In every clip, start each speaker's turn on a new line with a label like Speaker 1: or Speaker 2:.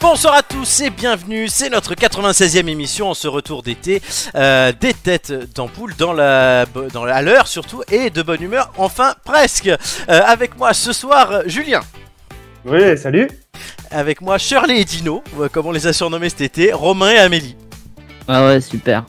Speaker 1: Bonsoir à tous et bienvenue, c'est notre 96e émission en ce retour d'été euh, des têtes d'ampoule dans la, dans la, à l'heure surtout et de bonne humeur, enfin presque. Euh, avec moi ce soir, Julien.
Speaker 2: Oui, salut.
Speaker 1: Avec moi, Shirley et Dino, euh, comme on les a surnommés cet été, Romain et Amélie.
Speaker 3: Ah ouais, super.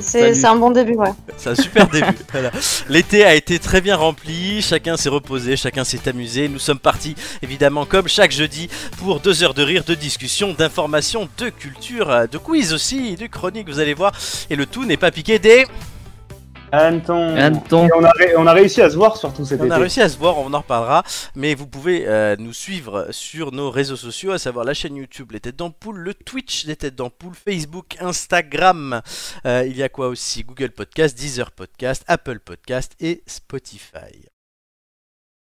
Speaker 4: C'est c'est un bon début, ouais.
Speaker 1: C'est un super début. voilà. L'été a été très bien rempli, chacun s'est reposé, chacun s'est amusé. Nous sommes partis, évidemment, comme chaque jeudi, pour deux heures de rire, de discussion, d'information, de culture, euh, de quiz aussi, de chronique, vous allez voir. Et le tout n'est pas piqué des...
Speaker 2: Anton.
Speaker 3: Anton.
Speaker 2: Et on, a ré- on a réussi à se voir surtout cet
Speaker 1: On
Speaker 2: été.
Speaker 1: a réussi à se voir, on en reparlera. Mais vous pouvez euh, nous suivre sur nos réseaux sociaux, à savoir la chaîne YouTube Les Têtes d'Ampoule, le Twitch des Têtes d'Ampoule, Facebook, Instagram. Euh, il y a quoi aussi Google Podcast, Deezer Podcast, Apple Podcast et Spotify.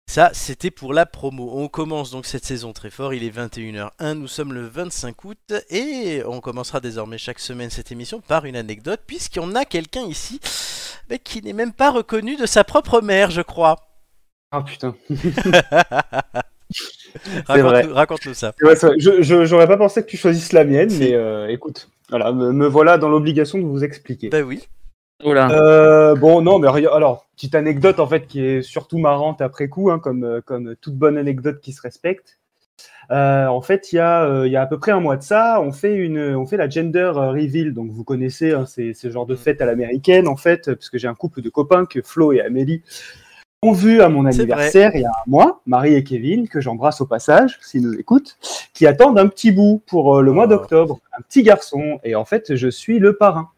Speaker 1: Ça, c'était pour la promo. On commence donc cette saison très fort. Il est 21h01, nous sommes le 25 août et on commencera désormais chaque semaine cette émission par une anecdote, puisqu'on a quelqu'un ici mais qui n'est même pas reconnu de sa propre mère, je crois.
Speaker 2: Ah putain. vrai.
Speaker 1: Raconte- Raconte-nous ça.
Speaker 2: Ouais, c'est vrai. Je- je- J'aurais pas pensé que tu choisisses la mienne, mais euh, écoute, voilà, me, me voilà dans l'obligation de vous expliquer.
Speaker 1: Bah oui.
Speaker 3: Oula.
Speaker 2: Euh, bon, non, mais regarde- alors, petite anecdote en fait qui est surtout marrante après coup, hein, comme, euh, comme toute bonne anecdote qui se respecte. Euh, en fait, il y, a, euh, il y a à peu près un mois de ça, on fait, une, on fait la gender euh, reveal. Donc, vous connaissez hein, ces, ces genres de
Speaker 1: Mm.
Speaker 2: fêtes à l'américaine, en fait, euh, parce que j'ai un couple de copains que Flo et Amélie ont vu à mon
Speaker 1: C'est
Speaker 2: anniversaire il y a un mois, Marie et Kevin, que j'embrasse au passage, s'ils nous écoutent, qui attendent un petit bout pour euh, le mois
Speaker 1: Oh.
Speaker 2: d'octobre, un petit garçon. Et en fait, je suis le parrain.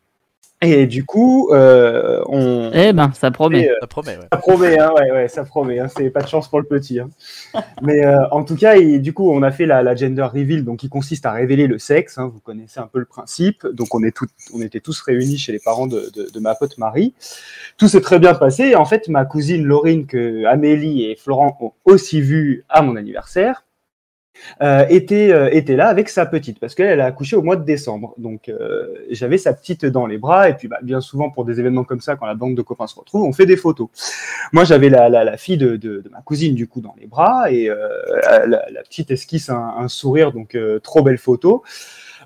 Speaker 2: Et du coup, euh, on,
Speaker 3: Eh ben, ça promet.
Speaker 2: Et, euh,
Speaker 1: Ça promet, ouais.
Speaker 2: ça promet, hein, ouais, ouais, ça promet. hein, c'est pas de chance pour le petit. hein. Mais euh, en tout cas, il- du coup, on a fait la, la gender reveal, donc qui consiste à révéler le sexe. hein, vous connaissez un peu le principe. Donc, on, est tout- on était tous réunis chez les parents de, de- de ma pote Marie. Tout s'est très bien passé. En fait, ma cousine Laurine, que Amélie et Florent ont aussi vue à mon anniversaire, euh, était, euh, était là avec sa petite, parce qu'elle elle a accouché au mois de décembre. Donc, euh, j'avais sa petite dans les bras. Et puis, bah, bien souvent, pour des événements comme ça, quand la bande de copains se retrouve, on fait des photos. Moi, j'avais la, la, la fille de, de, de ma cousine, du coup, dans les bras, et euh, la, la petite esquisse un, un sourire, donc euh, trop belle photo.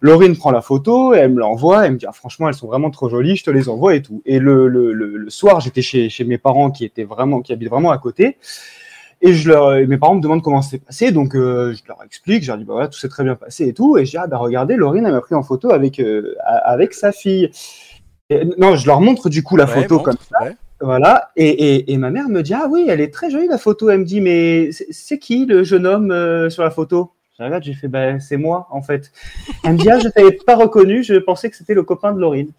Speaker 2: Laurine prend la photo, elle me l'envoie, elle me dit Ah, franchement, elles sont vraiment trop jolies, je te les envoie et tout. Et le, le, le, le soir, j'étais chez, chez mes parents qui étaient vraiment, qui habitent vraiment à côté, et je leur, et mes parents me demandent comment c'est passé, donc euh, je leur explique, je leur dis bah voilà, tout s'est très bien passé et tout, et je dis ah bah regardez, Laurine, elle m'a pris en photo avec euh, a- avec sa fille. Et- non, je leur montre du coup la
Speaker 1: Ouais,
Speaker 2: photo
Speaker 1: montre,
Speaker 2: comme
Speaker 1: ouais.
Speaker 2: voilà, et, et, et ma mère me dit Ah oui, elle est très jolie la photo. Elle me dit Mais c'est- c'est qui le jeune homme euh, sur la photo Je regarde, j'ai fait Ben, C'est moi en fait. Elle me dit Ah, je t'avais pas reconnu, je pensais que c'était le copain de Laurine.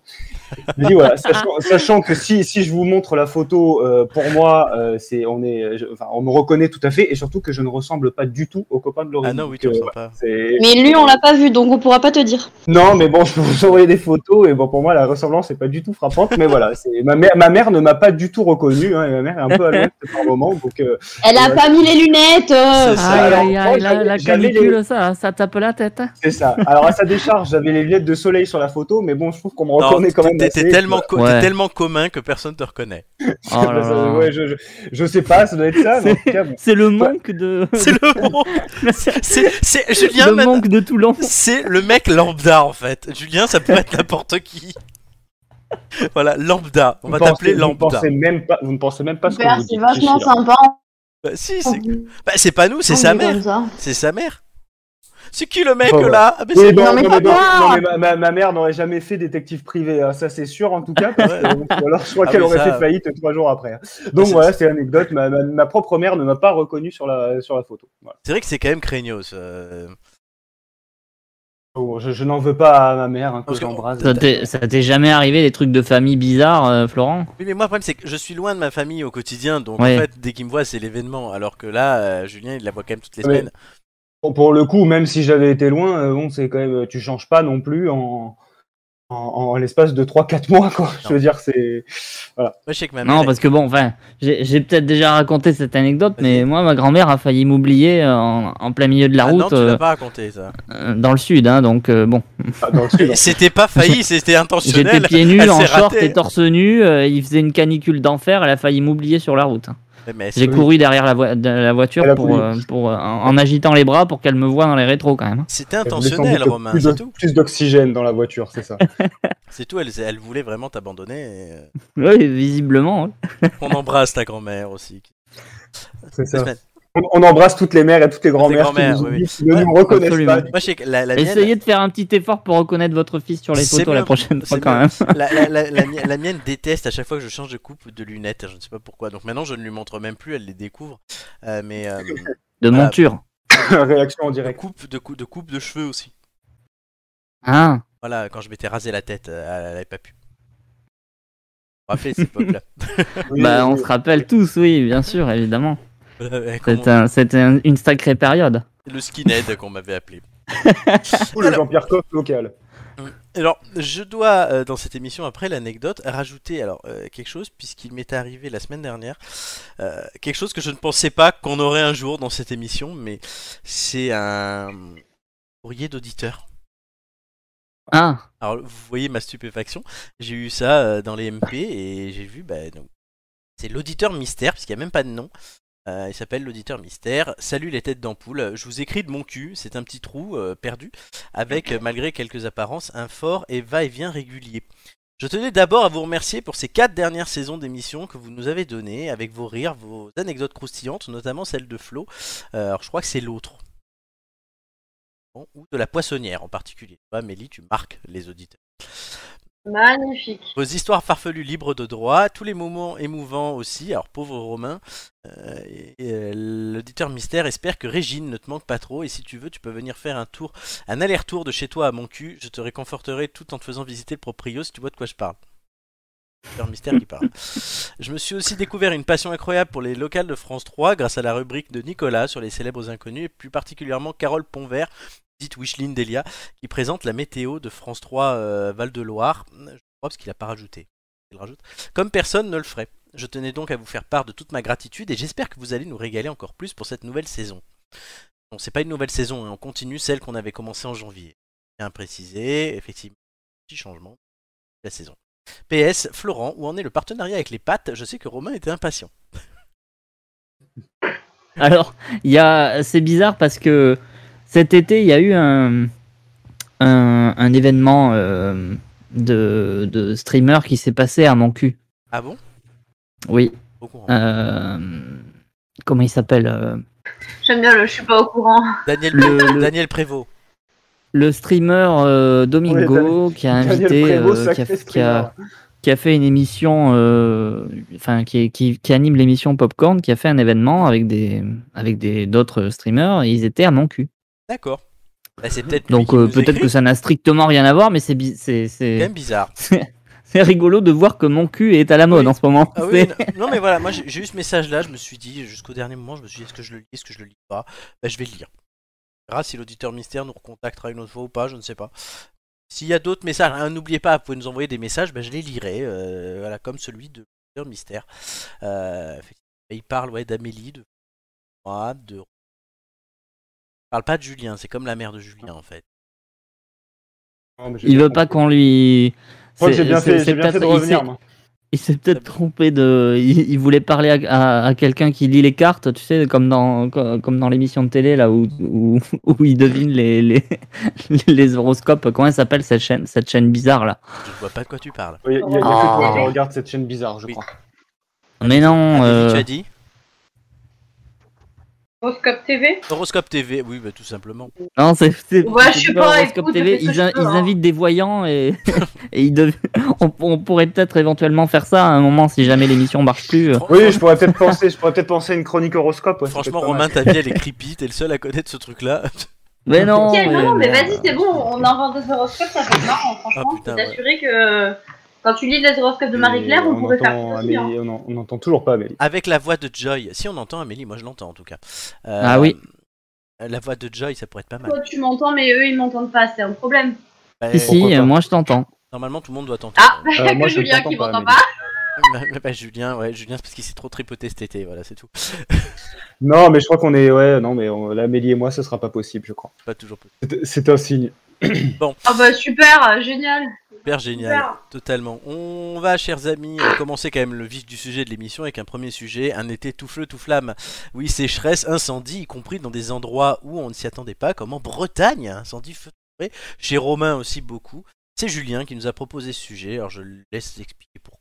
Speaker 2: Je lui dis Voilà, sachant, sachant que si, si je vous montre la photo, euh, pour moi, euh, c'est on, est, je- enfin, on me reconnaît tout à fait, et surtout que je ne ressemble pas du tout au copain de Laurine.
Speaker 1: Ah non, oui, tu
Speaker 2: Donc,
Speaker 1: me
Speaker 2: euh,
Speaker 1: sens pas.
Speaker 2: c'est-
Speaker 4: Mais lui, on l'a pas vu, donc on pourra pas te dire.
Speaker 2: non, mais bon, je peux vous envoyer des photos et bon, pour moi, la ressemblance n'est pas du tout frappante, mais voilà, c'est ma mère, ma mère ne m'a pas du tout reconnu, hein, et ma mère est un peu à l'ouest par moment, donc euh,
Speaker 4: Elle a
Speaker 2: Ouais.
Speaker 4: pas mis les lunettes. euh.
Speaker 1: C'est ça.
Speaker 3: Aïe,
Speaker 2: alors,
Speaker 3: aïe,
Speaker 2: moi,
Speaker 3: aïe, la,
Speaker 2: j'avais-
Speaker 3: la
Speaker 2: j'avais les-
Speaker 3: canicule, ça, ça tape la tête. hein.
Speaker 2: c'est ça. Alors à sa décharge, j'avais les lunettes de soleil sur la photo, mais bon, je trouve qu'on me
Speaker 1: Non,
Speaker 2: reconnaît quand
Speaker 1: t'es-
Speaker 2: même.
Speaker 1: t'es
Speaker 2: assez.
Speaker 1: tellement, co- t'es
Speaker 3: Ouais.
Speaker 1: tellement commun que personne te reconnaît.
Speaker 3: Oh là là.
Speaker 2: Ouais, je, je, je sais pas, ça doit être ça, mais en tout cas, bon.
Speaker 3: C'est le manque de.
Speaker 1: C'est le bon. C'est, c'est- Julien,
Speaker 3: le
Speaker 1: man-
Speaker 3: manque de Toulon.
Speaker 1: c'est le mec lambda en fait. Julien, ça pourrait être n'importe qui. Voilà, lambda. On
Speaker 2: Vous
Speaker 1: va
Speaker 2: pensez-
Speaker 1: t'appeler
Speaker 2: vous ne
Speaker 1: lambda.
Speaker 2: pensez même pas, vous ne pensez même pas ce que
Speaker 4: Super,
Speaker 2: vous
Speaker 4: c'est
Speaker 2: dites.
Speaker 4: vachement
Speaker 2: Chez Sheila.
Speaker 4: sympa.
Speaker 1: Bah, si, c'est... bah, c'est pas nous, c'est
Speaker 3: Oh
Speaker 4: On
Speaker 1: sa
Speaker 4: est
Speaker 1: mère.
Speaker 4: comme ça.
Speaker 1: C'est sa mère. C'est qui le mec
Speaker 2: Oh, ouais.
Speaker 1: là Ah, mais
Speaker 2: Oui,
Speaker 1: c'est-
Speaker 2: non,
Speaker 4: Non, mais
Speaker 2: non,
Speaker 4: pas
Speaker 2: non,
Speaker 4: moi.
Speaker 2: non, mais ma, ma- ma mère n'aurait jamais fait détective privé, hein, ça c'est sûr en tout cas, parce que- ou alors je crois
Speaker 1: Ah,
Speaker 2: qu'elle
Speaker 1: mais
Speaker 2: aurait
Speaker 1: ça- Ah,
Speaker 2: fait faillite trois jours après. hein. Donc
Speaker 1: c'est-
Speaker 2: voilà, c'est l'anecdote, ma, ma- ma propre mère ne m'a pas reconnu sur la, sur la photo. Voilà.
Speaker 1: C'est vrai que c'est quand même craignos. euh.
Speaker 2: Bon, Oh, je je n'en veux pas à ma mère, hein, que
Speaker 1: Parce que-
Speaker 2: j'embrasse.
Speaker 3: Ça t'est ça t'est jamais arrivé des trucs de famille bizarres, euh, Florent
Speaker 1: Oui, mais moi, le problème, c'est que je suis loin de ma famille au quotidien, donc
Speaker 3: Ouais.
Speaker 1: en fait, dès qu'il me voit, c'est l'événement. Alors que là, euh, Julien, il la voit quand même toutes les
Speaker 2: Ouais.
Speaker 1: semaines.
Speaker 2: Bon, pour le coup, même si j'avais été loin, euh, bon, c'est quand même, tu changes pas non plus en, en, en l'espace de 3-4 mois, quoi. Je veux dire, c'est.
Speaker 1: Moi, je sais que ma mère.
Speaker 3: Non, parce que bon, enfin, j'ai j'ai peut-être déjà raconté cette anecdote, mais moi, ma grand-mère a failli m'oublier euh, en, en plein milieu de la
Speaker 1: Ah non,
Speaker 3: route,
Speaker 1: tu
Speaker 3: euh,
Speaker 1: l'as pas raconté ça.
Speaker 3: euh, dans le sud, hein, donc euh, bon.
Speaker 2: Ah, dans le sud, hein.
Speaker 1: C'était pas failli, c'était
Speaker 3: J'étais
Speaker 1: intentionnel.
Speaker 3: pieds nus,
Speaker 1: elle
Speaker 3: en
Speaker 1: s'est
Speaker 3: short
Speaker 1: ratée.
Speaker 3: et torse nu, euh, il faisait une canicule d'enfer, elle a failli m'oublier sur la route.
Speaker 1: Mais est-ce
Speaker 3: J'ai
Speaker 1: que-
Speaker 3: couru derrière la, voi- de la voiture
Speaker 2: Elle a
Speaker 3: pour,
Speaker 2: voulu.
Speaker 3: euh, pour, euh, en, en agitant les bras pour qu'elle me voie dans les rétros quand même. hein.
Speaker 1: C'était
Speaker 2: Elle voulait sans
Speaker 1: intentionnel,
Speaker 2: doute
Speaker 1: Romain,
Speaker 2: plus de-
Speaker 1: c'est tout.
Speaker 2: Plus d'oxygène dans la voiture, c'est ça.
Speaker 1: C'est tout, elle, elle voulait vraiment t'abandonner. et, euh,
Speaker 3: Oui, visiblement. hein. oui.
Speaker 1: On embrasse ta grand-mère aussi.
Speaker 2: C'est
Speaker 1: Deux
Speaker 2: ça.
Speaker 1: semaines.
Speaker 2: On, on embrasse toutes les mères et toutes les grand-mères qui
Speaker 1: grand-mères,
Speaker 2: nous, ont
Speaker 1: oui,
Speaker 2: dit qu'ils ne
Speaker 1: Ouais,
Speaker 2: nous reconnaissent
Speaker 3: absolument.
Speaker 2: pas.
Speaker 1: Moi, je sais que la, la mienne,
Speaker 3: Essayez de faire un petit effort pour reconnaître votre fils sur les
Speaker 1: C'est
Speaker 3: photos la
Speaker 1: mieux.
Speaker 3: prochaine
Speaker 1: C'est
Speaker 3: fois quand
Speaker 1: mieux.
Speaker 3: même.
Speaker 1: la, la- la- la mi- la mienne déteste à chaque fois que je change de coupe de lunettes. Je ne sais pas pourquoi. Donc maintenant, je ne lui montre même plus. Elle les découvre. Euh, mais euh,
Speaker 3: De
Speaker 1: Voilà.
Speaker 3: monture.
Speaker 2: Réaction en
Speaker 1: de
Speaker 2: direct.
Speaker 1: coupe, de, cou- de coupe de cheveux aussi.
Speaker 3: Ah,
Speaker 1: Voilà, quand je m'étais rasé la tête, euh, elle n'avait pas pu. Rappelez cette époque-là.
Speaker 2: Oui,
Speaker 3: bah on
Speaker 2: oui,
Speaker 3: se rappelle tous, oui, bien sûr, évidemment.
Speaker 1: Voilà, euh, comment-
Speaker 3: C'était un- c'était un- une sacrée période.
Speaker 1: Le skinhead qu'on m'avait appelé.
Speaker 2: oui. Le Jean-Pierre Coff local.
Speaker 1: Alors, je dois, euh, dans cette émission, après l'anecdote, rajouter alors euh, quelque chose, puisqu'il m'est arrivé la semaine dernière, euh, quelque chose que je ne pensais pas qu'on aurait un jour dans cette émission, mais c'est un courrier d'auditeur.
Speaker 3: Ah,
Speaker 1: Alors, vous voyez ma stupéfaction, j'ai eu ça euh, dans les MP, et j'ai vu, bah, donc, c'est l'auditeur mystère, puisqu'il n'y a même pas de nom. Euh, il s'appelle l'auditeur mystère. Salut les têtes d'ampoule. Je vous écris de mon cul. C'est un petit trou euh, perdu, avec euh, malgré quelques apparences un fort et va-et-vient régulier. Je tenais d'abord à vous remercier pour ces quatre dernières saisons d'émissions que vous nous avez données, avec vos rires, vos anecdotes croustillantes, notamment celle de Flo. Euh, alors je crois que c'est l'autre. Bon, ou de la poissonnière en particulier. Tu vois, Amélie, tu marques les auditeurs.
Speaker 4: Magnifique.
Speaker 1: Vos histoires farfelues libres de droit, tous les moments émouvants aussi, alors pauvre Romain, euh, et- et, euh, l'auditeur mystère espère que Régine ne te manque pas trop, et si tu veux, tu peux venir faire un tour, un aller-retour de chez toi à mon cul, je te réconforterai tout en te faisant visiter le proprio si tu vois de quoi je parle. L'auditeur mystère qui parle. Je me suis aussi découvert une passion incroyable pour les locales de France 3 grâce à la rubrique de Nicolas sur les célèbres inconnus, et plus particulièrement Carole Ponvert, dite Wishline Delia, qui présente la météo de France 3 euh, Val-de-Loire crois, parce qu'il n'a pas rajouté. Il rajoute. Comme personne ne le ferait. Je tenais donc à vous faire part de toute ma gratitude et j'espère que vous allez nous régaler encore plus pour cette nouvelle saison. Bon, c'est pas une nouvelle saison, hein, on continue celle qu'on avait commencée en janvier. Bien précisé, effectivement, petit changement la saison. PS, Florent, où en est le partenariat avec les pattes Je sais que Romain était impatient.
Speaker 3: Alors, il y a, c'est bizarre parce que cet été, il y a eu un, un, un événement euh, de, de streamer qui s'est passé à mon cul.
Speaker 1: Ah bon
Speaker 3: Oui.
Speaker 1: Au courant.
Speaker 3: euh, comment il s'appelle euh,
Speaker 4: J'aime bien le je suis pas au courant.
Speaker 1: Daniel,
Speaker 3: Ah, le- le-
Speaker 1: Daniel Prévost.
Speaker 3: Le streamer euh, Domingo qui a
Speaker 2: Daniel
Speaker 3: invité,
Speaker 2: Prévost,
Speaker 3: euh, qui,
Speaker 2: sacré
Speaker 3: a, qui,
Speaker 2: streamer.
Speaker 3: a, qui a fait une émission, euh, enfin qui, qui, qui anime l'émission Popcorn, qui a fait un événement avec des avec des d'autres streamers. Et ils étaient à mon cul.
Speaker 1: D'accord. Bah, c'est peut-être lui
Speaker 3: Donc
Speaker 1: qui
Speaker 3: euh,
Speaker 1: nous
Speaker 3: peut-être
Speaker 1: écrit,
Speaker 3: que ça n'a strictement rien à voir, mais c'est bi- c'est
Speaker 1: c'est quand
Speaker 3: c'est
Speaker 1: même bizarre.
Speaker 3: c'est rigolo de voir que mon cul est à la mode
Speaker 1: Oui.
Speaker 3: en ce moment.
Speaker 1: Ah oui,
Speaker 3: C'est-
Speaker 1: non, non, mais voilà, moi j'ai j'ai eu ce message là, je me suis dit jusqu'au dernier moment, je me suis dit est-ce que je le lis, est-ce que je le lis pas Bah je vais le lire. On verra si l'auditeur mystère nous recontactera une autre fois ou pas, je ne sais pas. S'il y a d'autres messages, hein, n'oubliez pas, vous pouvez nous envoyer des messages, bah, je les lirai, euh, voilà, comme celui de l'auditeur mystère. Euh, effectivement, il parle ouais, d'Amélie, de moi, de... Il parle pas de Julien, c'est comme la mère de Julien en fait.
Speaker 2: Non, mais j'ai
Speaker 3: Il
Speaker 2: bien
Speaker 3: veut pas
Speaker 2: compris.
Speaker 3: qu'on lui.
Speaker 2: Je crois que j'ai
Speaker 3: c'est-
Speaker 2: bien
Speaker 3: c'est-
Speaker 2: fait,
Speaker 3: c'est
Speaker 2: j'ai bien fait de
Speaker 3: peut-être- il s'est-
Speaker 2: revenir. moi.
Speaker 3: Il s'est peut-être trompé de. Il, il voulait parler à, à- à quelqu'un qui lit les cartes, tu sais, comme dans, co- comme dans l'émission de télé, là, où, où, où il devine les, les, les horoscopes. Comment elle s'appelle cette chaîne, cette chaîne bizarre, là
Speaker 1: Je vois pas de quoi tu parles.
Speaker 2: Il y a, il y a que
Speaker 3: Ah.
Speaker 2: toi qui regarde cette chaîne bizarre, je
Speaker 1: Oui.
Speaker 2: crois.
Speaker 3: Mais
Speaker 1: Amélie,
Speaker 3: non.
Speaker 1: Ah, tu
Speaker 3: euh,
Speaker 1: as dit
Speaker 4: Horoscope TV
Speaker 1: Horoscope TV, oui, bah, tout simplement.
Speaker 3: Non, c'est. c'est-
Speaker 4: Ouais,
Speaker 3: c'est
Speaker 4: je sais pas,
Speaker 3: Horoscope
Speaker 4: écoute,
Speaker 3: TV.
Speaker 4: je fais ce que
Speaker 3: Ils, in-
Speaker 4: je peux,
Speaker 3: ils
Speaker 4: hein.
Speaker 3: invitent des voyants et, et ils dev- on, on pourrait peut-être éventuellement faire ça à un moment si jamais l'émission marche plus.
Speaker 1: Fran-
Speaker 2: Oui, je pourrais peut-être penser, je pourrais peut-être penser à une chronique horoscope. ouais, ça peut
Speaker 1: Franchement,
Speaker 2: être pas
Speaker 1: Romain,
Speaker 2: mal.
Speaker 1: ta vie elle est creepy, t'es le seul à connaître ce truc là.
Speaker 3: Mais
Speaker 2: Oh,
Speaker 3: non.
Speaker 4: Ok, non, non, mais vas-y, c'est bon,
Speaker 3: euh,
Speaker 4: on invente des horoscopes, ça peut être marrant, franchement.
Speaker 1: Ah, putain,
Speaker 4: je peux t'assurer que euh, quand tu lis les horoscopes de Marie-Claire,
Speaker 2: Et
Speaker 4: on, pourrait faire
Speaker 2: entend
Speaker 4: ça aussi.
Speaker 2: Amélie-
Speaker 4: hein.
Speaker 2: on, en- on entend toujours pas Amélie.
Speaker 1: Avec la voix de Joy. Si on entend Amélie, moi je l'entends en tout cas. Euh,
Speaker 3: Ah oui.
Speaker 1: euh, La voix de Joy, ça pourrait être pas mal.
Speaker 4: Toi, tu m'entends, mais eux, ils m'entendent pas, c'est un problème.
Speaker 1: Bah,
Speaker 3: Si, si,
Speaker 2: pourquoi pas.
Speaker 3: moi je t'entends.
Speaker 1: Normalement, tout le monde doit t'entendre.
Speaker 4: Ah, il y a
Speaker 2: Euh, moi,
Speaker 4: que
Speaker 2: je
Speaker 4: Julien
Speaker 2: t'entends
Speaker 4: qui
Speaker 2: pas,
Speaker 4: m'entend
Speaker 2: Amélie.
Speaker 4: pas.
Speaker 1: Bah, bah, Julien, ouais, Julien, c'est parce qu'il s'est trop tripoté cet été, voilà, c'est tout.
Speaker 2: Non, mais je crois qu'on est. Ouais, non, mais on- là, Amélie et moi, ce sera pas possible, je crois.
Speaker 1: Pas toujours possible.
Speaker 2: C'est- C'est un signe.
Speaker 4: Ah bah super, euh, génial.
Speaker 1: Super génial,
Speaker 4: Super.
Speaker 1: totalement. On va, chers amis, euh, commencer quand même le vif du sujet de l'émission avec un premier sujet, un été tout feu, tout flamme. Oui, sécheresse, incendie, y compris dans des endroits où on ne s'y attendait pas, comme en Bretagne, hein, incendie feu de forêt. Chez Romain aussi beaucoup. C'est Julien qui nous a proposé ce sujet, alors je le laisse expliquer pourquoi.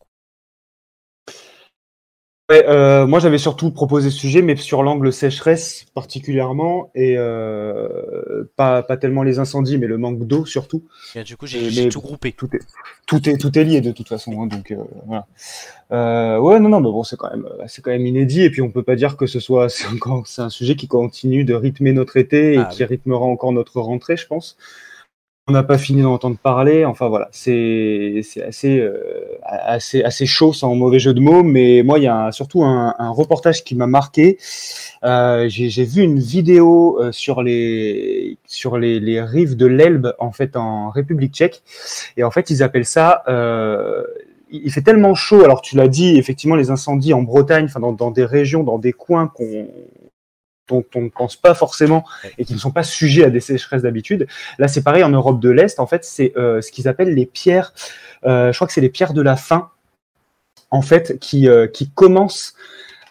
Speaker 2: Ouais, euh, moi, j'avais surtout proposé ce sujet, mais sur l'angle sécheresse particulièrement, et euh, pas, pas tellement les incendies, mais le manque d'eau surtout.
Speaker 1: Et du coup, j'ai
Speaker 2: Et
Speaker 1: j'ai
Speaker 2: Euh, les-
Speaker 1: tout groupé.
Speaker 2: Tout est, tout est, tout est lié de toute façon. hein, donc euh, voilà. Euh, ouais, non, non, mais bon, c'est quand même, euh, c'est quand même inédit. Et puis on peut pas dire que ce soit, c'est encore, c'est un sujet qui continue de rythmer notre été et
Speaker 1: Ah,
Speaker 2: qui rythmera encore notre rentrée, je pense. On n'a pas fini d'en entendre parler. Enfin voilà, c'est, c'est assez, euh, assez, assez chaud, sans mauvais jeu de mots. Mais moi, il y a un- surtout un, un reportage qui m'a marqué. Euh, j'ai, j'ai vu une vidéo euh, sur les, sur les, les rives de l'Elbe, en fait, en République Tchèque. Et en fait, ils appellent ça. euh, il il fait tellement chaud. Alors, tu l'as dit, effectivement, les incendies en Bretagne, enfin, dans, dans des régions, dans des coins qu'on dont on ne pense pas forcément et qui ne sont pas sujets à des sécheresses d'habitude. Là, c'est pareil en Europe de l'Est. En fait, c'est euh, ce qu'ils appellent les pierres. euh, je crois que c'est les pierres de la faim, en fait, qui euh, qui commencent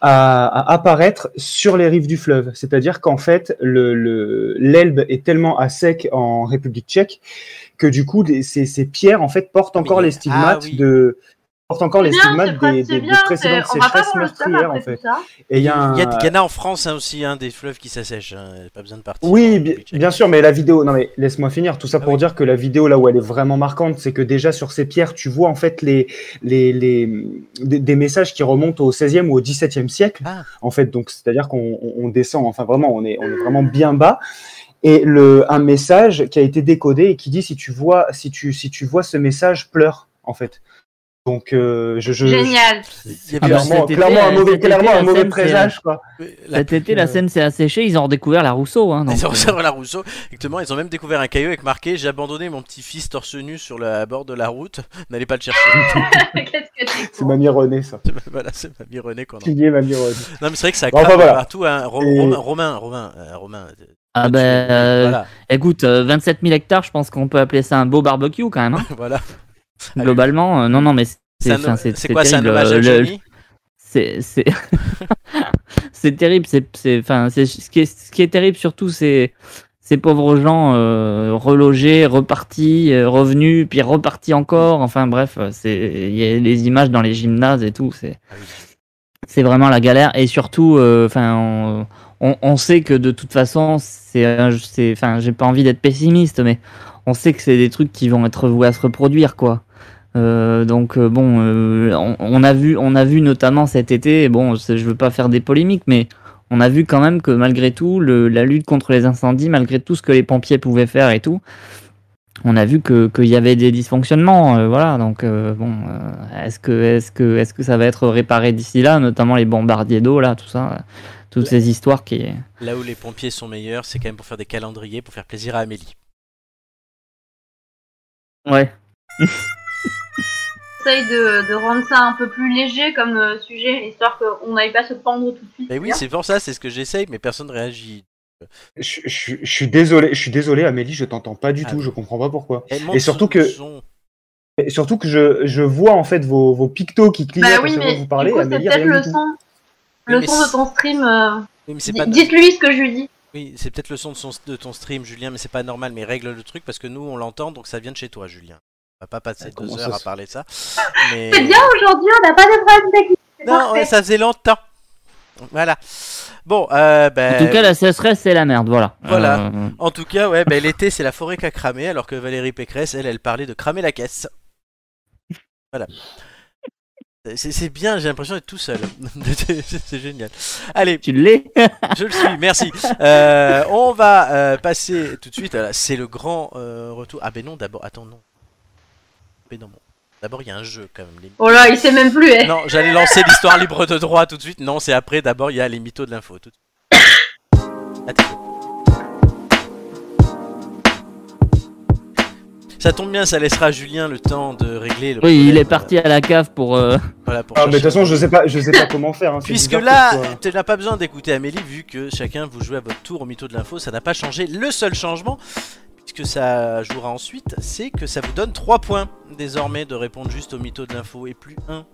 Speaker 2: à, à apparaître sur les rives du fleuve. C'est-à-dire qu'en fait, le- le- l'Elbe est tellement à sec en République tchèque que du coup, des- ces, ces pierres en fait portent encore
Speaker 1: oui.
Speaker 2: les stigmates
Speaker 1: Ah oui.
Speaker 2: de portent encore les
Speaker 4: C'est bien, c'est
Speaker 2: stigmates
Speaker 4: pas-
Speaker 2: des,
Speaker 4: c'est
Speaker 2: des- des
Speaker 4: bien, c'est-
Speaker 2: précédentes
Speaker 4: on va pas
Speaker 2: sécheresses
Speaker 4: voir le stuff
Speaker 2: meurtrières en
Speaker 4: après
Speaker 2: fait.
Speaker 4: tout ça.
Speaker 2: Et il y a,
Speaker 1: Il
Speaker 2: un,
Speaker 1: y, a, il y en a en France hein, aussi, hein, des fleuves qui s'assèchent. hein, Pas besoin de partir.
Speaker 2: oui,
Speaker 1: en
Speaker 2: bi-
Speaker 1: République tchèque.
Speaker 2: bien sûr, mais la vidéo, non mais laisse-moi finir. Tout ça
Speaker 1: Ah
Speaker 2: pour
Speaker 1: oui.
Speaker 2: dire que la vidéo là où elle est vraiment marquante, c'est que déjà sur ces pierres, tu vois en fait les, les, les des, des messages qui remontent au 16e ou au 17e siècle.
Speaker 1: Ah.
Speaker 2: En fait, donc c'est-à-dire qu'on on- on descend, enfin vraiment, on est, on est vraiment bien bas. Et le, un message qui a été décodé et qui dit si tu vois, si tu, si tu vois ce message, pleure en fait. Donc euh, je, je, je-
Speaker 4: Génial.
Speaker 1: Il y a
Speaker 3: Ah bah,
Speaker 1: bien-
Speaker 2: clairement,
Speaker 3: cet été,
Speaker 2: clairement un
Speaker 3: euh,
Speaker 2: mauvais,
Speaker 3: cet été,
Speaker 2: clairement un
Speaker 3: la
Speaker 2: mauvais
Speaker 3: scène, c'est-
Speaker 2: présage quoi.
Speaker 1: la-
Speaker 3: Cet été, la
Speaker 2: euh,
Speaker 3: Seine s'est asséchée, ils ont redécouvert la Rousseau. Hein, donc,
Speaker 1: Ils ont
Speaker 3: euh,
Speaker 1: resserré la Rousseau. Exactement, ils ont même découvert un caillou avec marqué J'ai abandonné mon petit-fils torse nu sur le bord de la route, n'allez pas le chercher.
Speaker 4: Qu'est-ce que t'es
Speaker 2: C'est
Speaker 4: con.
Speaker 2: mamie René ça.
Speaker 1: voilà, c'est ma vie René qu'on en-
Speaker 2: Pilier mamie René.
Speaker 1: Non, mais c'est vrai que ça
Speaker 2: Bon,
Speaker 1: craque
Speaker 2: enfin, voilà.
Speaker 1: partout. Hein. Ro-
Speaker 2: Et-
Speaker 1: Romain, Romain, Romain, euh, Romain, euh,
Speaker 3: ah
Speaker 1: tu-
Speaker 3: ben, euh,
Speaker 1: Voilà,
Speaker 3: écoute, euh, 27 000 hectares, je pense qu'on peut appeler ça un beau barbecue quand même. hein.
Speaker 1: voilà. Allez.
Speaker 3: Globalement, euh, non, non, mais c'est
Speaker 1: C'est un-
Speaker 3: enfin, c'est-
Speaker 1: c'est
Speaker 3: c'est
Speaker 1: quoi, c'est un
Speaker 3: terrible,
Speaker 1: hommage à
Speaker 3: euh, le-
Speaker 1: Johnny
Speaker 3: c'est c'est c'est terrible c'est c'est enfin c'est ce qui est ce qui est terrible surtout c'est ces pauvres gens euh, relogés repartis euh, revenus puis repartis encore enfin bref euh, c'est il y a les images dans les gymnases et tout c'est
Speaker 1: Ah oui.
Speaker 3: c'est vraiment la galère et surtout euh, enfin on- on, on sait que de toute façon c'est un- c'est enfin j'ai pas envie d'être pessimiste mais on sait que c'est des trucs qui vont être voués à se reproduire quoi Euh, donc euh, bon euh, on, on a vu on a vu notamment cet été bon c'est- je veux pas faire des polémiques mais on a vu quand même que malgré tout le- la lutte contre les incendies malgré tout ce que les pompiers pouvaient faire et tout on a vu que qu'il y avait des dysfonctionnements, euh, voilà. Donc euh, bon, euh, est-ce que est-ce que est-ce que ça va être réparé d'ici là, notamment les bombardiers d'eau là, tout ça, euh, toutes ces histoires qui.
Speaker 1: Là où les pompiers sont meilleurs, c'est quand même pour faire des calendriers, pour faire plaisir à Amélie.
Speaker 3: Ouais.
Speaker 4: J'essaye de, de rendre ça un peu plus léger comme euh, sujet, histoire qu'on n'aille pas se pendre tout de suite.
Speaker 1: Mais Eh oui, c'est pour ça, c'est ce que j'essaye, mais personne ne réagit.
Speaker 2: Je, je- je suis désolé, je suis désolé, Amélie, je t'entends pas du
Speaker 1: Ah
Speaker 2: tout,
Speaker 1: oui.
Speaker 2: je comprends pas pourquoi.
Speaker 1: Elle monte
Speaker 2: surtout
Speaker 1: son-
Speaker 2: que-
Speaker 1: son-
Speaker 2: Et surtout que je, je vois en fait vos, vos pictos qui clignotent
Speaker 4: Bah
Speaker 2: à
Speaker 4: oui,
Speaker 2: chaque fois
Speaker 4: mais
Speaker 2: que vous parlez,
Speaker 4: du coup, c'est
Speaker 2: Amélie,
Speaker 4: peut-être
Speaker 2: rien
Speaker 4: le
Speaker 2: du tout.
Speaker 4: son,
Speaker 1: Oui,
Speaker 4: le
Speaker 1: mais
Speaker 4: son de
Speaker 1: c'est-
Speaker 4: ton stream. euh,
Speaker 1: Oui, mais c'est pas.
Speaker 4: di- Dites-lui ce que je lui dis.
Speaker 1: Oui, c'est peut-être le son de, son- de ton stream, Julien, mais c'est pas normal. Mais règle le truc parce que nous, on l'entend, donc ça vient de chez toi, Julien. On va pas passer
Speaker 2: Ah,
Speaker 1: deux
Speaker 2: comment
Speaker 1: heures
Speaker 2: ça
Speaker 1: à
Speaker 2: se-
Speaker 1: parler de ça. Mais...
Speaker 4: C'est bien Oh, aujourd'hui, on n'a pas de problème technique. c'est
Speaker 1: Non,
Speaker 4: parfait.
Speaker 1: ouais, ça faisait longtemps. Voilà. Bon, euh, ben,
Speaker 3: En tout cas, la sécheresse c'est la merde, voilà.
Speaker 1: Voilà.
Speaker 3: Euh,
Speaker 1: en tout cas, ouais, ben, l'été, c'est la forêt qui a cramé, alors que Valérie Pécresse, elle, elle parlait de cramer la caisse. Voilà. C'est c'est bien, j'ai l'impression d'être tout seul. c'est génial. Allez,
Speaker 3: tu l'es.
Speaker 1: je le suis, merci. Euh, on va euh, passer tout de suite. à la- C'est le grand euh, retour. Ah ben non, d'abord, attends non. Mais non, bon. D'abord, il y a un jeu quand même. les-
Speaker 4: Oh là, il sait même plus. hein.
Speaker 1: Non, j'allais lancer l'histoire libre de droit tout de suite. Non, c'est après. D'abord, il y a les mythos de l'info. Tout de suite. Attends. Ça tombe bien, ça laissera Julien le temps de régler. Le
Speaker 3: Oui,
Speaker 1: problème,
Speaker 3: il
Speaker 1: euh,
Speaker 3: est parti à la cave pour. euh,
Speaker 1: Voilà pour
Speaker 2: Ah, mais de
Speaker 1: chercher.
Speaker 2: toute façon, je sais pas, je sais pas comment faire. hein, c'est
Speaker 1: Puisque
Speaker 2: bizarre
Speaker 1: là,
Speaker 2: que ce soit-
Speaker 1: tu n'as pas besoin d'écouter Amélie, vu que chacun vous jouez à votre tour au mytho de l'info, ça n'a pas changé. Le seul changement, ce que ça jouera ensuite, c'est que ça vous donne 3 points désormais de répondre juste au mytho de l'info et plus 1.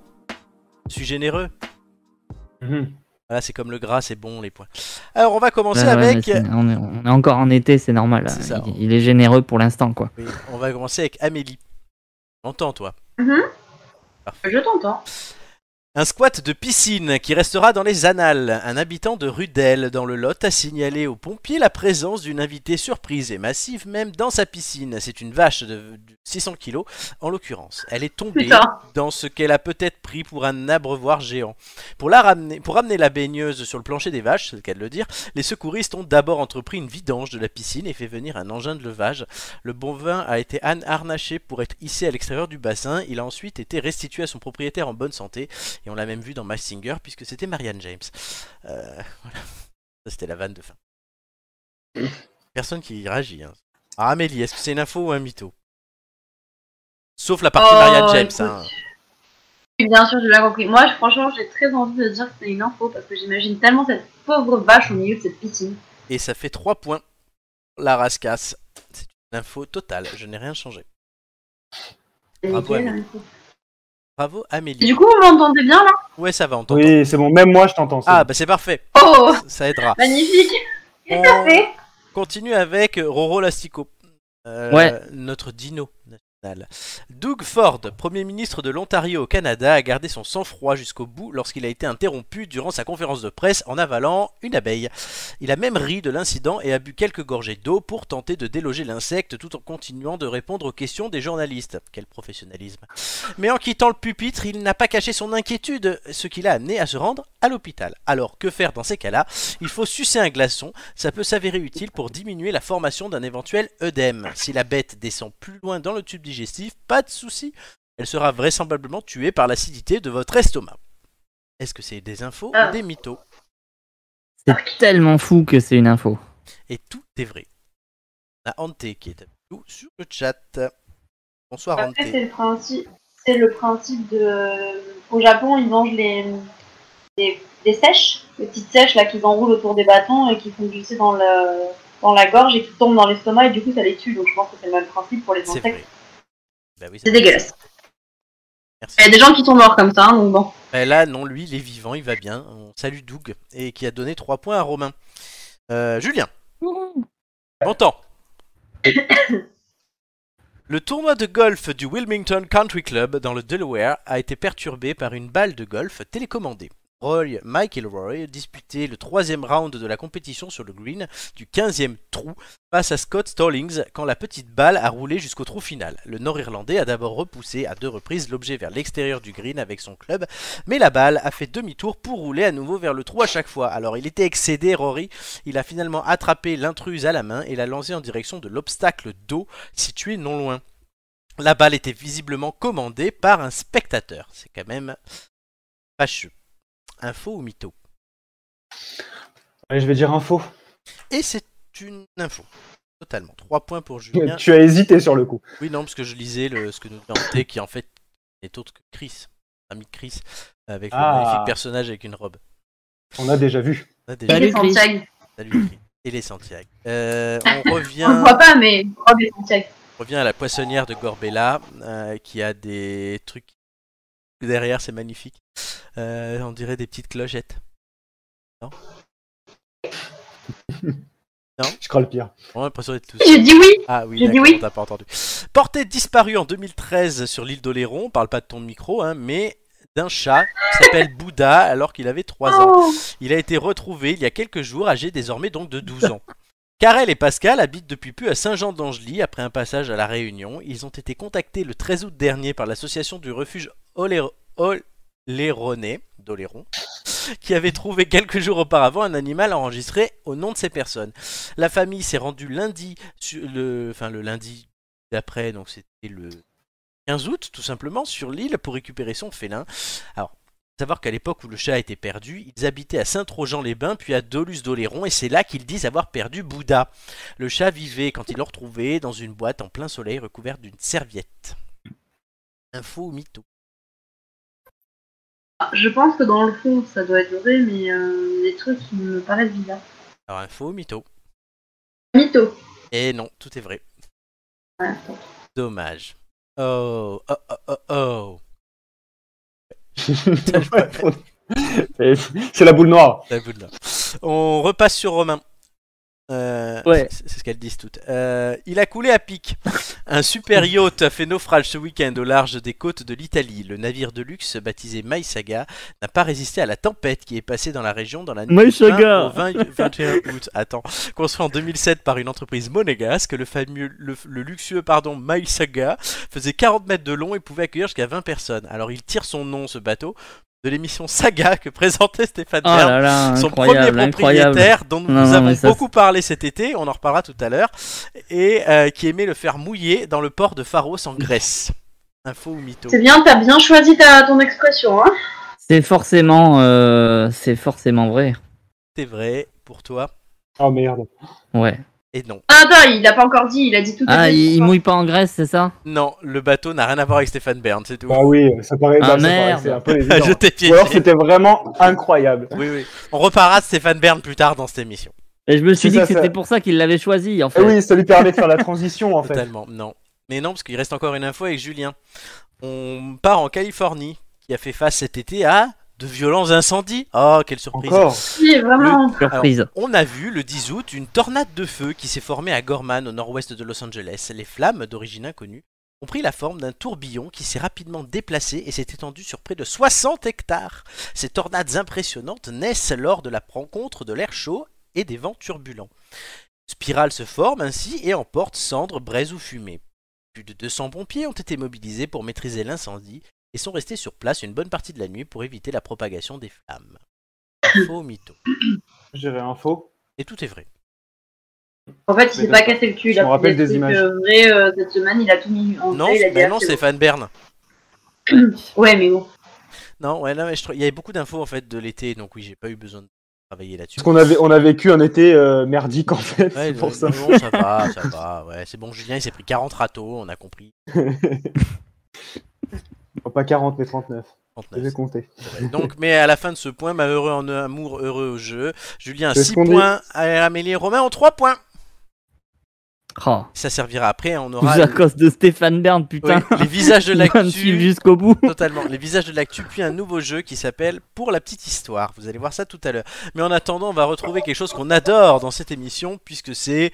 Speaker 1: Suis généreux.
Speaker 2: Mhm.
Speaker 1: Voilà, c'est comme le gras, c'est bon les points. Alors on va commencer
Speaker 3: Ah Ouais, ouais, mais
Speaker 1: avec.
Speaker 3: c'est- on, est, on est encore en été, c'est normal.
Speaker 1: C'est ça.
Speaker 3: Il, il est généreux pour l'instant, quoi.
Speaker 1: Oui, on va commencer avec Amélie. Entends toi.
Speaker 4: Mhm.
Speaker 1: Parfait.
Speaker 4: Je hein. t'entends.
Speaker 1: Un squat de piscine qui restera dans les annales. Un habitant de Rudel, dans le Lot, a signalé aux pompiers la présence d'une invitée surprise et massive même dans sa piscine. C'est une vache de de 600 kilos, en l'occurrence. Elle est tombée
Speaker 4: Putain.
Speaker 1: dans ce qu'elle a peut-être pris pour un abreuvoir géant. Pour, la ramener, pour ramener la baigneuse sur le plancher des vaches, c'est le cas de le dire, les secouristes ont d'abord entrepris une vidange de la piscine et fait venir un engin de levage. Le bon vin a été an- harnaché pour être hissé à l'extérieur du bassin. Il a ensuite été restitué à son propriétaire en bonne santé. Et on l'a même vu dans Mask Singer puisque c'était Marianne James. Euh, voilà. Ça, c'était la vanne de fin. Personne qui réagit. hein. Ah, Amélie, est-ce que c'est une info ou un mytho Sauf la partie
Speaker 4: Oh,
Speaker 1: Marianne James.
Speaker 4: écoute.
Speaker 1: hein.
Speaker 4: Oui, Bien sûr, j'ai bien compris. Moi, je- franchement, j'ai très envie de dire que c'est une info parce que j'imagine tellement cette pauvre vache au milieu de cette piscine.
Speaker 1: Et ça fait 3 points. La race casse. C'est une info totale. Je n'ai rien changé.
Speaker 4: C'est
Speaker 1: Bravo,
Speaker 4: nickel,
Speaker 1: Anne.
Speaker 4: hein.
Speaker 1: Bravo,
Speaker 4: Et
Speaker 1: Amélie.
Speaker 4: du coup, vous m'entendez bien là
Speaker 1: Ouais, ça va, on t'entend.
Speaker 2: Oui, c'est bon, même moi je t'entends. c'est
Speaker 1: Ah,
Speaker 2: bon.
Speaker 1: bah c'est parfait.
Speaker 4: Oh,
Speaker 1: Ça aidera.
Speaker 4: magnifique
Speaker 1: On
Speaker 4: Parfait.
Speaker 1: continue avec Roro Lastico. Euh,
Speaker 3: Ouais.
Speaker 1: Notre dino national. Doug Ford, Premier ministre de l'Ontario au Canada, a gardé son sang-froid jusqu'au bout lorsqu'il a été interrompu durant sa conférence de presse en avalant une abeille. Il a même ri de l'incident et a bu quelques gorgées d'eau pour tenter de déloger l'insecte tout en continuant de répondre aux questions des journalistes. Quel professionnalisme. Mais en quittant le pupitre, il n'a pas caché son inquiétude, ce qui l'a amené à se rendre à l'hôpital. Alors que faire dans ces cas-là Il faut sucer un glaçon, ça peut s'avérer utile pour diminuer la formation d'un éventuel œdème. Si la bête descend plus loin dans le tube digestif, pas de souci, elle sera vraisemblablement tuée par l'acidité de votre estomac. Est-ce que c'est des infos
Speaker 4: Ah.
Speaker 1: ou des mythos
Speaker 3: C'est tellement fou que c'est une info.
Speaker 1: Et tout est vrai. On a Ante qui est avec nous sur le chat. Bonsoir Ante.
Speaker 4: Après, c'est le principe, c'est le principe de. euh, Au Japon, ils mangent les, les, les sèches, les petites sèches là qu'ils enroulent autour des bâtons et qui font glisser dans le dans la gorge et qui tombent dans l'estomac et du coup ça les tue. Donc je pense que c'est le même principe pour les
Speaker 1: C'est
Speaker 4: insectes.
Speaker 1: vrai. Bah oui, ça
Speaker 4: C'est
Speaker 1: fait
Speaker 4: dégueulasse.
Speaker 1: Merci.
Speaker 4: Il y a des gens qui sont morts comme ça, hein, donc bon.
Speaker 1: Bah là, non, lui, il est vivant, il va bien. On salue Doug et qui a donné 3 points à Romain. Euh, Julien,
Speaker 3: Oh
Speaker 1: bon temps. Le tournoi de golf du Wilmington Country Club dans le Delaware a été perturbé par une balle de golf télécommandée. Roy McIlroy disputait le troisième round de la compétition sur le green du 15e trou face à Scott Stallings quand la petite balle a roulé jusqu'au trou final. Le Nord-Irlandais a d'abord repoussé à deux reprises l'objet vers l'extérieur du green avec son club mais la balle a fait demi-tour pour rouler à nouveau vers le trou à chaque fois. Alors il était excédé, Rory. Il a finalement attrapé l'intruse à la main et l'a lancé en direction de l'obstacle d'eau situé non loin. La balle était visiblement commandée par un spectateur. C'est quand même fâcheux. Info ou mytho
Speaker 2: Allez, je vais dire info.
Speaker 1: Et c'est une info. Totalement. 3 points pour Julien.
Speaker 2: Tu as hésité sur le coup.
Speaker 1: Oui, non, parce que je lisais le, ce que nous dit Ante, qui en fait n'est autre que Chris. Ami de Chris. Avec le
Speaker 2: Ah.
Speaker 1: magnifique personnage avec une robe.
Speaker 2: On a déjà vu.
Speaker 1: On a déjà
Speaker 3: Salut,
Speaker 4: Et les
Speaker 3: Chris.
Speaker 4: Santiago.
Speaker 1: Salut Chris. et les Santiago. Euh, on revient,
Speaker 4: On le voit pas, mais oh, des Santiago.
Speaker 1: on revient à la poissonnière de Gorbella euh, qui a des trucs derrière, c'est magnifique. Euh, on dirait des petites clochettes.
Speaker 2: Je crois le pire.
Speaker 1: J'ai l'impression d'être tous.
Speaker 4: J'ai dit oui.
Speaker 1: Ah oui,
Speaker 4: J'ai dit
Speaker 1: d'accord,
Speaker 4: oui.
Speaker 1: t'as pas entendu. Portée disparue en 2013 sur l'île d'Oléron, on parle pas de ton micro, hein, mais d'un chat qui s'appelle Bouddha alors qu'il avait 3 ans.
Speaker 4: Oh.
Speaker 1: Il a été retrouvé il y a quelques jours, âgé désormais donc de 12 ans. Karel et Pascal habitent depuis peu à Saint-Jean-d'Angely après un passage à La Réunion. Ils ont été contactés le 13 août dernier par l'association du refuge Olér- Oléronais d'Oléron, qui avait trouvé quelques jours auparavant un animal enregistré au nom de ces personnes. La famille s'est rendue lundi, sur le, enfin le lundi d'après, donc c'était le 15 août tout simplement, sur l'île pour récupérer son félin savoir qu'à l'époque où le chat a été perdu, ils habitaient à Saint-Trojan-les-Bains puis à Dolus-d'Oléron et c'est là qu'ils disent avoir perdu Bouddha. Le chat vivait, quand ils l'ont retrouvé, dans une boîte en plein soleil recouverte d'une serviette. Info ou mytho
Speaker 4: Je pense que dans le fond, ça doit être vrai, mais euh, les trucs qui me paraissent bizarres.
Speaker 1: Alors info ou mytho
Speaker 4: Mytho.
Speaker 1: Et Eh non, tout est vrai.
Speaker 4: Ouais.
Speaker 1: Dommage. Oh, oh, oh, oh, oh.
Speaker 2: c'est la boule noire.
Speaker 1: La boule là. On repasse sur Romain. Euh,
Speaker 3: Ouais.
Speaker 1: C'est c'est ce qu'elles disent toutes. Euh, il a coulé à pic. Un super yacht a fait naufrage ce week-end au large des côtes de l'Italie. Le navire de luxe baptisé Maisaga n'a pas résisté à la tempête qui est passée dans la région dans la nuit du
Speaker 3: Maisaga.
Speaker 1: 20 au 20 21 août. Attends. Construit en 2007 par une entreprise monégasque, le, fameux, le, le luxueux pardon, Maisaga faisait 40 mètres de long et pouvait accueillir jusqu'à 20 personnes. Alors il tire son nom, ce bateau, de l'émission Saga que présentait Stéphane
Speaker 3: Oh
Speaker 1: Bern
Speaker 3: là là,
Speaker 1: son
Speaker 3: incroyable,
Speaker 1: premier
Speaker 3: incroyable.
Speaker 1: propriétaire dont nous
Speaker 3: Non, non,
Speaker 1: avons
Speaker 3: mais ça,
Speaker 1: beaucoup parlé cet été, on en reparlera tout à l'heure, et euh, qui aimait le faire mouiller dans le port de Pharos en Grèce. Info ou mytho
Speaker 4: C'est bien, t'as bien choisi ta, ton expression. Hein
Speaker 3: C'est forcément, euh, c'est forcément vrai.
Speaker 1: C'est vrai pour toi
Speaker 2: Oh merde.
Speaker 3: Ouais.
Speaker 1: Et non.
Speaker 4: ah, attends, il a pas encore dit, il a dit tout à
Speaker 3: Ah,
Speaker 4: l'heure.
Speaker 3: il, il mouille pas en Grèce, c'est ça
Speaker 1: Non, le bateau n'a rien à voir avec Stéphane Bern, c'est tout.
Speaker 2: Bah oui, ça paraît.
Speaker 3: Ah,
Speaker 2: bah, ça
Speaker 3: merde.
Speaker 2: paraissait un peu évident.
Speaker 1: Je t'ai
Speaker 2: Ou
Speaker 1: piégé.
Speaker 2: alors c'était vraiment incroyable.
Speaker 1: Oui, oui. On reparlera de Stéphane Bern plus tard dans cette émission.
Speaker 3: Et je me suis Eh
Speaker 2: C'est
Speaker 3: dit
Speaker 2: ça,
Speaker 3: que
Speaker 2: ça.
Speaker 3: c'était pour ça qu'il l'avait choisi, en
Speaker 2: Et
Speaker 3: fait.
Speaker 2: Eh oui, ça lui permet de faire la transition en fait.
Speaker 1: Totalement, non. Mais non, parce qu'il reste encore une info avec Julien. On part en Californie, qui a fait face cet été à de violents incendies. Oh, quelle surprise.
Speaker 2: Encore.
Speaker 4: Oui, vraiment.
Speaker 3: Surprise.
Speaker 1: On a vu le 10 août une tornade de feu qui s'est formée à Gorman au nord-ouest de Los Angeles. Les flammes, d'origine inconnue, ont pris la forme d'un tourbillon qui s'est rapidement déplacé et s'est étendu sur près de 60 hectares. Ces tornades impressionnantes naissent lors de la rencontre de l'air chaud et des vents turbulents. Une Spirale se forme ainsi et emporte cendres, braise ou fumée. Plus de 200 pompiers ont été mobilisés pour maîtriser l'incendie et sont restés sur place une bonne partie de la nuit pour éviter la propagation des flammes. Faux mytho.
Speaker 2: J'irai info.
Speaker 1: Et tout est vrai.
Speaker 4: En fait, il s'est
Speaker 2: Mais
Speaker 4: pas
Speaker 2: d'accord.
Speaker 4: cassé le cul.
Speaker 2: Je
Speaker 4: Il a
Speaker 2: me
Speaker 4: pris
Speaker 2: rappelle des
Speaker 4: trucs,
Speaker 2: images.
Speaker 4: euh, vrais, euh, cette semaine, il a tout mis en
Speaker 1: Non,
Speaker 4: vrai, il a
Speaker 1: bah
Speaker 4: dit, ah,
Speaker 1: non,
Speaker 4: c'est
Speaker 1: Stéphane Bern.
Speaker 4: bon. Ouais, mais bon.
Speaker 1: Non, ouais, non, mais je trou- il y avait beaucoup d'infos en fait de l'été, donc oui, j'ai pas eu besoin de travailler là-dessus.
Speaker 2: Parce qu'on avait, on a vécu un été euh, merdique en fait.
Speaker 1: Ouais,
Speaker 2: c'est pour
Speaker 1: non,
Speaker 2: ça.
Speaker 1: non, ça va, ça va, ouais, c'est bon, Julien, il s'est pris 40 râteaux, on a compris.
Speaker 2: Oh, pas 40 mais 39. J'ai
Speaker 1: 39,
Speaker 2: compté.
Speaker 1: c'est vrai. Donc, mais à la fin de ce point, malheureux en amour, heureux au jeu. Julien,
Speaker 2: C'est
Speaker 1: 6
Speaker 2: ce qu'on dit.
Speaker 1: points, à Amélie et Romain ont 3 points.
Speaker 3: Oh,
Speaker 1: Ça servira après, on
Speaker 3: tout
Speaker 1: aura
Speaker 3: ça à cause de Stéphane Bern, putain.
Speaker 1: oui, les visages de
Speaker 3: Il va me suivre
Speaker 1: l'actu.
Speaker 3: jusqu'au bout.
Speaker 1: Totalement. Les visages de l'actu, puis un nouveau jeu qui s'appelle Pour la petite histoire. Vous allez voir ça tout à l'heure. Mais en attendant, on va retrouver quelque chose qu'on adore dans cette émission, puisque c'est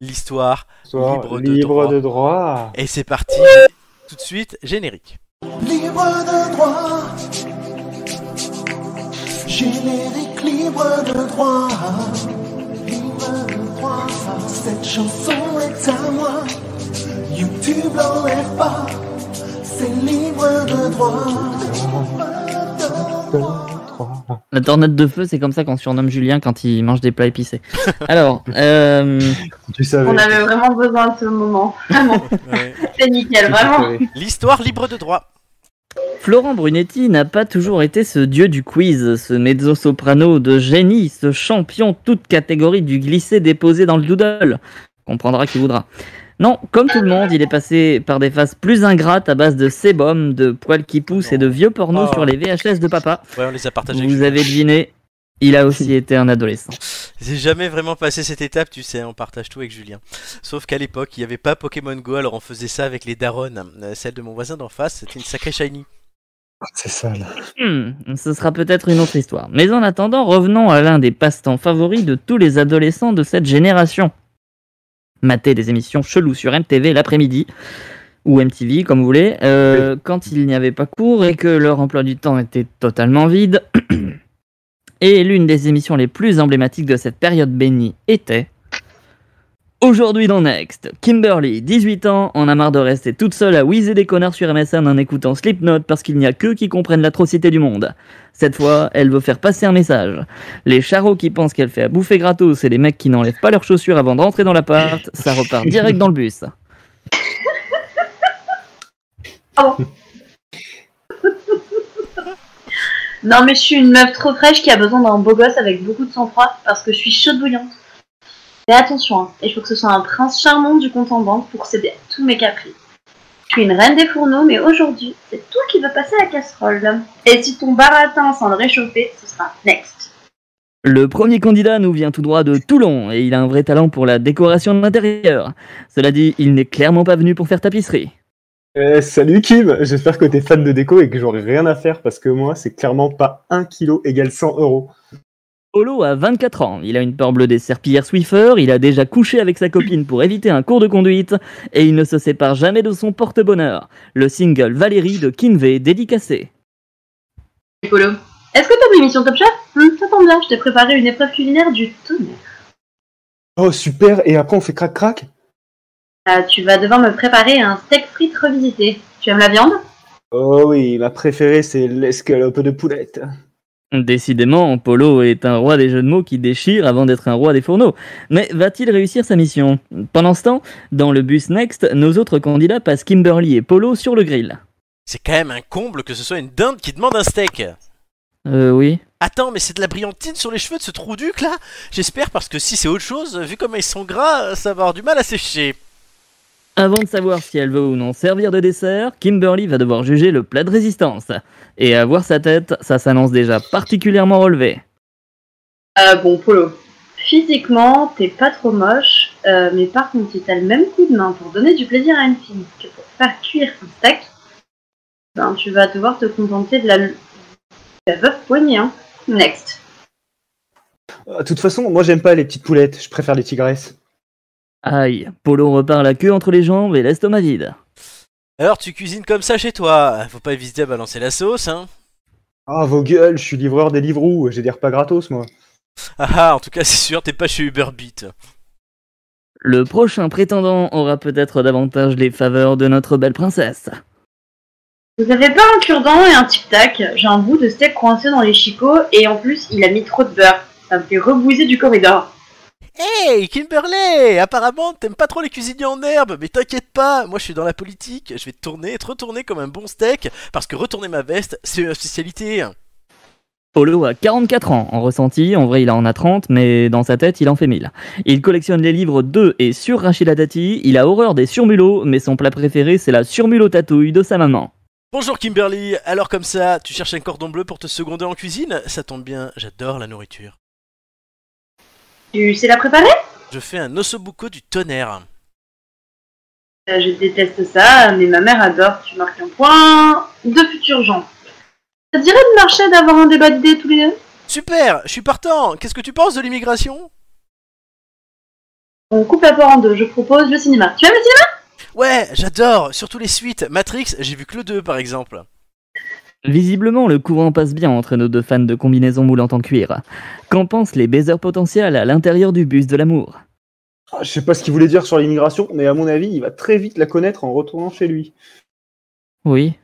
Speaker 1: l'histoire
Speaker 2: Soir,
Speaker 1: Libre
Speaker 2: libre,
Speaker 1: de droit.
Speaker 2: de droit.
Speaker 1: Et c'est parti, tout de suite, générique.
Speaker 5: Libre de droit. Générique libre de droit. Libre de droit. Cette chanson est à moi. YouTube l'enlève pas. C'est libre de droit. Libre de droit.
Speaker 3: La tornade de feu, c'est comme ça qu'on surnomme Julien quand il mange des plats épicés. Alors, euh,
Speaker 2: Tu savais.
Speaker 4: On avait vraiment besoin de ce moment. Vraiment, c'est nickel, vraiment.
Speaker 1: L'histoire libre de droit.
Speaker 3: Florent Brunetti n'a pas toujours été ce dieu du quiz, ce mezzo-soprano de génie, ce champion toute catégorie du glissé déposé dans le doodle. Comprendra qui voudra. Non, comme tout le monde, il est passé par des phases plus ingrates à base de sébum, de poils qui poussent et de vieux pornos
Speaker 1: Oh.
Speaker 3: sur les VHS de papa.
Speaker 1: Ouais, on les a partagés. avec
Speaker 3: Vous
Speaker 1: Julien.
Speaker 3: avez deviné, il a aussi été un adolescent.
Speaker 1: J'ai jamais vraiment passé cette étape, tu sais, on partage tout avec Julien. Sauf qu'à l'époque, il n'y avait pas Pokémon Go, alors on faisait ça avec les darons. Euh, Celle de mon voisin d'en face, c'était une sacrée shiny.
Speaker 2: C'est ça là.
Speaker 3: Hmm, ce sera peut-être une autre histoire. Mais en attendant, revenons à l'un des passe-temps favoris de tous les adolescents de cette génération. Mater des émissions cheloues sur MTV l'après-midi, ou MTV comme vous voulez, euh, quand il n'y avait pas cours et que leur emploi du temps était totalement vide. et l'une des émissions les plus emblématiques de cette période bénie était... Aujourd'hui dans Next, Kimberly, 18 ans, en a marre de rester toute seule à whizzer des connards sur MSN en écoutant Slipknot parce qu'il n'y a qu'eux qui comprennent l'atrocité du monde. Cette fois, elle veut faire passer un message. Les charros qui pensent qu'elle fait à bouffer gratos et les mecs qui n'enlèvent pas leurs chaussures avant de rentrer dans l'appart, ça repart direct dans le bus.
Speaker 4: Non, mais je suis une meuf trop fraîche qui a besoin d'un beau gosse avec beaucoup de sang-froid parce que je suis chaude bouillante. Mais attention, hein, il faut que ce soit un prince charmant du compte en banque pour céder à tous mes caprices. Je suis une reine des fourneaux, mais aujourd'hui, c'est toi qui vas passer la casserole. Et si ton baratin semble réchauffer, ce sera next.
Speaker 3: Le premier candidat nous vient tout droit de Toulon et il a un vrai talent pour la décoration de l'intérieur. Cela dit, il n'est clairement pas venu pour faire tapisserie.
Speaker 2: Euh, salut Kim, j'espère que t'es fan de déco et que j'aurai rien à faire parce que moi, c'est clairement pas 1 kilo égale 100 euros.
Speaker 3: Polo a 24 ans, il a une peur bleue des serpillères Swiffer, il a déjà couché avec sa copine pour éviter un cours de conduite et il ne se sépare jamais de son porte-bonheur. Le single Valérie de Kinvey dédicacé.
Speaker 4: Polo. Est-ce que t'as des missions comme chef Hum, Ça tombe bien, je t'ai préparé une épreuve culinaire du tonnerre.
Speaker 2: Oh super, et après on fait crac crac
Speaker 4: Ah, tu vas devoir me préparer un steak frites revisité. Tu aimes la viande
Speaker 2: Oh oui, ma préférée c'est l'escalope de poulette.
Speaker 3: Décidément, Polo est un roi des jeux de mots qui déchire avant d'être un roi des fourneaux. Mais va-t-il réussir sa mission Pendant ce temps, dans le bus Next, nos autres candidats passent Kimberly et Polo sur le grill.
Speaker 1: C'est quand même un comble que ce soit une dinde qui demande un steak.
Speaker 3: Euh oui.
Speaker 1: Attends, mais c'est de la brillantine sur les cheveux de ce trou duc là J'espère parce que si c'est autre chose, vu comme ils sont gras, ça va avoir du mal à sécher.
Speaker 3: Avant de savoir si elle veut ou non servir de dessert, Kimberly va devoir juger le plat de résistance. Et à voir sa tête, ça s'annonce déjà particulièrement relevé.
Speaker 4: Euh, bon, Polo. Physiquement, t'es pas trop moche, euh, mais par contre, si t'as le même coup de main pour donner du plaisir à une fille que pour faire cuire un steak, ben, tu vas devoir te contenter de la, de la veuve poignée, hein. Next.
Speaker 2: Euh, De toute façon, moi j'aime pas les petites poulettes, je préfère les tigresses.
Speaker 3: Aïe, Polo repart la queue entre les jambes et l'estomac vide.
Speaker 1: Alors tu cuisines comme ça chez toi Faut pas hésiter à balancer la sauce, hein
Speaker 2: Ah vos gueules, je suis livreur des Deliveroo, j'ai des repas gratos moi.
Speaker 1: Ah ah, en tout cas c'est sûr, t'es pas chez Uber Beat.
Speaker 3: Le prochain prétendant aura peut-être davantage les faveurs de notre belle princesse.
Speaker 4: Vous avez pas un cure-dent et un tic-tac J'ai un bout de steak coincé dans les chicots et en plus, il a mis trop de beurre. Ça me fait rebouser du corridor.
Speaker 1: Hey Kimberley Apparemment t'aimes pas trop les cuisiniers en herbe, mais t'inquiète pas, moi je suis dans la politique, je vais te tourner, te retourner comme un bon steak, parce que retourner ma veste, c'est ma spécialité.
Speaker 3: Polo a 44 ans, en ressenti, en vrai il en a 30, mais dans sa tête il en fait 1000. Il collectionne les livres de et sur Rachida Dati, il a horreur des surmulots, mais son plat préféré c'est la surmulot tatouille de sa maman.
Speaker 1: Bonjour Kimberly, alors comme ça, tu cherches un cordon bleu pour te seconder en cuisine Ça tombe bien, j'adore la nourriture.
Speaker 4: Tu sais la préparer
Speaker 1: Je fais un ossobuco du tonnerre.
Speaker 4: Euh, Je déteste ça, mais ma mère adore. Tu marques un point. Deux futurs gens. Ça te dirait de marcher d'avoir un débat d'idées tous les deux
Speaker 1: Super, je suis partant Qu'est-ce que tu penses de l'immigration
Speaker 4: On coupe la poire en deux. Je propose le cinéma. Tu aimes le cinéma
Speaker 1: Ouais, j'adore, surtout les suites. Matrix, j'ai vu que le 2 par exemple.
Speaker 3: Visiblement le courant passe bien entre nos deux fans de combinaisons moulantes en cuir. Qu'en pensent les baiseurs potentiels à l'intérieur du bus de l'amour
Speaker 2: Ah, je sais pas ce qu'il voulait dire sur l'immigration, mais à mon avis, il va très vite la connaître en retournant chez lui.
Speaker 3: Oui.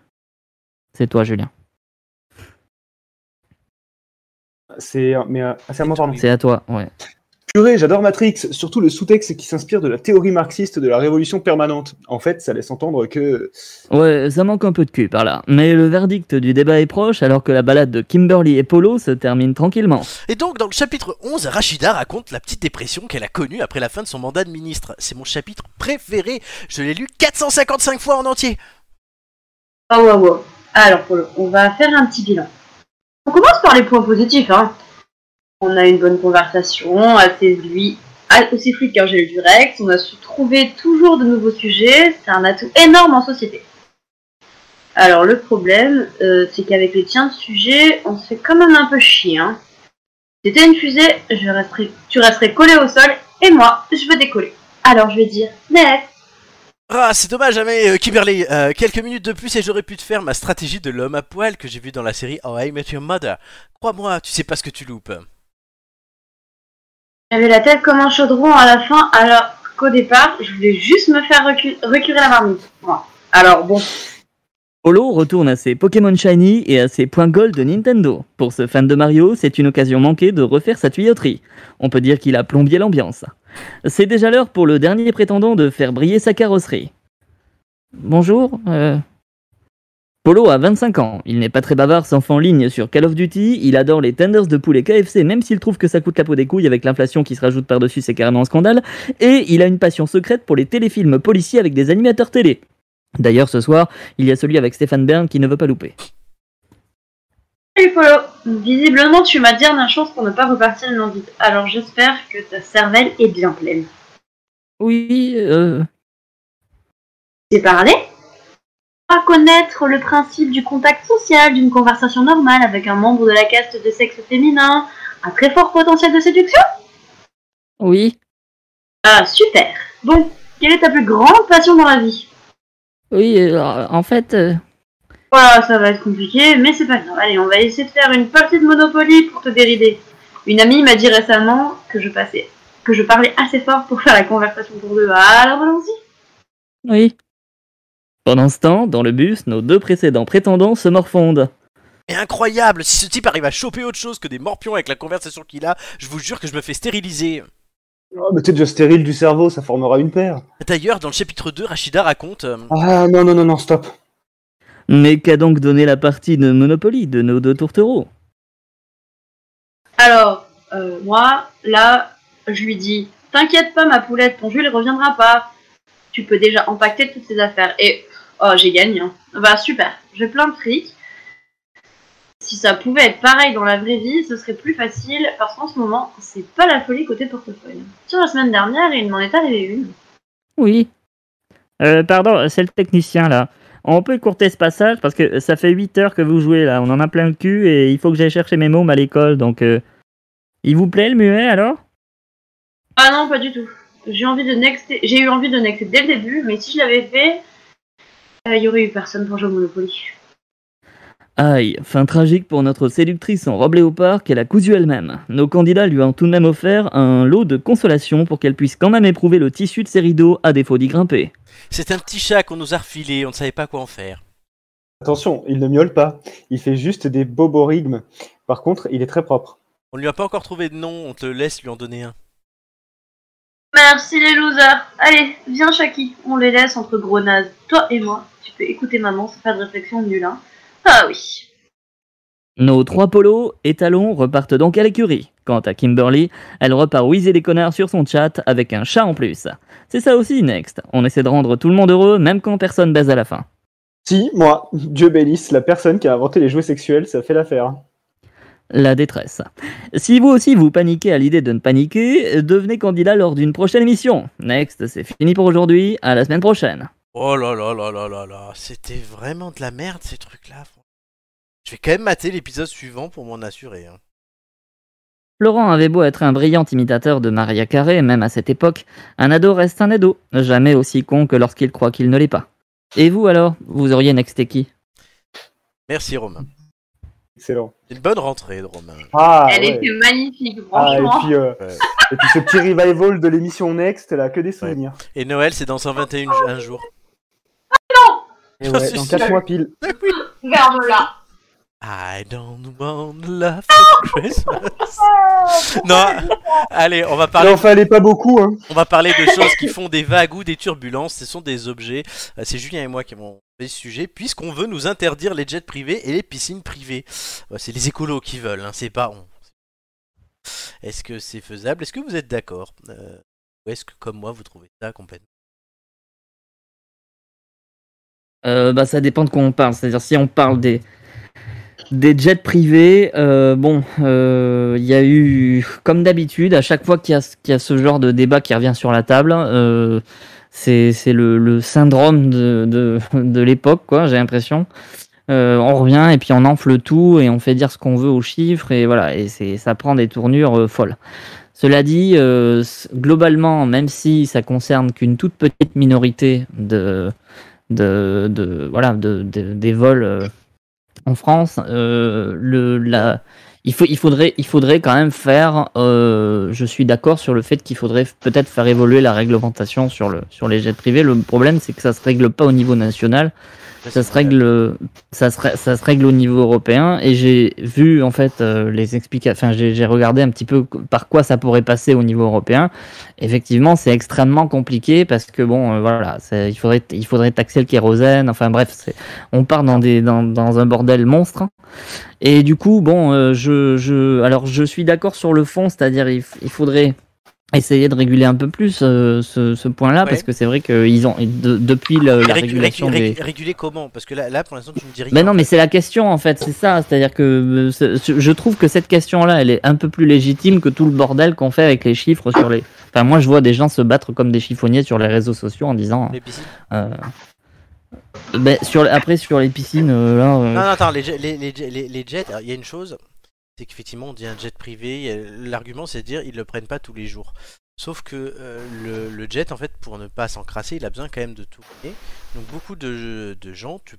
Speaker 3: C'est toi Julien.
Speaker 2: C'est mais euh, ah, c'est à moi pardon.
Speaker 3: C'est à toi, ouais.
Speaker 2: Purée, j'adore Matrix, surtout le sous-texte qui s'inspire de la théorie marxiste de la révolution permanente. En fait, ça laisse entendre que
Speaker 3: Ouais, ça manque un peu de cul par là. Mais le verdict du débat est proche alors que la balade de Kimberly et Polo se termine tranquillement.
Speaker 1: Et donc, dans le chapitre 11, Rachida raconte la petite dépression qu'elle a connue après la fin de son mandat de ministre. C'est mon chapitre préféré, je l'ai lu 455 fois en entier.
Speaker 4: Ah ouais, ouais. Alors, Polo, on va faire un petit bilan. On commence par les points positifs. Hein. On a une bonne conversation, assez lui, ah, aussi fluide qu'un gel du Rex. On a su trouver toujours de nouveaux sujets. C'est un atout énorme en société. Alors, le problème, euh, c'est qu'avec les tiens de sujets, on se fait quand même un peu chier. Hein. Si t'es une fusée, je resterai, tu resterais collé au sol et moi, je veux décoller. Alors, je vais dire next.
Speaker 1: Ah, c'est dommage, hein, mais euh, Kimberly, euh, quelques minutes de plus et j'aurais pu te faire ma stratégie de l'homme à poil que j'ai vu dans la série How I Met Your Mother. Crois-moi, tu sais pas ce que tu loupes.
Speaker 4: J'avais la tête comme un chaudron à la fin, alors qu'au départ, je voulais juste me faire recu- recurer la marmite. Voilà. Alors bon,
Speaker 3: Polo retourne à ses Pokémon Shiny et à ses points gold de Nintendo. Pour ce fan de Mario, c'est une occasion manquée de refaire sa tuyauterie. On peut dire qu'il a plombé l'ambiance. C'est déjà l'heure pour le dernier prétendant de faire briller sa carrosserie. Bonjour, euh... Polo a 25 ans, il n'est pas très bavard, s'enfant en ligne sur Call of Duty, il adore les tenders de poulet KFC même s'il trouve que ça coûte la peau des couilles avec l'inflation qui se rajoute par-dessus, c'est carrément un scandale, et il a une passion secrète pour les téléfilms policiers avec des animateurs télé. D'ailleurs, ce soir, il y a celui avec Stéphane Bern qui ne veut pas louper.
Speaker 4: Salut Polo. Visiblement, tu m'as dit un chose pour ne pas repartir le nom vide. Alors j'espère que ta cervelle est bien pleine.
Speaker 3: Oui, euh,
Speaker 4: J'ai parlé Pas connaître le principe du contact social, d'une conversation normale avec un membre de la caste de sexe féminin, un très fort potentiel de séduction
Speaker 3: oui,
Speaker 4: Ah, super Bon, quelle est ta plus grande passion dans la vie
Speaker 3: oui, euh, en fait, euh,
Speaker 4: Voilà, ça va être compliqué, mais c'est pas grave. Allez, on va essayer de faire une partie de Monopoly pour te dérider. Une amie m'a dit récemment que je passais, que je parlais assez fort pour faire la conversation pour deux. Alors allons-y.
Speaker 3: oui. Pendant ce temps, dans le bus, nos deux précédents prétendants se morfondent.
Speaker 1: Mais incroyable Si ce type arrive à choper autre chose que des morpions avec la conversation qu'il a, je vous jure que je me fais stériliser.
Speaker 2: Oh, mais t'es déjà stérile du cerveau, ça formera une paire.
Speaker 1: D'ailleurs, dans le chapitre 2, Rachida raconte... euh,
Speaker 2: Ah non, non, non, non, stop.
Speaker 3: Mais qu'a donc donné la partie de Monopoly de nos deux tourtereaux
Speaker 4: Alors, euh, moi, là, je lui dis, t'inquiète pas, ma poulette, ton jeu ne reviendra pas. Tu peux déjà empaqueter toutes ces affaires. Et oh, j'ai gagné. Hein. Bah super, j'ai plein de tricks. Si ça pouvait être pareil dans la vraie vie, ce serait plus facile parce qu'en ce moment, c'est pas la folie côté portefeuille. Sur la semaine dernière, il m'en est arrivé une.
Speaker 3: Oui. Euh, pardon, c'est le technicien là. On peut courter ce passage parce que ça fait 8 heures que vous jouez là, on en a plein le cul et il faut que j'aille chercher mes mômes à l'école donc. euh, Il vous plaît le muet alors
Speaker 4: Ah non, pas du tout. J'ai envie de nexter- j'ai eu envie de nexter dès le début, mais si je l'avais fait, euh, il y aurait eu personne pour jouer au Monopoly.
Speaker 3: Aïe, fin tragique pour notre séductrice en robe léopard qu'elle a cousue elle-même. Nos candidats lui ont tout de même offert un lot de consolation pour qu'elle puisse quand même éprouver le tissu de ses rideaux à défaut d'y grimper.
Speaker 1: C'est un petit chat qu'on nous a refilé, on ne savait pas quoi en faire.
Speaker 2: Attention, il ne miaule pas. Il fait juste des boborigmes. Par contre, il est très propre.
Speaker 1: On ne lui a pas encore trouvé de nom, on te laisse lui en donner un.
Speaker 4: Merci les losers. Allez, viens Chaki, on les laisse entre gros nazes. Toi et moi, tu peux écouter maman sans faire de réflexion nulle. Hein. Ah oui.
Speaker 3: Nos trois polos et talons repartent donc à l'écurie. Quant à Kimberly, elle repart whiser des connards sur son chat avec un chat en plus. C'est ça aussi, Next. On essaie de rendre tout le monde heureux même quand personne baise à la fin.
Speaker 2: Si, moi, Dieu bénisse, la personne qui a inventé les jouets sexuels, ça fait l'affaire.
Speaker 3: La détresse. Si vous aussi vous paniquez à l'idée de ne paniquer, devenez candidat lors d'une prochaine émission. Next, c'est fini pour aujourd'hui, à la semaine prochaine.
Speaker 1: Oh là là là là là là, c'était vraiment de la merde ces trucs-là. Je vais quand même mater l'épisode suivant pour m'en assurer. hein.
Speaker 3: Laurent avait beau être un brillant imitateur de Maria Carré, même à cette époque, un ado reste un ado, jamais aussi con que lorsqu'il croit qu'il ne l'est pas. Et vous alors, vous auriez nexté qui
Speaker 1: Merci Romain.
Speaker 2: Excellent.
Speaker 1: Une bonne rentrée de Romain.
Speaker 2: Ah,
Speaker 4: Elle
Speaker 2: ouais.
Speaker 4: était magnifique,
Speaker 2: Ah, et
Speaker 4: franchement.
Speaker 2: puis, euh,
Speaker 1: Ouais.
Speaker 2: et puis ce petit revival de l'émission Next, là, que des souvenirs.
Speaker 1: Et Noël, c'est dans 121 ju- un jour.
Speaker 2: Et ouais,
Speaker 1: C'est
Speaker 2: dans 4
Speaker 1: sûr.
Speaker 2: mois pile.
Speaker 4: Ferme là.
Speaker 1: I don't want love for Christmas. non, allez, on va
Speaker 2: Il
Speaker 1: parler,
Speaker 2: en fallait pas beaucoup, hein.
Speaker 1: on va parler de choses qui font des vagues ou des turbulences. Ce sont des objets. Euh, C'est Julien et moi qui avons fait ce sujet, puisqu'on veut nous interdire les jets privés et les piscines privées. Euh, C'est les écolos qui veulent, hein, c'est pas on. Est-ce que c'est faisable Est-ce que vous êtes d'accord Euh, Ou est-ce que, comme moi, vous trouvez ça complètement
Speaker 3: Euh, bah, ça dépend de quoi on parle. C'est-à-dire, si on parle des, des jets privés, euh, bon, euh, il y a eu, comme d'habitude, à chaque fois qu'il y, a- qu'il y a ce genre de débat qui revient sur la table, euh, c'est c'est le, le syndrome de, de, de l'époque, quoi, j'ai l'impression. Euh, on revient et puis on enfle tout et on fait dire ce qu'on veut aux chiffres et voilà, et c'est- ça prend des tournures euh, folles. Cela dit, euh, c- globalement, même si ça concerne qu'une toute petite minorité de, de, de- voilà de, de- des vols euh, en France euh, le la il faut il faudrait il faudrait quand même faire euh, je suis d'accord sur le fait qu'il faudrait peut-être faire évoluer la réglementation sur le sur les jets privés le problème c'est que ça se règle pas au niveau national ça se règle euh, ça se, rè- ça se règle au niveau européen et j'ai vu en fait euh, les explications enfin j'ai j'ai regardé un petit peu par quoi ça pourrait passer au niveau européen effectivement c'est extrêmement compliqué parce que bon euh, voilà c'est- il faudrait il faudrait taxer le kérosène enfin bref c'est- on part dans des dans, dans un bordel monstre hein. et du coup bon euh, je, je alors je suis d'accord sur le fond c'est-à-dire il, f- il faudrait essayer de réguler un peu plus euh, ce, ce point-là,
Speaker 1: Ouais.
Speaker 3: parce que c'est vrai que ils ont, de- depuis le- la
Speaker 1: Régu-
Speaker 3: régulation
Speaker 1: régu-
Speaker 3: des...
Speaker 1: régu- Réguler comment Parce que là, là, pour l'instant, tu me dis rien.
Speaker 3: Ben non, mais c'est la question en fait, c'est ça. C'est-à-dire que euh, c'est- je je trouve que cette question-là, elle est un peu plus légitime que tout le bordel qu'on fait avec les chiffres sur les. Enfin, moi, je vois des gens se battre comme des chiffonniers sur les réseaux sociaux en disant.
Speaker 1: Les piscines.
Speaker 3: euh, ben, sur après sur les piscines, euh, là. euh,
Speaker 1: Non, non, attends, les, je- les, les, les- les jets, alors, il y a une chose, c'est qu'effectivement, on dit un jet privé, et l'argument c'est de dire ils le prennent pas tous les jours. Sauf que euh, le, le jet, en fait, pour ne pas s'encrasser, il a besoin quand même de tourner. Donc beaucoup de, de gens, tu,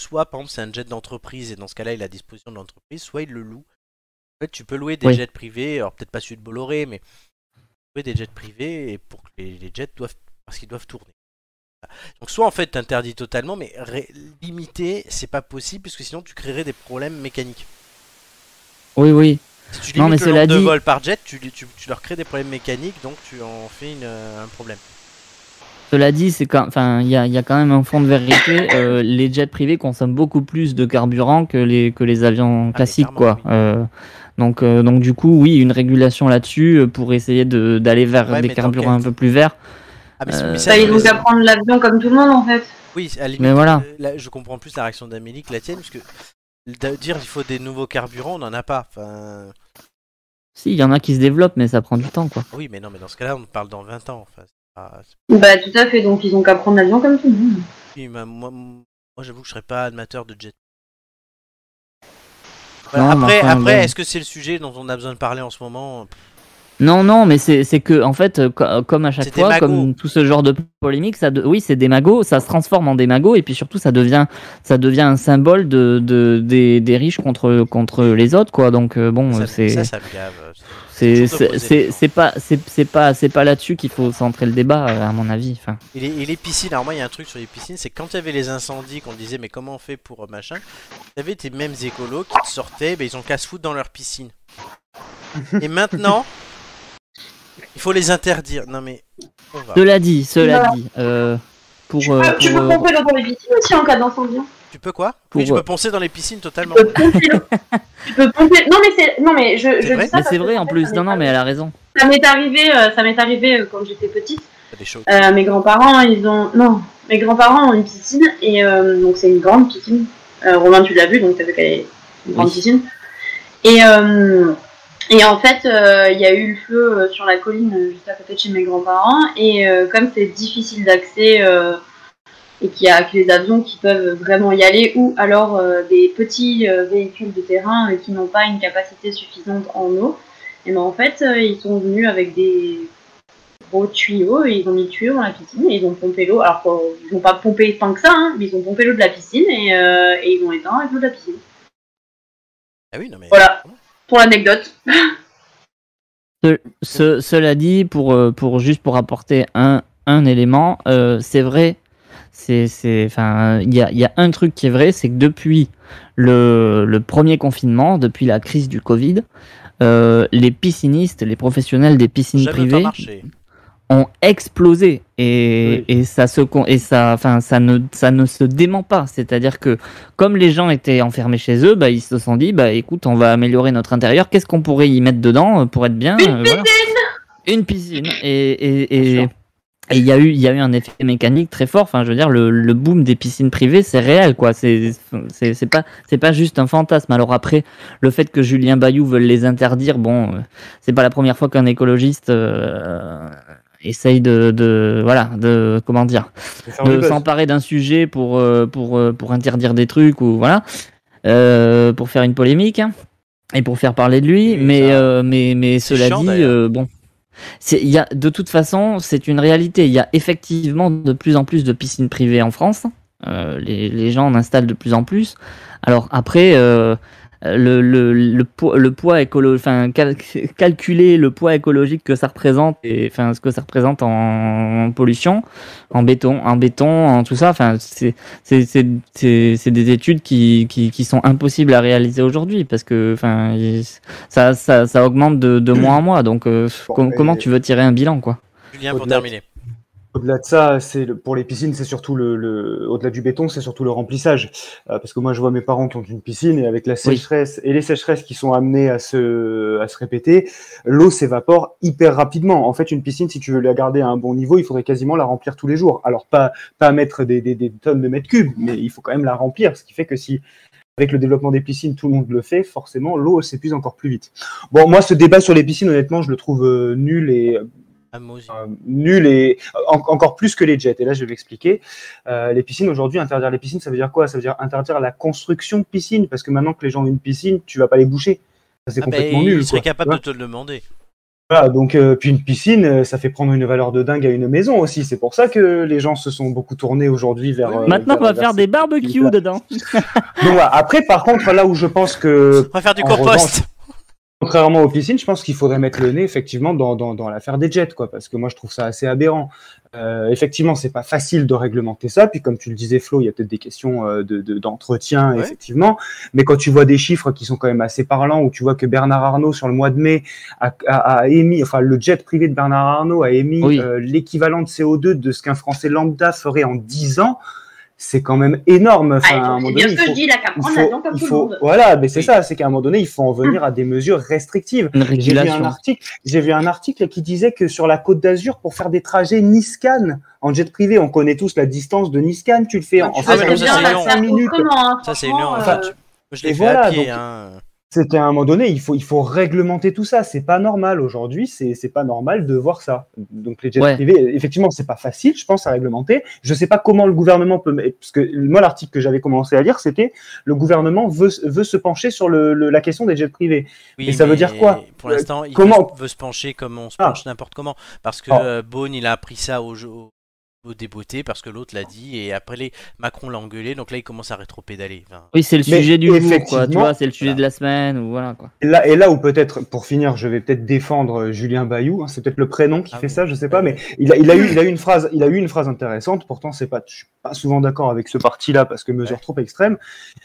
Speaker 1: soit par exemple c'est un jet d'entreprise, et dans ce cas-là il est à disposition de l'entreprise, soit ils le louent. En fait, tu peux louer des
Speaker 3: Oui.
Speaker 1: jets privés, alors peut-être pas celui de Bolloré, mais louer des jets privés et pour que les, les jets doivent, parce qu'ils doivent tourner. Donc soit en fait t'interdis totalement, mais ré- limiter c'est pas possible puisque sinon tu créerais des problèmes mécaniques.
Speaker 3: Oui, oui.
Speaker 1: Si tu limites
Speaker 3: Non, mais
Speaker 1: le
Speaker 3: cela
Speaker 1: nombre de
Speaker 3: dit-
Speaker 1: vols par jet, tu, tu- tu leur crées des problèmes mécaniques, donc tu en fais une, euh, un problème.
Speaker 3: Cela dit, c'est quand, enfin, il y a, il y a quand même un fond de vérité. euh, les jets privés consomment beaucoup plus de carburant que les que les avions
Speaker 1: mais
Speaker 3: classiques,
Speaker 1: clairement,
Speaker 3: quoi. Euh, donc, euh, donc du coup, oui, une régulation là-dessus euh, pour essayer de d'aller vers
Speaker 1: Ouais,
Speaker 3: des
Speaker 1: mais dans
Speaker 3: carburants un
Speaker 1: quel-
Speaker 3: peu plus verts.
Speaker 1: Ah, mais c'est-
Speaker 3: Euh,
Speaker 1: mais ça,
Speaker 4: Bah, ils
Speaker 1: je-
Speaker 4: ont qu'à prendre l'avion comme tout le monde en fait.
Speaker 1: Oui, à la limite,
Speaker 3: Mais voilà.
Speaker 1: euh, là, je comprends plus la réaction d'Amélie que la tienne, parce que de dire il faut des nouveaux carburants, on n'en a pas. Enfin,
Speaker 3: Si, il y en a qui se développent, mais ça prend du temps, quoi.
Speaker 1: oui, mais non, mais dans ce cas-là, on parle dans 20 ans. Enfin, c'est pas- c'est
Speaker 4: Bah tout à fait, donc ils ont qu'à prendre l'avion comme tout le monde.
Speaker 1: pas- Oui, mais moi, moi, j'avoue que je serais pas amateur de jet. Voilà,
Speaker 3: Non, mais
Speaker 1: après,
Speaker 3: enfin,
Speaker 1: après
Speaker 3: bon.
Speaker 1: est-ce que c'est le sujet dont on a besoin de parler en ce moment
Speaker 3: Non, non, mais c'est c'est que, en fait, euh, co- euh, comme à
Speaker 1: C'est
Speaker 3: chaque
Speaker 1: des
Speaker 3: fois,
Speaker 1: magots.
Speaker 3: comme tout ce genre de polémique, ça de- oui, c'est des magots, ça se transforme en des magots, et puis surtout, ça devient, ça devient un symbole de, de- des, des riches contre, contre les autres, quoi. Donc, euh, bon,
Speaker 1: ça,
Speaker 3: euh, c'est.
Speaker 1: ça, ça me gave.
Speaker 3: C'est
Speaker 1: toujours
Speaker 3: c'est-
Speaker 1: opposé, les
Speaker 3: c'est-
Speaker 1: gens.
Speaker 3: c'est pas c'est c'est pas c'est pas là-dessus qu'il faut centrer le débat euh, à mon avis. Enfin,
Speaker 1: Et les, et les piscines, alors moi il y a un truc sur les piscines, c'est quand il y avait les incendies qu'on disait mais comment on fait pour euh, machin, il y avait tes mêmes écolos qui te sortaient, ben, ils ont casse foutre dans leur piscine. Et maintenant, il faut les interdire. Non mais, on va.
Speaker 3: cela dit, cela dit, euh, pour
Speaker 4: Tu
Speaker 3: euh,
Speaker 4: peux, tu
Speaker 3: pour,
Speaker 4: peux
Speaker 3: euh,
Speaker 4: pomper l'eau dans les piscines aussi en cas d'incendie. hein.
Speaker 1: Tu peux quoi
Speaker 3: Pour,
Speaker 1: Oui, je peux
Speaker 3: euh,
Speaker 1: poncer dans les piscines totalement.
Speaker 4: Tu peux pomper l'eau. tu peux pomper. Non mais c'est. Non mais
Speaker 1: vrai
Speaker 4: je. je dis ça
Speaker 3: mais
Speaker 4: parce
Speaker 3: c'est
Speaker 4: que
Speaker 3: vrai en
Speaker 4: fait,
Speaker 3: plus.
Speaker 4: ça
Speaker 3: Non non,
Speaker 4: m'est-
Speaker 3: mais elle a raison.
Speaker 4: Ça m'est arrivé. euh, ça m'est arrivé euh, quand j'étais petite.
Speaker 1: Ah, Des choses.
Speaker 4: Euh, mes grands-parents, ils ont. Non, mes grands-parents ont une piscine et euh, donc c'est une grande piscine. Euh, Romain, tu l'as vu, donc t'as vu qu'elle est une grande
Speaker 3: Oui.
Speaker 4: piscine. Et, euh, et en fait, euh, il y a eu le feu euh, sur la colline euh, juste à côté de chez mes grands-parents et euh, comme c'est difficile d'accès euh, et qu'il y a que les avions qui peuvent vraiment y aller ou alors euh, des petits euh, véhicules de terrain euh, qui n'ont pas une capacité suffisante en eau, et ben en fait, euh, ils sont venus avec des gros tuyaux et ils ont mis le tuyau dans la piscine et ils ont pompé l'eau. Alors euh, ils n'ont pas pompé tant que ça, hein, mais ils ont pompé l'eau de la piscine et, euh, et ils ont éteint l'eau de la piscine.
Speaker 1: Ah oui, non mais.
Speaker 4: Voilà. Pour l'anecdote.
Speaker 3: Ce- ce- cela dit, pour euh, pour juste pour apporter un un élément, euh, c'est vrai. C'est c'est enfin il y a il y a un truc qui est vrai, c'est que depuis le le premier confinement, depuis la crise du Covid, euh, les piscinistes, les professionnels des piscines
Speaker 1: Jamais autant
Speaker 3: privées
Speaker 1: marché.
Speaker 3: ont explosé et, et ça se con- et ça enfin ça ne ça ne se dément pas c'est-à-dire que comme les gens étaient enfermés chez eux bah ils se sont dit bah écoute on va améliorer notre intérieur qu'est-ce qu'on pourrait y mettre dedans euh, pour être bien
Speaker 4: Une
Speaker 3: euh, voilà. une piscine et et- et- et il y a eu il y a eu un effet mécanique très fort enfin je veux dire le, le boom des piscines privées c'est réel quoi c'est c'est c'est pas c'est pas juste un fantasme alors après le fait que Julien Bayou veuille les interdire bon euh, c'est pas la première fois qu'un écologiste euh, essaye de, de voilà de comment dire de s'emparer d'un sujet pour euh, pour euh, pour interdire des trucs ou voilà euh, pour faire une polémique hein, et pour faire parler de lui
Speaker 1: Oui,
Speaker 3: mais
Speaker 1: ça-
Speaker 3: euh, mais mais
Speaker 1: c'est
Speaker 3: cela
Speaker 1: chiant,
Speaker 3: dit
Speaker 1: d'ailleurs.
Speaker 3: euh, bon c'est il y a de toute façon c'est une réalité il y a effectivement de plus en plus de piscines privées en France Euh, les les gens en installent de plus en plus alors après euh, le, le, le, poids- le poids écolo, enfin cal- calculer le poids écologique que ça représente et enfin ce que ça représente en pollution, en béton, en béton, en tout ça, enfin c'est c'est c'est c'est c'est des études qui, qui qui sont impossibles à réaliser aujourd'hui parce que enfin il- ça ça ça augmente de de mois en mois donc euh,
Speaker 2: Bon,
Speaker 3: com-
Speaker 2: mais-
Speaker 3: comment tu veux tirer un bilan quoi
Speaker 1: Julien pour
Speaker 2: Au-delà-
Speaker 1: terminer.
Speaker 2: Au-delà de ça, c'est le- pour les piscines, c'est surtout le, le- au-delà du béton, c'est surtout le remplissage. Euh, parce que moi, je vois mes parents qui ont une piscine et avec la sécheresse et les sécheresses qui sont amenées à se, à se répéter, l'eau s'évapore hyper rapidement. En fait, une piscine, si tu veux la garder à un bon niveau, il faudrait quasiment la remplir tous les jours. Alors pas pas mettre des, des- des tonnes de mètres cubes, mais il faut quand même la remplir. Ce qui fait que si avec le développement des piscines, tout le monde le fait, forcément, l'eau s'épuise encore plus vite. Bon, moi, ce débat sur les piscines, honnêtement, je le trouve euh, nul et
Speaker 1: À Ah, moi aussi.
Speaker 2: euh, nul et en- encore plus que les jets. Et là, je vais m'expliquer. Euh, les piscines aujourd'hui, interdire les piscines, ça veut dire quoi Ça veut dire interdire la construction de piscines, parce que maintenant que les gens ont une piscine, tu vas pas les boucher. Ça, C'est
Speaker 1: Ah bah,
Speaker 2: complètement nul.
Speaker 1: il serait
Speaker 2: quoi.
Speaker 1: capable
Speaker 2: Ouais.
Speaker 1: de te le demander.
Speaker 2: Voilà, donc euh, puis une piscine, euh, ça fait prendre une valeur de dingue à une maison aussi. C'est pour ça que les gens se sont beaucoup tournés aujourd'hui vers. euh,
Speaker 3: Maintenant, on
Speaker 2: vers-
Speaker 3: va
Speaker 2: vers
Speaker 3: faire
Speaker 2: ces-
Speaker 3: des barbecues
Speaker 2: Voilà.
Speaker 3: dedans.
Speaker 2: Donc, voilà. Après, par contre, là où je pense que
Speaker 1: On va faire du
Speaker 2: En
Speaker 1: compost.
Speaker 2: Contrairement aux piscines, je pense qu'il faudrait mettre le nez effectivement dans, dans, dans l'affaire des jets, quoi, parce que moi je trouve ça assez aberrant. Euh, effectivement, c'est pas facile de réglementer ça. Puis comme tu le disais, Flo, il y a peut-être des questions euh, de- de- d'entretien,
Speaker 1: Ouais.
Speaker 2: effectivement. Mais quand tu vois des chiffres qui sont quand même assez parlants, où tu vois que Bernard Arnault sur le mois de mai a, a- a émis, enfin le jet privé de Bernard Arnault a émis
Speaker 3: Oui.
Speaker 2: euh, l'équivalent de CO2 de ce qu'un Français lambda ferait en 10 ans, c'est quand même énorme. Enfin, à un
Speaker 4: Ah,
Speaker 2: moment
Speaker 4: c'est
Speaker 2: donné,
Speaker 4: bien ce
Speaker 2: il
Speaker 4: que
Speaker 2: faut-
Speaker 4: je dis, il a qu'à
Speaker 2: il
Speaker 4: prendre l'avion
Speaker 2: faut,
Speaker 4: comme
Speaker 2: il
Speaker 4: tout le
Speaker 2: faut-
Speaker 4: monde.
Speaker 2: voilà, mais c'est
Speaker 1: Oui.
Speaker 2: ça, c'est qu'à un moment donné, il faut en venir à des mesures restrictives.
Speaker 3: Une
Speaker 2: J'ai vu un
Speaker 3: régulation.
Speaker 2: article, j'ai vu un article qui disait que sur la Côte d'Azur, pour faire des trajets Nice-Cannes en jet privé, on connaît tous la distance de Nice-Cannes, tu le fais en, en
Speaker 4: Tu
Speaker 1: Ah,
Speaker 4: fais
Speaker 1: mais
Speaker 2: faisant
Speaker 1: non, ça,
Speaker 4: bien
Speaker 1: c'est
Speaker 4: la
Speaker 1: long.
Speaker 4: faire
Speaker 2: cinq minutes.
Speaker 4: autrement, hein,
Speaker 1: Ça, c'est une
Speaker 4: franchement,
Speaker 1: heure.
Speaker 2: Enfin,
Speaker 4: euh,
Speaker 1: tu- Je
Speaker 2: et
Speaker 1: l'ai fait
Speaker 2: voilà,
Speaker 1: à pied.
Speaker 2: donc-
Speaker 1: hein.
Speaker 2: C'est qu'à un moment donné, il faut, il faut réglementer tout ça. C'est pas normal aujourd'hui, c'est c'est pas normal de voir ça. Donc les jets
Speaker 3: Ouais.
Speaker 2: privés, effectivement, c'est pas facile, je pense, à réglementer. Je sais pas comment le gouvernement peut. mais- Parce que moi, l'article que j'avais commencé à lire, c'était le gouvernement veut, veut se pencher sur le- le- la question des jets privés.
Speaker 1: Oui,
Speaker 2: Mais ça veut dire quoi Euh,
Speaker 1: Pour l'instant, il
Speaker 2: comment-
Speaker 1: veut, veut se pencher comme on se
Speaker 2: Ah.
Speaker 1: penche n'importe comment. Parce que
Speaker 2: Ah.
Speaker 1: euh, Beaune, il a appris ça au jeu au débeauté parce que l'autre l'a dit et après les Macron l'a engueulé donc là il commence à rétro-pédaler. Enfin,
Speaker 3: Oui, c'est le
Speaker 2: Mais
Speaker 3: sujet du jour, quoi. Tu
Speaker 2: effectivement,
Speaker 3: vois, c'est le sujet
Speaker 1: voilà.
Speaker 3: de la semaine ou voilà quoi.
Speaker 2: Et Là, et là où peut-être, pour finir, je vais peut-être défendre euh, Julien Bayou. hein, c'est peut-être le prénom qui
Speaker 1: Ah
Speaker 2: fait
Speaker 1: oui.
Speaker 2: ça, je sais pas, mais il a, il a eu, il a eu une phrase, il a eu une phrase intéressante. Pourtant, c'est pas, je suis pas souvent d'accord avec ce parti-là parce que mesure trop extrême.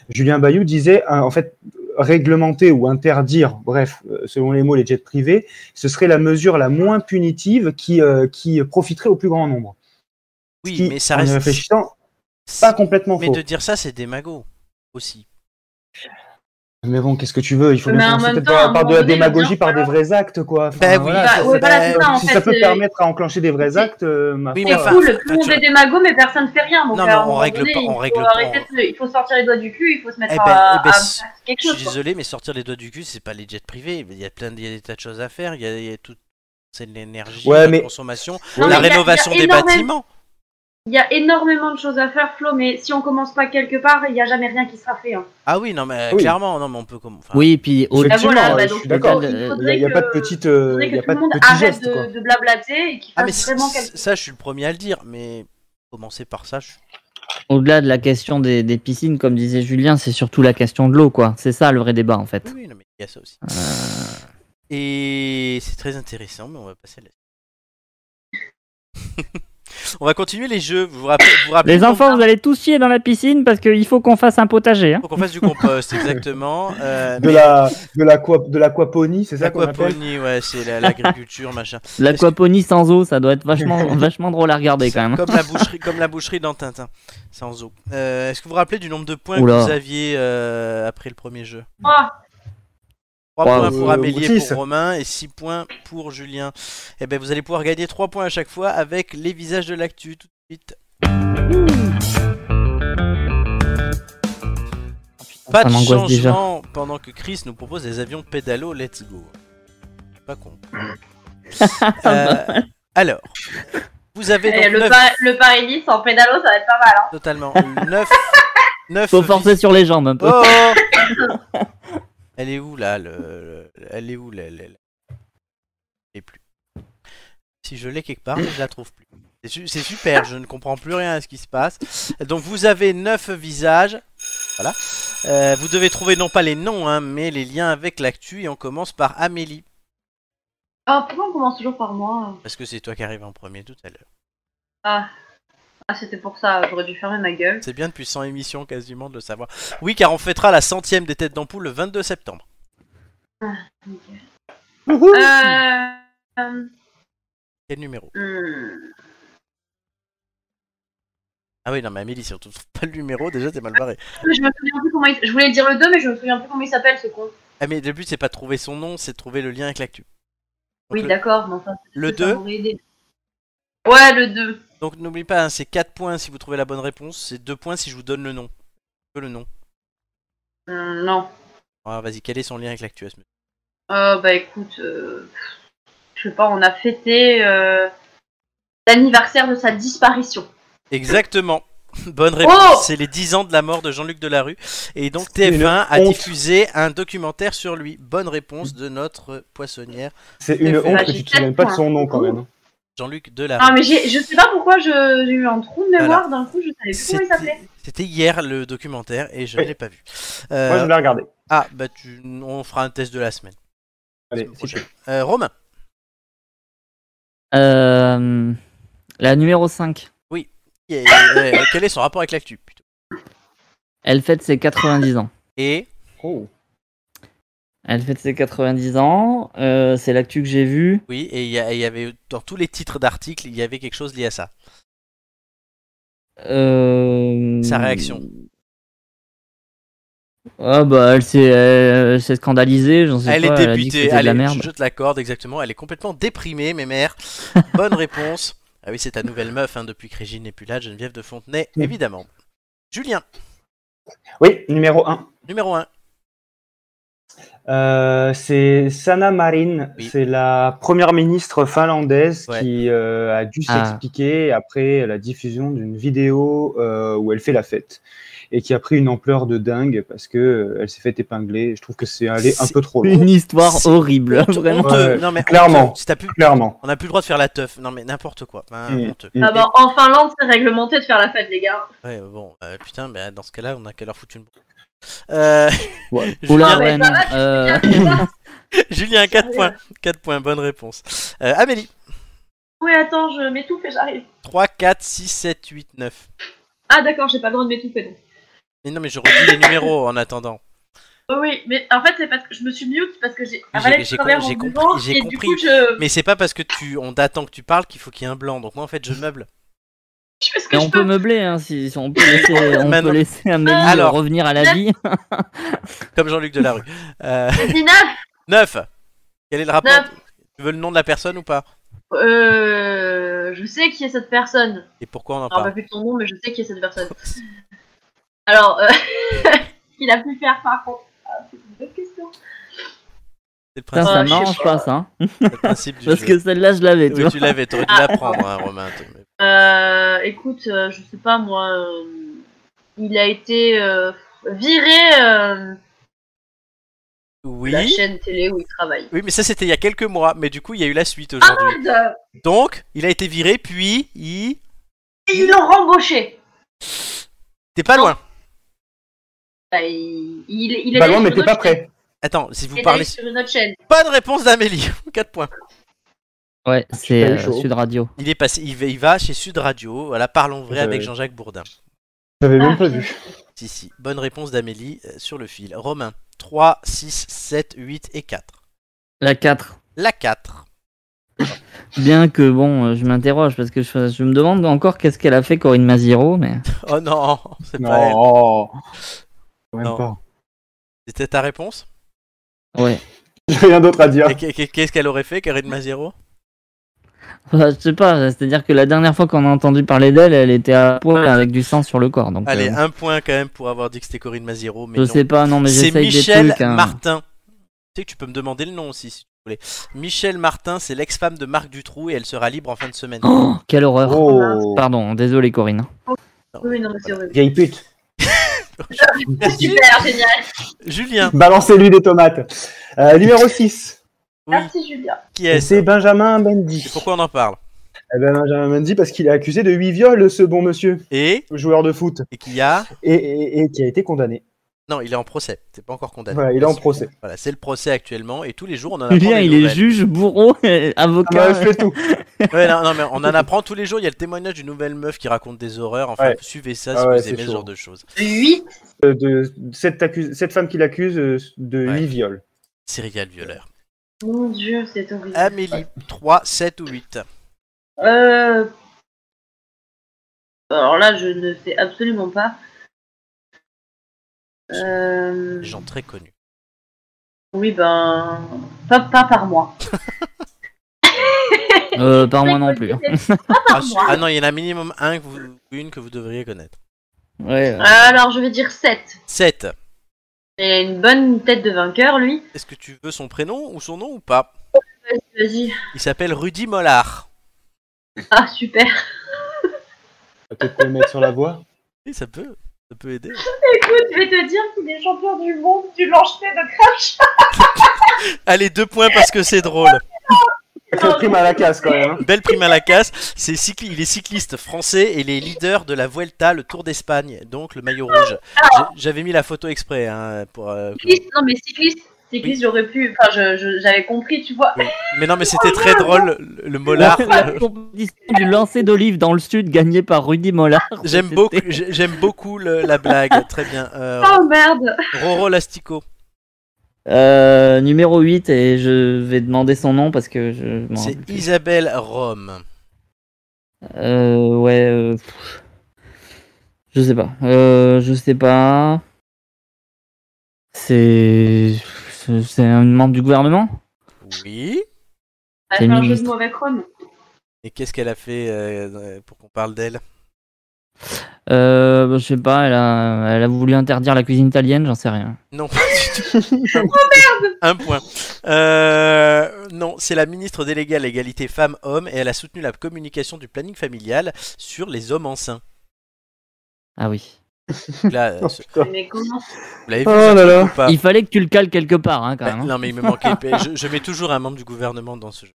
Speaker 2: Julien Bayou disait, euh, en fait, réglementer ou interdire, bref, euh, selon les mots, les jets privés, ce serait la mesure la moins punitive qui, euh, qui profiterait au plus grand nombre.
Speaker 1: oui,
Speaker 2: Qui,
Speaker 1: mais ça
Speaker 2: en y
Speaker 1: reste
Speaker 2: réfléchissant, pas complètement
Speaker 1: Mais
Speaker 2: faux.
Speaker 1: de dire ça, c'est démago aussi.
Speaker 2: Mais bon, qu'est-ce que tu veux Il faut
Speaker 4: Mais
Speaker 2: bien
Speaker 4: en
Speaker 2: commencer
Speaker 4: même
Speaker 2: peut-être
Speaker 4: temps, à
Speaker 2: par,
Speaker 4: un
Speaker 2: par de
Speaker 4: moment
Speaker 2: la
Speaker 4: donné,
Speaker 2: démagogie,
Speaker 4: il va
Speaker 2: par des vrais actes, quoi. Enfin,
Speaker 1: Bah oui,
Speaker 4: bah,
Speaker 2: ça, ça-
Speaker 4: ouais, voilà, c'est ça, en
Speaker 2: si
Speaker 4: fait,
Speaker 2: ça peut
Speaker 4: c'est-
Speaker 2: permettre à enclencher des vrais
Speaker 4: c'est-
Speaker 2: actes, euh, ma
Speaker 1: Oui,
Speaker 2: foi.
Speaker 1: mais
Speaker 4: C'est
Speaker 1: enfin,
Speaker 4: cool, tout
Speaker 1: enfin,
Speaker 4: le monde
Speaker 1: tu-
Speaker 4: est démago, mais personne fait rien. Donc
Speaker 1: Non,
Speaker 4: à
Speaker 1: mais
Speaker 4: un
Speaker 1: on
Speaker 4: moment
Speaker 1: règle
Speaker 4: donné,
Speaker 1: pas- on
Speaker 4: il faut
Speaker 1: règle
Speaker 4: arrêter
Speaker 1: pas.
Speaker 4: de se- Il faut sortir les doigts du cul, il faut se mettre
Speaker 1: Eh ben,
Speaker 4: à,
Speaker 1: eh ben,
Speaker 4: à
Speaker 1: si-
Speaker 4: faire quelque
Speaker 1: Je suis
Speaker 4: chose. quoi.
Speaker 1: désolé, mais sortir les doigts du cul, c'est pas les jets privés. Il y a plein, de- il y a des tas de choses à faire. Il y a, il y a tout, c'est de l'énergie,
Speaker 2: Ouais,
Speaker 1: la
Speaker 2: mais-
Speaker 1: consommation, la
Speaker 4: Non, mais il y a- il y a
Speaker 1: rénovation des
Speaker 4: énormément-
Speaker 1: bâtiments.
Speaker 4: Il y a énormément de choses à faire, Flo, mais si on commence pas quelque part, il n'y a jamais rien qui sera fait. hein.
Speaker 1: Ah oui, non, mais euh,
Speaker 2: Oui.
Speaker 1: clairement, non, mais on peut comme. enfin,
Speaker 3: Oui, puis au
Speaker 4: Bah
Speaker 2: Effectivement,
Speaker 4: voilà, bah
Speaker 2: euh, je
Speaker 4: donc,
Speaker 2: suis d'accord.
Speaker 4: il faudrait
Speaker 2: Il n'y a,
Speaker 4: que-
Speaker 2: pas de petite, euh,
Speaker 4: faudrait
Speaker 2: il y a
Speaker 4: que tout
Speaker 2: pas
Speaker 4: le
Speaker 2: de
Speaker 4: monde
Speaker 2: petit
Speaker 4: arrête
Speaker 2: geste, quoi.
Speaker 4: de, de blablater et qu'il
Speaker 1: Ah mais
Speaker 4: fasse
Speaker 1: c-
Speaker 4: vraiment
Speaker 1: c-
Speaker 4: quelque chose.
Speaker 1: ça, je suis le premier à le dire, mais commencer par ça, je-
Speaker 3: Au-delà de la question des, des piscines, comme disait Julien, c'est surtout la question de l'eau, quoi. C'est ça le vrai débat, en fait. Euh,
Speaker 1: oui, oui, non, mais il y a ça aussi. Et c'est très intéressant, mais on va passer à la. on va continuer les jeux. Vous vous rappelez, vous vous rappelez
Speaker 3: Les
Speaker 1: qu'on-
Speaker 3: enfants, vous allez tous chier dans la piscine parce qu'il faut qu'on fasse un potager. Hein.
Speaker 1: faut qu'on fasse du compost, exactement. euh,
Speaker 2: De
Speaker 1: mais-
Speaker 2: la, de l'aqua- de l'aquaponie, c'est ça qu'on appelle
Speaker 1: L'aquaponie, ouais, c'est la- l'agriculture, machin.
Speaker 3: L'aquaponie sans eau, ça doit être vachement, vachement drôle à regarder
Speaker 1: C'est
Speaker 3: quand même.
Speaker 1: Comme la boucherie, comme la boucherie dans Tintin, sans eau. Euh, Est-ce que vous vous rappelez du nombre de points
Speaker 3: Oula.
Speaker 1: que vous aviez euh, après le premier jeu
Speaker 4: Oh,
Speaker 1: 3
Speaker 3: Trois,
Speaker 1: points
Speaker 2: euh,
Speaker 1: pour Amélie
Speaker 2: ou
Speaker 1: et
Speaker 2: six.
Speaker 1: pour Romain et 6 points pour Julien. Et ben vous allez pouvoir gagner 3 points à chaque fois avec les visages de l'actu tout de suite. Pas
Speaker 3: ça
Speaker 1: de
Speaker 3: m'angoisse
Speaker 1: changement
Speaker 3: déjà.
Speaker 1: pendant que Chris nous propose des avions pédalo let's go. Pas con. Euh, alors, vous avez
Speaker 4: Ah, eh,
Speaker 1: donc
Speaker 4: le,
Speaker 1: neuf-
Speaker 4: pa- le Paris-Nice en pédalo, ça va être pas mal. Hein.
Speaker 1: totalement 9 9
Speaker 3: Faut forcer sur les jambes un peu.
Speaker 1: Oh Elle est où là le... le- Elle est où la... la- la- Je l'ai plus. Si je l'ai quelque part, mais je la trouve plus. C'est su- C'est super, je ne comprends plus rien à ce qui se passe. Donc vous avez 9 visages. Voilà. Euh, vous devez trouver non pas les noms, hein, mais les liens avec l'actu. Et on commence par Amélie.
Speaker 4: Ah, pourquoi on commence toujours par moi
Speaker 1: Parce que c'est toi qui arrives en premier tout à l'heure.
Speaker 4: Ah, ah c'était pour ça, j'aurais dû fermer ma gueule.
Speaker 1: C'est bien depuis 100 émissions quasiment de le savoir. Oui, car on fêtera la centième des têtes d'ampoule le 22 septembre.
Speaker 4: Euh, hmm. euh,
Speaker 1: Quel numéro
Speaker 4: hmm.
Speaker 1: Ah oui, non, mais Amélie, si on trouve pas le numéro, déjà t'es mal barré.
Speaker 4: Je me souviens plus comment il... Je voulais dire le 2, mais je me souviens plus comment il s'appelle ce con.
Speaker 1: Ah, mais le but, c'est pas de trouver son nom, c'est de trouver le lien avec l'actu. Donc,
Speaker 4: Oui,
Speaker 1: le-
Speaker 4: d'accord, mais enfin.
Speaker 1: le
Speaker 4: ça
Speaker 1: 2.
Speaker 4: m'aurait aidé. Ouais, le 2.
Speaker 1: Donc n'oublie pas, hein, c'est 4 points si vous trouvez la bonne réponse, c'est 2 points si je vous donne le nom. Que le nom.
Speaker 4: Hum, non.
Speaker 1: Ah, vas-y, quel est son lien avec l'actu à ce moment
Speaker 4: Euh, bah écoute, euh, je sais pas, on a fêté euh, l'anniversaire de sa disparition.
Speaker 1: Exactement. Bonne réponse,
Speaker 4: Oh
Speaker 1: c'est les 10 ans de la mort de Jean-Luc Delarue. Et donc
Speaker 2: C'est une
Speaker 1: TF1 a
Speaker 2: honte.
Speaker 1: diffusé un documentaire sur lui. Bonne réponse de notre poissonnière
Speaker 2: C'est une
Speaker 1: Bah,
Speaker 2: honte que
Speaker 4: j'ai
Speaker 2: tu te souviennes pas de son nom quand même.
Speaker 1: Jean-Luc
Speaker 4: Ah,
Speaker 1: Delarue.
Speaker 4: mais j'ai- je sais pas pourquoi je- j'ai eu un trou de mémoire d'un coup, je savais plus comment il
Speaker 1: C'était
Speaker 4: s'appelait.
Speaker 1: c'était hier le documentaire et je ne
Speaker 2: Oui.
Speaker 1: l'ai pas vu.
Speaker 2: Moi, je
Speaker 1: Euh,
Speaker 2: l'ai regardé.
Speaker 1: ah, bah tu, on fera un test de la semaine.
Speaker 2: Allez,
Speaker 1: semaine
Speaker 2: c'est
Speaker 1: prochaine. Euh, Romain,
Speaker 3: Euh, la numéro 5.
Speaker 1: qui est- euh, quel est son rapport avec l'actu plutôt
Speaker 3: Elle fête ses 90 ans.
Speaker 1: Et
Speaker 2: Oh.
Speaker 3: Elle fête ses 90 ans. euh, c'est l'actu que j'ai vue.
Speaker 1: Oui, et il y, a- il y avait dans tous les titres d'articles, il y avait quelque chose lié à ça.
Speaker 3: Euh,
Speaker 1: Sa réaction.
Speaker 3: Ah bah elle s'est elle s'est scandalisée, j'en sais
Speaker 1: elle
Speaker 3: pas.
Speaker 1: est
Speaker 3: a dit que
Speaker 1: députée,
Speaker 3: c'était de
Speaker 1: elle
Speaker 3: la
Speaker 1: est-
Speaker 3: merde.
Speaker 1: je te l'accorde exactement, elle est complètement déprimée, mes mères. Bonne réponse. Ah oui, c'est ta nouvelle meuf hein, depuis que Régine n'est plus là, Geneviève de Fontenay,
Speaker 2: Mm.
Speaker 1: évidemment. Julien,
Speaker 2: Oui, numéro 1.
Speaker 1: numéro 1.
Speaker 2: Euh, c'est Sanna Marin,
Speaker 1: Oui.
Speaker 2: c'est la première ministre finlandaise
Speaker 1: Ouais.
Speaker 2: qui euh, a dû
Speaker 3: Ah.
Speaker 2: s'expliquer après la diffusion d'une vidéo euh, où elle fait la fête et qui a pris une ampleur de dingue parce que euh, elle s'est fait épingler. Je trouve que c'est allé un
Speaker 1: C'est
Speaker 2: peu trop loin,
Speaker 3: Une histoire
Speaker 1: C'est
Speaker 3: horrible, hein,
Speaker 1: Honte-
Speaker 3: vraiment.
Speaker 1: honteux.
Speaker 2: Ouais,
Speaker 1: Non, mais
Speaker 2: clairement.
Speaker 1: honteux. Si t'as plus-
Speaker 2: clairement.
Speaker 1: On n'a plus le droit de faire la teuf. Non, mais n'importe quoi. Ben,
Speaker 2: Mm.
Speaker 1: honteux.
Speaker 2: Mm.
Speaker 4: Ah bah en Finlande, c'est réglementé de faire la fête, les gars.
Speaker 1: Ouais, bon, euh, putain, mais dans ce cas-là, on a qu'à leur foutre une bourre. Euh,
Speaker 2: Ouais.
Speaker 3: Oula,
Speaker 1: Julien,
Speaker 3: ouais, non. euh,
Speaker 1: Julien, 4 points. 4 points, bonne réponse. Euh, Amélie,
Speaker 4: Oui, attends, je m'étouffe et j'arrive.
Speaker 1: 3, 4, 6, 7, 8, 9.
Speaker 4: Ah d'accord, j'ai pas le droit de m'étouffer donc.
Speaker 1: Mais non, mais je redis les numéros en attendant.
Speaker 4: Oh oui, mais en fait, c'est parce que je me suis mute parce que j'ai avalé
Speaker 1: j'ai
Speaker 4: le travers
Speaker 1: com-
Speaker 4: en
Speaker 1: j'ai compris,
Speaker 4: buvant,
Speaker 1: j'ai
Speaker 4: et du
Speaker 1: compris.
Speaker 4: coup, je...
Speaker 1: Mais c'est pas parce que tu on attend que tu parles qu'il faut qu'il y ait un blanc. Donc moi en fait je meuble.
Speaker 4: je fais ce que
Speaker 3: mais
Speaker 4: je
Speaker 3: on
Speaker 4: peux.
Speaker 3: peut meubler, hein, si, si on peut laisser, on
Speaker 1: Maintenant.
Speaker 3: peut laisser Amélie euh,
Speaker 1: Alors.
Speaker 3: revenir à la vie.
Speaker 1: Comme Jean-Luc Delarue. Euh,
Speaker 4: Vas-y, neuf,
Speaker 1: 9 Quel est le rapport
Speaker 4: Neuf.
Speaker 1: Tu veux le nom de la personne ou pas
Speaker 4: Euh, je sais qui est cette personne.
Speaker 1: Et pourquoi on en
Speaker 4: Je me
Speaker 1: parle
Speaker 4: rappelle plus de son nom, mais je sais qui est cette personne. Alors, euh... il a pu faire par contre. Ah, c'est une bonne question.
Speaker 1: C'est le
Speaker 3: Putain,
Speaker 1: principe,
Speaker 3: ça
Speaker 4: je sais
Speaker 3: marche pas, ça. hein.
Speaker 1: c'est le principe du
Speaker 3: Parce
Speaker 1: jeu.
Speaker 3: que celle-là, je l'avais, tu
Speaker 1: Oui,
Speaker 3: vois.
Speaker 1: tu l'avais, t'aurais
Speaker 4: Ah.
Speaker 1: dû l'apprendre, hein, Romain.
Speaker 4: Euh, écoute, euh, je sais pas moi. euh, il a été euh, viré euh, de
Speaker 1: Oui.
Speaker 4: la chaîne télé où il travaille.
Speaker 1: Oui, mais ça c'était il y a quelques mois, mais du coup il y a eu la suite aujourd'hui.
Speaker 4: Merde
Speaker 1: Donc, il a été viré, puis il.
Speaker 4: Ils l'ont rembauché.
Speaker 1: T'es pas loin
Speaker 4: Bah, il, il, il est
Speaker 2: Pas
Speaker 4: allé
Speaker 2: Bah, loin,
Speaker 4: sur
Speaker 2: mais t'es
Speaker 4: une
Speaker 2: pas
Speaker 4: autre chaîne.
Speaker 2: prêt.
Speaker 1: Attends, si vous
Speaker 4: Il est allé
Speaker 1: parlez.
Speaker 4: sur une autre chaîne.
Speaker 1: Pas de réponse d'Amélie 4 points.
Speaker 3: Ouais, c'est
Speaker 2: t'as eu
Speaker 3: euh,
Speaker 2: chaud.
Speaker 3: Sud Radio.
Speaker 1: Il est passé, il va, il va chez Sud Radio, voilà, parlons vrai
Speaker 2: Ouais.
Speaker 1: avec Jean-Jacques Bourdin.
Speaker 2: J'avais
Speaker 4: Ah,
Speaker 2: même pas
Speaker 4: putain.
Speaker 2: vu.
Speaker 1: Si, si. Bonne réponse d'Amélie euh, sur le fil. Romain, 3, 6, 7, 8 et 4.
Speaker 3: La 4.
Speaker 1: La 4.
Speaker 3: Bien que, bon, euh, je m'interroge, parce que je, je me demande encore qu'est-ce qu'elle a fait, Corinne Maziro, mais...
Speaker 1: Oh non, c'est pas elle.
Speaker 2: Non. Quand
Speaker 1: Non.
Speaker 2: Même pas.
Speaker 1: C'était ta réponse
Speaker 3: Ouais.
Speaker 2: J'ai rien d'autre à dire.
Speaker 1: Et qu'est- qu'est- Qu'est-ce qu'elle aurait fait, Karine Mazero
Speaker 2: Euh.
Speaker 3: Bah, je sais pas, c'est-à-dire que la dernière fois qu'on a entendu parler d'elle, elle était à poil avec du sang sur le corps. Donc,
Speaker 1: Allez,
Speaker 3: euh,
Speaker 1: un point quand même pour avoir dit que c'était Corinne Mazero. Mais
Speaker 3: je
Speaker 1: non.
Speaker 3: sais pas, non, mais
Speaker 1: C'est
Speaker 3: j'essaye des
Speaker 1: Michel
Speaker 3: trucs. hein.
Speaker 1: Martin. Tu sais que tu peux me demander le nom aussi, si tu voulais. Michel Martin, c'est l'ex-femme de Marc Dutroux et elle sera libre en fin de semaine.
Speaker 3: Oh, quelle horreur.
Speaker 2: Oh,
Speaker 4: Ah,
Speaker 3: Pardon, désolé Corinne.
Speaker 1: Non.
Speaker 4: Oui, non, mais c'est horrible.
Speaker 2: vieille pute.
Speaker 4: Super, génial.
Speaker 1: Julien,
Speaker 2: Balancez-lui des tomates. Euh, numéro 6.
Speaker 1: oui,
Speaker 4: Merci, Julien.
Speaker 1: qui est-ce
Speaker 2: C'est Benjamin Mendy.
Speaker 1: Et pourquoi on en parle
Speaker 2: Eh ben, Benjamin Mendy parce qu'il est accusé de huit viols, ce bon monsieur,
Speaker 1: Et,
Speaker 2: joueur de foot,
Speaker 1: et qui a.
Speaker 2: et, et- et qui a été condamné.
Speaker 1: Non, il est en procès. C'est pas encore condamné.
Speaker 2: Voilà, il est en procès.
Speaker 1: Voilà, c'est le procès actuellement et tous les jours on en apprend
Speaker 3: Julien,
Speaker 1: des
Speaker 3: il est
Speaker 1: nouvelles.
Speaker 3: juge, bourreau, et
Speaker 2: Ah bah,
Speaker 3: avocat.
Speaker 2: je fais tout.
Speaker 1: Ouais, non, non, mais on en apprend tous les jours. Il y a le témoignage d'une nouvelle meuf qui raconte des horreurs. Enfin,
Speaker 2: Ouais.
Speaker 1: suivez ça
Speaker 2: Ah
Speaker 1: si
Speaker 2: ouais,
Speaker 1: vous
Speaker 2: c'est
Speaker 1: aimez ce
Speaker 2: chaud.
Speaker 1: genre de choses.
Speaker 4: 8
Speaker 2: Euh, De, cette, accuse- cette femme qui l'accuse euh, de
Speaker 1: Ouais.
Speaker 2: huit viols.
Speaker 1: Serial violeur.
Speaker 4: Mon dieu, c'est horrible.
Speaker 1: Amélie, 3, 7 ou 8.
Speaker 4: Euh... Alors là, je ne sais absolument pas. Euh,
Speaker 1: Des gens très connus.
Speaker 4: Oui, ben. Pas, pas par mois.
Speaker 3: Euh, par moi non plus.
Speaker 1: Ah, su-
Speaker 4: moi.
Speaker 1: ah non, il y en a minimum un que vous- une que vous devriez connaître.
Speaker 3: Ouais,
Speaker 1: Ah,
Speaker 3: euh,
Speaker 4: Alors, je vais dire 7.
Speaker 1: 7.
Speaker 4: Il a une bonne tête de vainqueur, lui.
Speaker 1: Est-ce que tu veux son prénom ou son nom ou pas
Speaker 4: Vas-y, vas-y.
Speaker 1: Il s'appelle Rudy Mollard.
Speaker 4: Ah, super.
Speaker 2: Peut-être le mettre sur la voie.
Speaker 1: Oui, ça peut. Ça peut aider.
Speaker 4: Écoute, je vais te dire qu'il est champion du monde du lancer de crash.
Speaker 1: Allez, deux points parce que c'est drôle.
Speaker 2: Sacré prime à la casse quand même. hein.
Speaker 1: Belle prime à la casse. C'est cycli- il est cycliste français et il est leader de la Vuelta, le Tour d'Espagne. Donc le maillot rouge. J'ai- J'avais mis la photo exprès. hein, pour, euh, que-
Speaker 4: Cycliste, non mais cycliste. Cycliste, j'aurais pu. Enfin, je- je- j'avais compris, tu vois.
Speaker 1: Mais non, mais c'était très drôle, le- le Mollard.
Speaker 3: La compétition du lancer d'olive dans le sud gagné par Rudy Mollard.
Speaker 1: J'aime
Speaker 3: C'était-
Speaker 1: beaucoup, j'ai- j'aime beaucoup le- la blague. Très bien. Euh,
Speaker 4: Oh merde.
Speaker 1: Roro Lastico.
Speaker 3: Euh, numéro 8, et je vais demander son nom parce que je. m'en
Speaker 1: C'est
Speaker 3: rappelle plus.
Speaker 1: Isabelle Rome.
Speaker 3: Euh, ouais. euh, pff. Je sais pas. Euh, je sais pas. C'est. C'est un membre du gouvernement
Speaker 1: Oui.
Speaker 4: Elle a
Speaker 3: C'est
Speaker 4: fait un jeu de
Speaker 3: ministre.
Speaker 4: mauvais chrome.
Speaker 1: Et qu'est-ce qu'elle a fait euh, pour qu'on parle d'elle
Speaker 3: euh, Je sais pas, elle a, elle a voulu interdire la cuisine italienne, j'en sais rien.
Speaker 1: Non, pas du tout.
Speaker 4: Oh,
Speaker 1: Un point. Euh, non, c'est la ministre déléguée à l'égalité femmes-hommes et elle a soutenu la communication du planning familial sur les hommes enceints.
Speaker 3: Ah oui.
Speaker 1: Donc Là, euh,
Speaker 2: Oh,
Speaker 1: ce-
Speaker 2: putain.
Speaker 4: Mais comment
Speaker 1: vous l'avez vu
Speaker 2: Oh là
Speaker 1: ce
Speaker 2: là.
Speaker 1: truc ou pas
Speaker 3: Il fallait que tu le cales quelque part, hein, quand
Speaker 1: Bah,
Speaker 3: même. hein.
Speaker 1: Non, mais il me manquait. je, je mets toujours un membre du gouvernement dans ce jeu.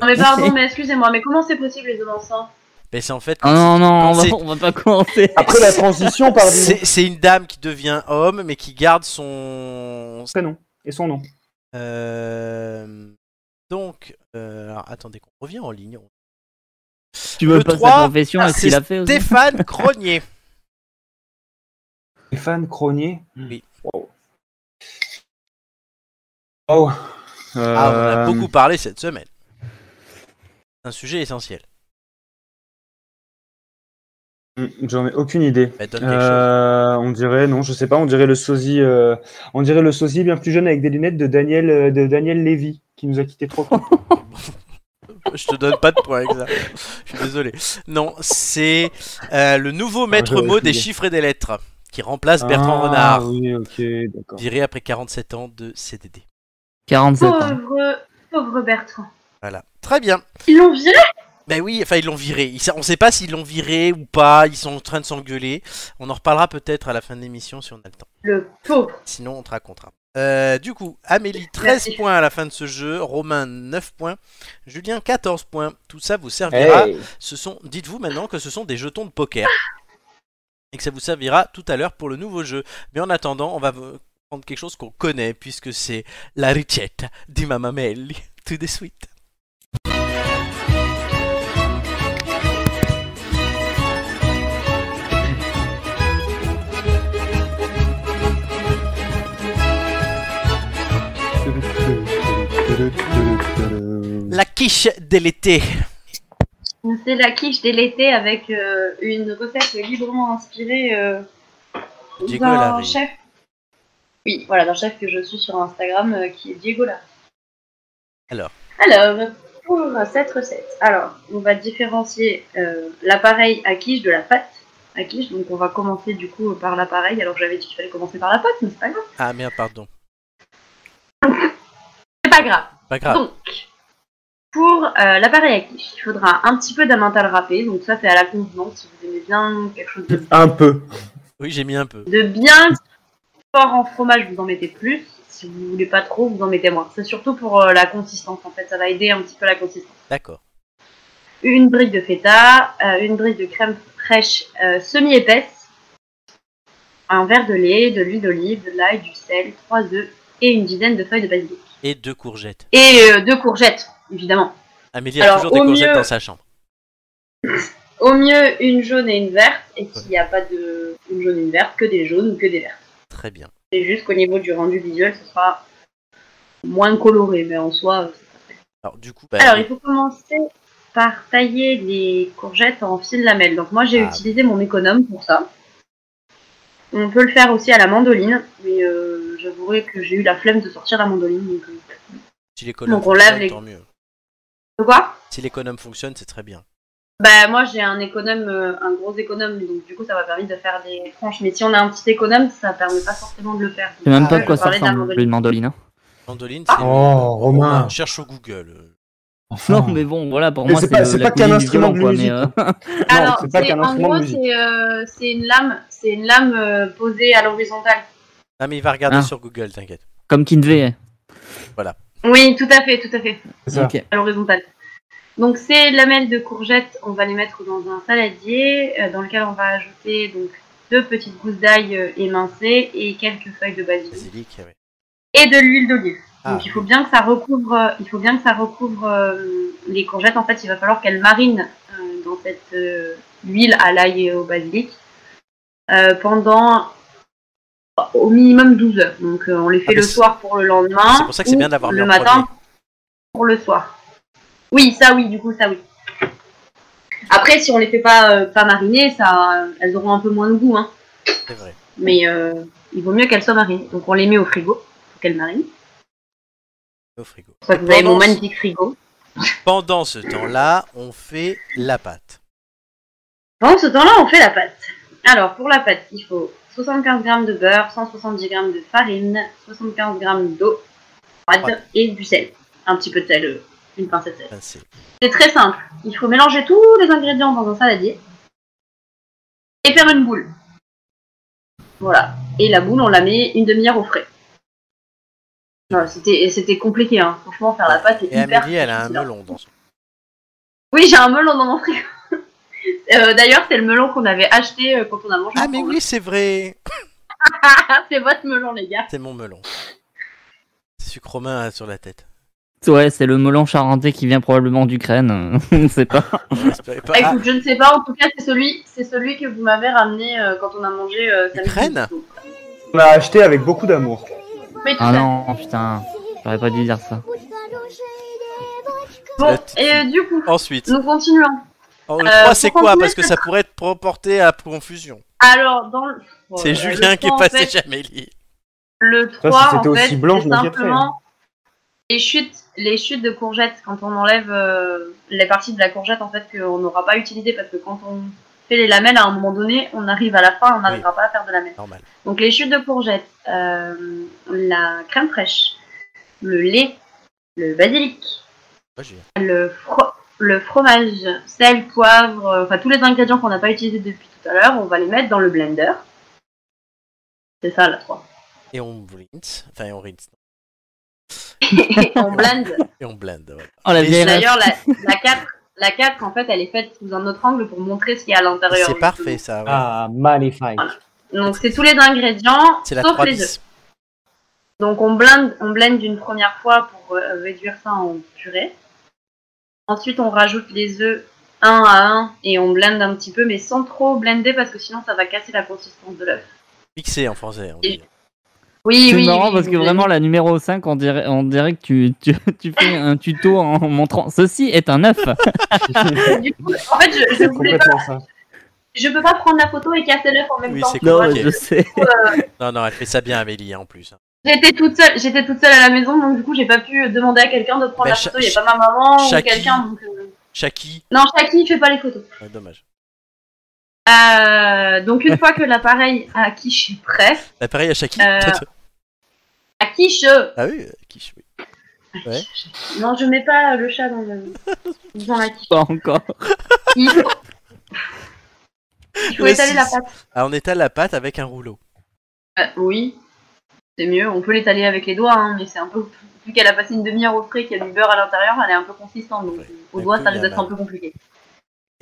Speaker 4: Non mais pardon, mais excusez-moi, mais comment c'est possible les hein hommes enceintes
Speaker 1: Mais c'est en fait.
Speaker 3: Ah non, non, on va,
Speaker 1: C'est-
Speaker 3: on va pas commencer.
Speaker 2: Après la transition par du
Speaker 1: C'est c'est une dame qui devient homme, mais qui garde son.
Speaker 2: prénom et son nom.
Speaker 1: Euh, Donc, euh, alors, attendez qu'on revient en ligne.
Speaker 3: Tu
Speaker 1: le
Speaker 3: veux pas
Speaker 1: trois,
Speaker 3: sa
Speaker 2: Ah,
Speaker 3: confession et ce
Speaker 1: c'est
Speaker 3: qu'il a fait aussi
Speaker 1: Stéphane Grenier.
Speaker 2: Stéphane Cronier.
Speaker 1: Oui.
Speaker 2: Wow. Wow.
Speaker 1: Ah, on en a
Speaker 2: Euh,
Speaker 1: beaucoup parlé cette semaine. C'est un sujet essentiel.
Speaker 2: mm, J'en ai aucune idée.
Speaker 1: Bah, donne quelque
Speaker 2: Euh, on dirait, non, je sais pas, on dirait le sosie, euh, on dirait le sosie bien plus jeune avec des lunettes de Daniel, euh, de Daniel Lévy, qui nous a quitté trop tôt.
Speaker 1: Je te donne pas de points avec ça. Je suis désolé. Non, c'est euh, le nouveau maître
Speaker 2: j'avais
Speaker 1: mot des
Speaker 2: oublié.
Speaker 1: chiffres et des lettres qui remplace Bertrand
Speaker 2: Ah,
Speaker 1: Renard,
Speaker 2: Oui, ok, d'accord.
Speaker 1: viré après 47 ans de CDD.
Speaker 3: 47 ans.
Speaker 4: Pauvre, pauvre Bertrand.
Speaker 1: Voilà. Très bien.
Speaker 4: Ils l'ont viré
Speaker 1: Ben oui, enfin ils l'ont viré. Ils sa- on sait pas s'ils l'ont viré ou pas. Ils sont en train de s'engueuler. On en reparlera peut-être à la fin de l'émission si on a le temps.
Speaker 4: Le pauvre.
Speaker 1: Sinon, on te racontera. Euh, du coup, Amélie, 13
Speaker 4: Merci.
Speaker 1: points à la fin de ce jeu, Romain, 9 points, Julien, 14 points. Tout ça vous servira.
Speaker 2: Hey.
Speaker 1: Ce sont, dites-vous maintenant que ce sont des jetons de poker. Et que ça vous servira tout à l'heure pour le nouveau jeu. Mais en attendant, on va vous prendre quelque chose qu'on connaît, puisque c'est la ricetta di Mamma Melli. Tout de suite. La quiche de l'été.
Speaker 4: C'est la quiche délétée avec euh, une recette librement inspirée euh,
Speaker 1: Diego
Speaker 4: d'un
Speaker 1: Larry.
Speaker 4: chef. Oui, voilà, d'un chef que je suis sur Instagram euh, qui est Diego Larry.
Speaker 1: Alors.
Speaker 4: Alors, pour cette recette, alors, on va différencier euh, l'appareil à quiche de la pâte à quiche. Donc, on va commencer du coup par l'appareil. Alors, j'avais dit qu'il fallait commencer par la pâte, mais c'est pas grave.
Speaker 1: Ah merde, pardon.
Speaker 4: C'est pas grave.
Speaker 1: Pas grave.
Speaker 4: Donc, pour euh, l'appareil à quiche, il faudra un petit peu d'amental râpé. Donc, ça, c'est à la convenance. Si vous aimez bien quelque chose de,
Speaker 2: Un peu.
Speaker 1: Oui, j'ai mis un peu.
Speaker 4: de bien fort en fromage, vous en mettez plus. Si vous voulez pas trop, vous en mettez moins. C'est surtout pour euh, la consistance. En fait, ça va aider un petit peu la consistance.
Speaker 1: D'accord.
Speaker 4: Une brique de feta, euh, une brique de crème fraîche euh, semi-épaisse, un verre de lait, de l'huile d'olive, de l'ail, du sel, trois œufs et une dizaine de feuilles de basilic.
Speaker 1: Et deux courgettes.
Speaker 4: Et euh, deux courgettes, évidemment.
Speaker 1: Amélie a
Speaker 4: Alors,
Speaker 1: toujours des
Speaker 4: au
Speaker 1: courgettes
Speaker 4: mieux-
Speaker 1: dans sa chambre.
Speaker 4: Au mieux une jaune et une verte, et s'il n'y a pas de une jaune et une verte, que des jaunes ou que des vertes.
Speaker 1: Très bien.
Speaker 4: C'est juste qu'au niveau du rendu visuel, ce sera moins coloré, mais en soi. euh,
Speaker 1: Alors du coup, bah,
Speaker 4: Alors il faut commencer par tailler les courgettes en fines lamelles. Donc moi j'ai
Speaker 1: Ah.
Speaker 4: utilisé mon économe pour ça. On peut le faire aussi à la mandoline, mais euh, j'avouerai que j'ai eu la flemme de sortir la mandoline. Donc, euh,
Speaker 1: Si l'économe
Speaker 4: Donc, on lave
Speaker 1: fonctionne,
Speaker 4: les-
Speaker 1: tant mieux.
Speaker 4: de quoi
Speaker 1: Si l'économe fonctionne, c'est très bien.
Speaker 4: Bah moi j'ai un économe, euh, un gros économe, donc du coup ça m'a permis de faire des tranches. Mais si on a un petit économe, ça permet pas forcément de le faire. euh,
Speaker 3: Je sais même
Speaker 2: Ah,
Speaker 3: pas à
Speaker 2: je
Speaker 3: quoi ça
Speaker 4: parlais d'un
Speaker 3: ressemble
Speaker 4: mandoline.
Speaker 3: une mandoline. hein.
Speaker 1: Mandoline,
Speaker 4: Ah.
Speaker 1: c'est.
Speaker 2: Oh, Romain.
Speaker 1: Cherche au Google.
Speaker 2: Enfin.
Speaker 3: Non, mais bon, voilà, pour
Speaker 2: Mais
Speaker 3: moi,
Speaker 2: c'est
Speaker 3: c'est
Speaker 2: pas-
Speaker 3: le-
Speaker 2: c'est
Speaker 3: la
Speaker 2: pas qu'un
Speaker 3: cousine du
Speaker 2: instrument
Speaker 3: violon,
Speaker 2: de
Speaker 3: quoi,
Speaker 2: musique.
Speaker 3: mais, euh,
Speaker 2: Non,
Speaker 4: Alors,
Speaker 2: c'est pas
Speaker 4: c'est-
Speaker 2: qu'un
Speaker 4: en
Speaker 2: instrument
Speaker 4: gros,
Speaker 2: de musique.
Speaker 4: c'est euh, c'est une lame, c'est une lame euh, posée à l'horizontale.
Speaker 1: Ah, mais il va regarder
Speaker 3: Ah.
Speaker 1: sur Google, t'inquiète.
Speaker 3: Comme Kinvey.
Speaker 4: Oui, tout à fait, tout à fait,
Speaker 2: C'est ça.
Speaker 3: Ok.
Speaker 4: à l'horizontale. Donc ces lamelles de courgettes, on va les mettre dans un saladier euh, dans lequel on va ajouter donc deux petites gousses d'ail euh, émincées et quelques feuilles de basilic
Speaker 1: Basilic, eh ouais.
Speaker 4: et de l'huile d'olive.
Speaker 1: Ah.
Speaker 4: Donc il faut bien que ça recouvre, euh, il faut bien que ça recouvre euh, les courgettes. En fait, il va falloir qu'elles marinent euh, dans cette euh, huile à l'ail et au basilic euh, pendant au minimum 12 heures. Donc euh, on les fait
Speaker 1: Ah, mais
Speaker 4: le
Speaker 1: c'est-
Speaker 4: soir pour le lendemain.
Speaker 1: c'est pour ça que c'est
Speaker 4: ou
Speaker 1: bien de l'avoir mis
Speaker 4: le
Speaker 1: en
Speaker 4: matin
Speaker 1: premier.
Speaker 4: pour le soir. Oui, ça oui, du coup ça oui. Après, si on les fait pas euh, pas mariner, ça, euh, elles auront un peu moins de goût. Hein
Speaker 1: C'est vrai.
Speaker 4: mais euh, il vaut mieux qu'elles soient marines. Donc on les met au frigo pour qu'elles marinent.
Speaker 1: Au frigo.
Speaker 4: Soit que vous avez mon
Speaker 1: Pendant ce-
Speaker 4: magnifique frigo.
Speaker 1: Pendant ce temps-là, on fait la pâte.
Speaker 4: Pendant ce temps-là, on fait la pâte. Alors pour la pâte, il faut 75 g de beurre, 170 g de farine, 75 g d'eau froide
Speaker 1: Froide.
Speaker 4: et du sel. Un petit peu de sel, euh, une pincée de sel.
Speaker 1: Enfin, Ben, c'est-
Speaker 4: C'est très simple. Il faut mélanger tous les ingrédients dans un saladier et faire une boule. Voilà. Et la boule, on la met une demi-heure au frais. Voilà, c'était c'était compliqué, hein. franchement, faire la pâte est
Speaker 1: Et
Speaker 4: hyper
Speaker 1: Amélie, elle a un
Speaker 4: difficile, hein.
Speaker 1: melon dans son.
Speaker 4: Oui, j'ai un melon dans mon frigo. Euh, D'ailleurs, c'est le melon qu'on avait acheté euh, quand on a mangé.
Speaker 1: Ah, mais
Speaker 4: ensemble.
Speaker 1: oui, c'est vrai
Speaker 4: c'est votre melon, les gars.
Speaker 1: C'est mon melon. Sucre romain euh, sur la tête.
Speaker 3: Ouais, c'est le melon charentais qui vient probablement d'Ukraine. On ne sait pas.
Speaker 1: J'espérais pas-
Speaker 4: Ah,
Speaker 1: Ah,
Speaker 4: écoute, je ne sais pas, en tout cas, c'est celui, c'est celui que vous m'avez ramené euh, quand on a mangé euh, samedi.
Speaker 1: Ukraine
Speaker 2: On a acheté avec beaucoup d'amour.
Speaker 4: Mais tout
Speaker 3: Ah
Speaker 4: à
Speaker 3: non, putain, j'aurais pas dû dire ça.
Speaker 4: fait. Bon,
Speaker 1: petite-
Speaker 4: et euh, du coup,
Speaker 1: Ah, Ensuite,
Speaker 4: nous continuons.
Speaker 1: en- le
Speaker 4: euh,
Speaker 1: 3 c'est
Speaker 4: pour
Speaker 1: quoi
Speaker 4: continuer,
Speaker 1: Parce que ça pourrait être porté à confusion.
Speaker 4: Alors, dans le.
Speaker 1: C'est
Speaker 4: Euh,
Speaker 1: Julien
Speaker 4: le
Speaker 1: qui est
Speaker 4: trois, en
Speaker 1: passé
Speaker 4: fait,
Speaker 1: chez Amélie.
Speaker 4: Le
Speaker 2: si
Speaker 4: 3,
Speaker 2: c'était
Speaker 4: en
Speaker 2: aussi
Speaker 4: fait,
Speaker 2: blanc, je hein.
Speaker 4: c'est
Speaker 2: m'inquiéterais,
Speaker 4: simplement les chutes, les chutes de courgettes, quand on enlève euh, les parties de la courgette, en fait, qu'on n'aura pas utilisées, parce que quand on fait les lamelles, à un moment donné, on arrive à la fin, on n'arrivera pas à faire de lamelles.
Speaker 1: Normal.
Speaker 4: Donc, les chutes de courgettes, euh, la crème fraîche, le lait, le basilic,
Speaker 1: Ouais, Julien.
Speaker 4: le, fro- le fromage, sel, poivre, euh, enfin tous les ingrédients qu'on n'a pas utilisés depuis tout à l'heure, on va les mettre dans le blender. C'est ça la 3.
Speaker 1: Et on rinse. Enfin, et on rinse.
Speaker 4: on blend.
Speaker 1: Et on blend. voilà.
Speaker 3: Oh la
Speaker 1: Et
Speaker 3: vieille
Speaker 4: D'ailleurs, la, la 4, la 4, en fait, elle est faite sous un autre angle pour montrer ce qu'il y a à l'intérieur.
Speaker 1: C'est
Speaker 4: justement.
Speaker 1: parfait, ça. ouais.
Speaker 2: Ah, magnifique.
Speaker 4: Donc c'est tous les ingrédients,
Speaker 1: C'est la
Speaker 4: sauf
Speaker 1: 3
Speaker 4: les œufs.
Speaker 1: bis.
Speaker 4: Donc on blende, on blende une première fois pour euh, réduire ça en purée. Ensuite, on rajoute les œufs un à un et on blende un petit peu, mais sans trop blender parce que sinon ça va casser la consistance de l'œuf.
Speaker 1: Mixé en français. on
Speaker 4: Et-
Speaker 1: dit.
Speaker 4: Oui,
Speaker 3: C'est
Speaker 4: oui.
Speaker 3: marrant
Speaker 4: oui,
Speaker 3: parce que
Speaker 4: oui.
Speaker 3: vraiment la numéro 5, on dirait, on dirait que tu, tu, tu fais un tuto en montrant ceci est un œuf.
Speaker 4: Du coup, en fait, je, je
Speaker 2: C'est
Speaker 4: voulais pas,
Speaker 2: complètement ça.
Speaker 4: je peux pas prendre la photo et casser l'œuf en même
Speaker 1: Oui,
Speaker 4: temps.
Speaker 1: c'est
Speaker 4: tu vois.
Speaker 1: cool.
Speaker 3: mais sais.
Speaker 1: Non, non, elle fait ça bien, Amélie, hein, en plus.
Speaker 4: J'étais toute seule, j'étais toute seule à la maison, donc du coup, j'ai pas pu demander à quelqu'un de prendre
Speaker 1: Bah,
Speaker 4: la
Speaker 1: cha-
Speaker 4: photo. Il y a pas ma maman
Speaker 1: Chaki.
Speaker 4: ou quelqu'un. Donc, euh,
Speaker 1: Chaki.
Speaker 4: Non, Chaki, il fait pas les photos.
Speaker 1: Ouais, dommage.
Speaker 4: Euh, donc une fois que l'appareil à quiche est prêt,
Speaker 1: Bah, pareil à Chaki.
Speaker 4: Euh, à quiche. euh,
Speaker 1: Ah oui, euh, quiche, oui. Ouais.
Speaker 4: Non, je mets pas euh, le chat dans, le... dans la quiche.
Speaker 3: Pas encore.
Speaker 4: Il faut, il faut
Speaker 1: Le
Speaker 4: étaler la
Speaker 1: six.
Speaker 4: pâte.
Speaker 1: Ah, on étale la pâte avec un rouleau.
Speaker 4: Euh, oui, c'est mieux. On peut l'étaler avec les doigts, hein, mais c'est un peu. Vu qu'elle a passé une demi-heure au frais, qu'il y a du beurre à l'intérieur, elle est un peu consistante. Donc, euh,
Speaker 1: Ouais.
Speaker 4: au
Speaker 1: Un
Speaker 4: doigt,
Speaker 1: peu
Speaker 4: ça risque
Speaker 1: la
Speaker 4: d'être un
Speaker 1: main.
Speaker 4: peu compliqué.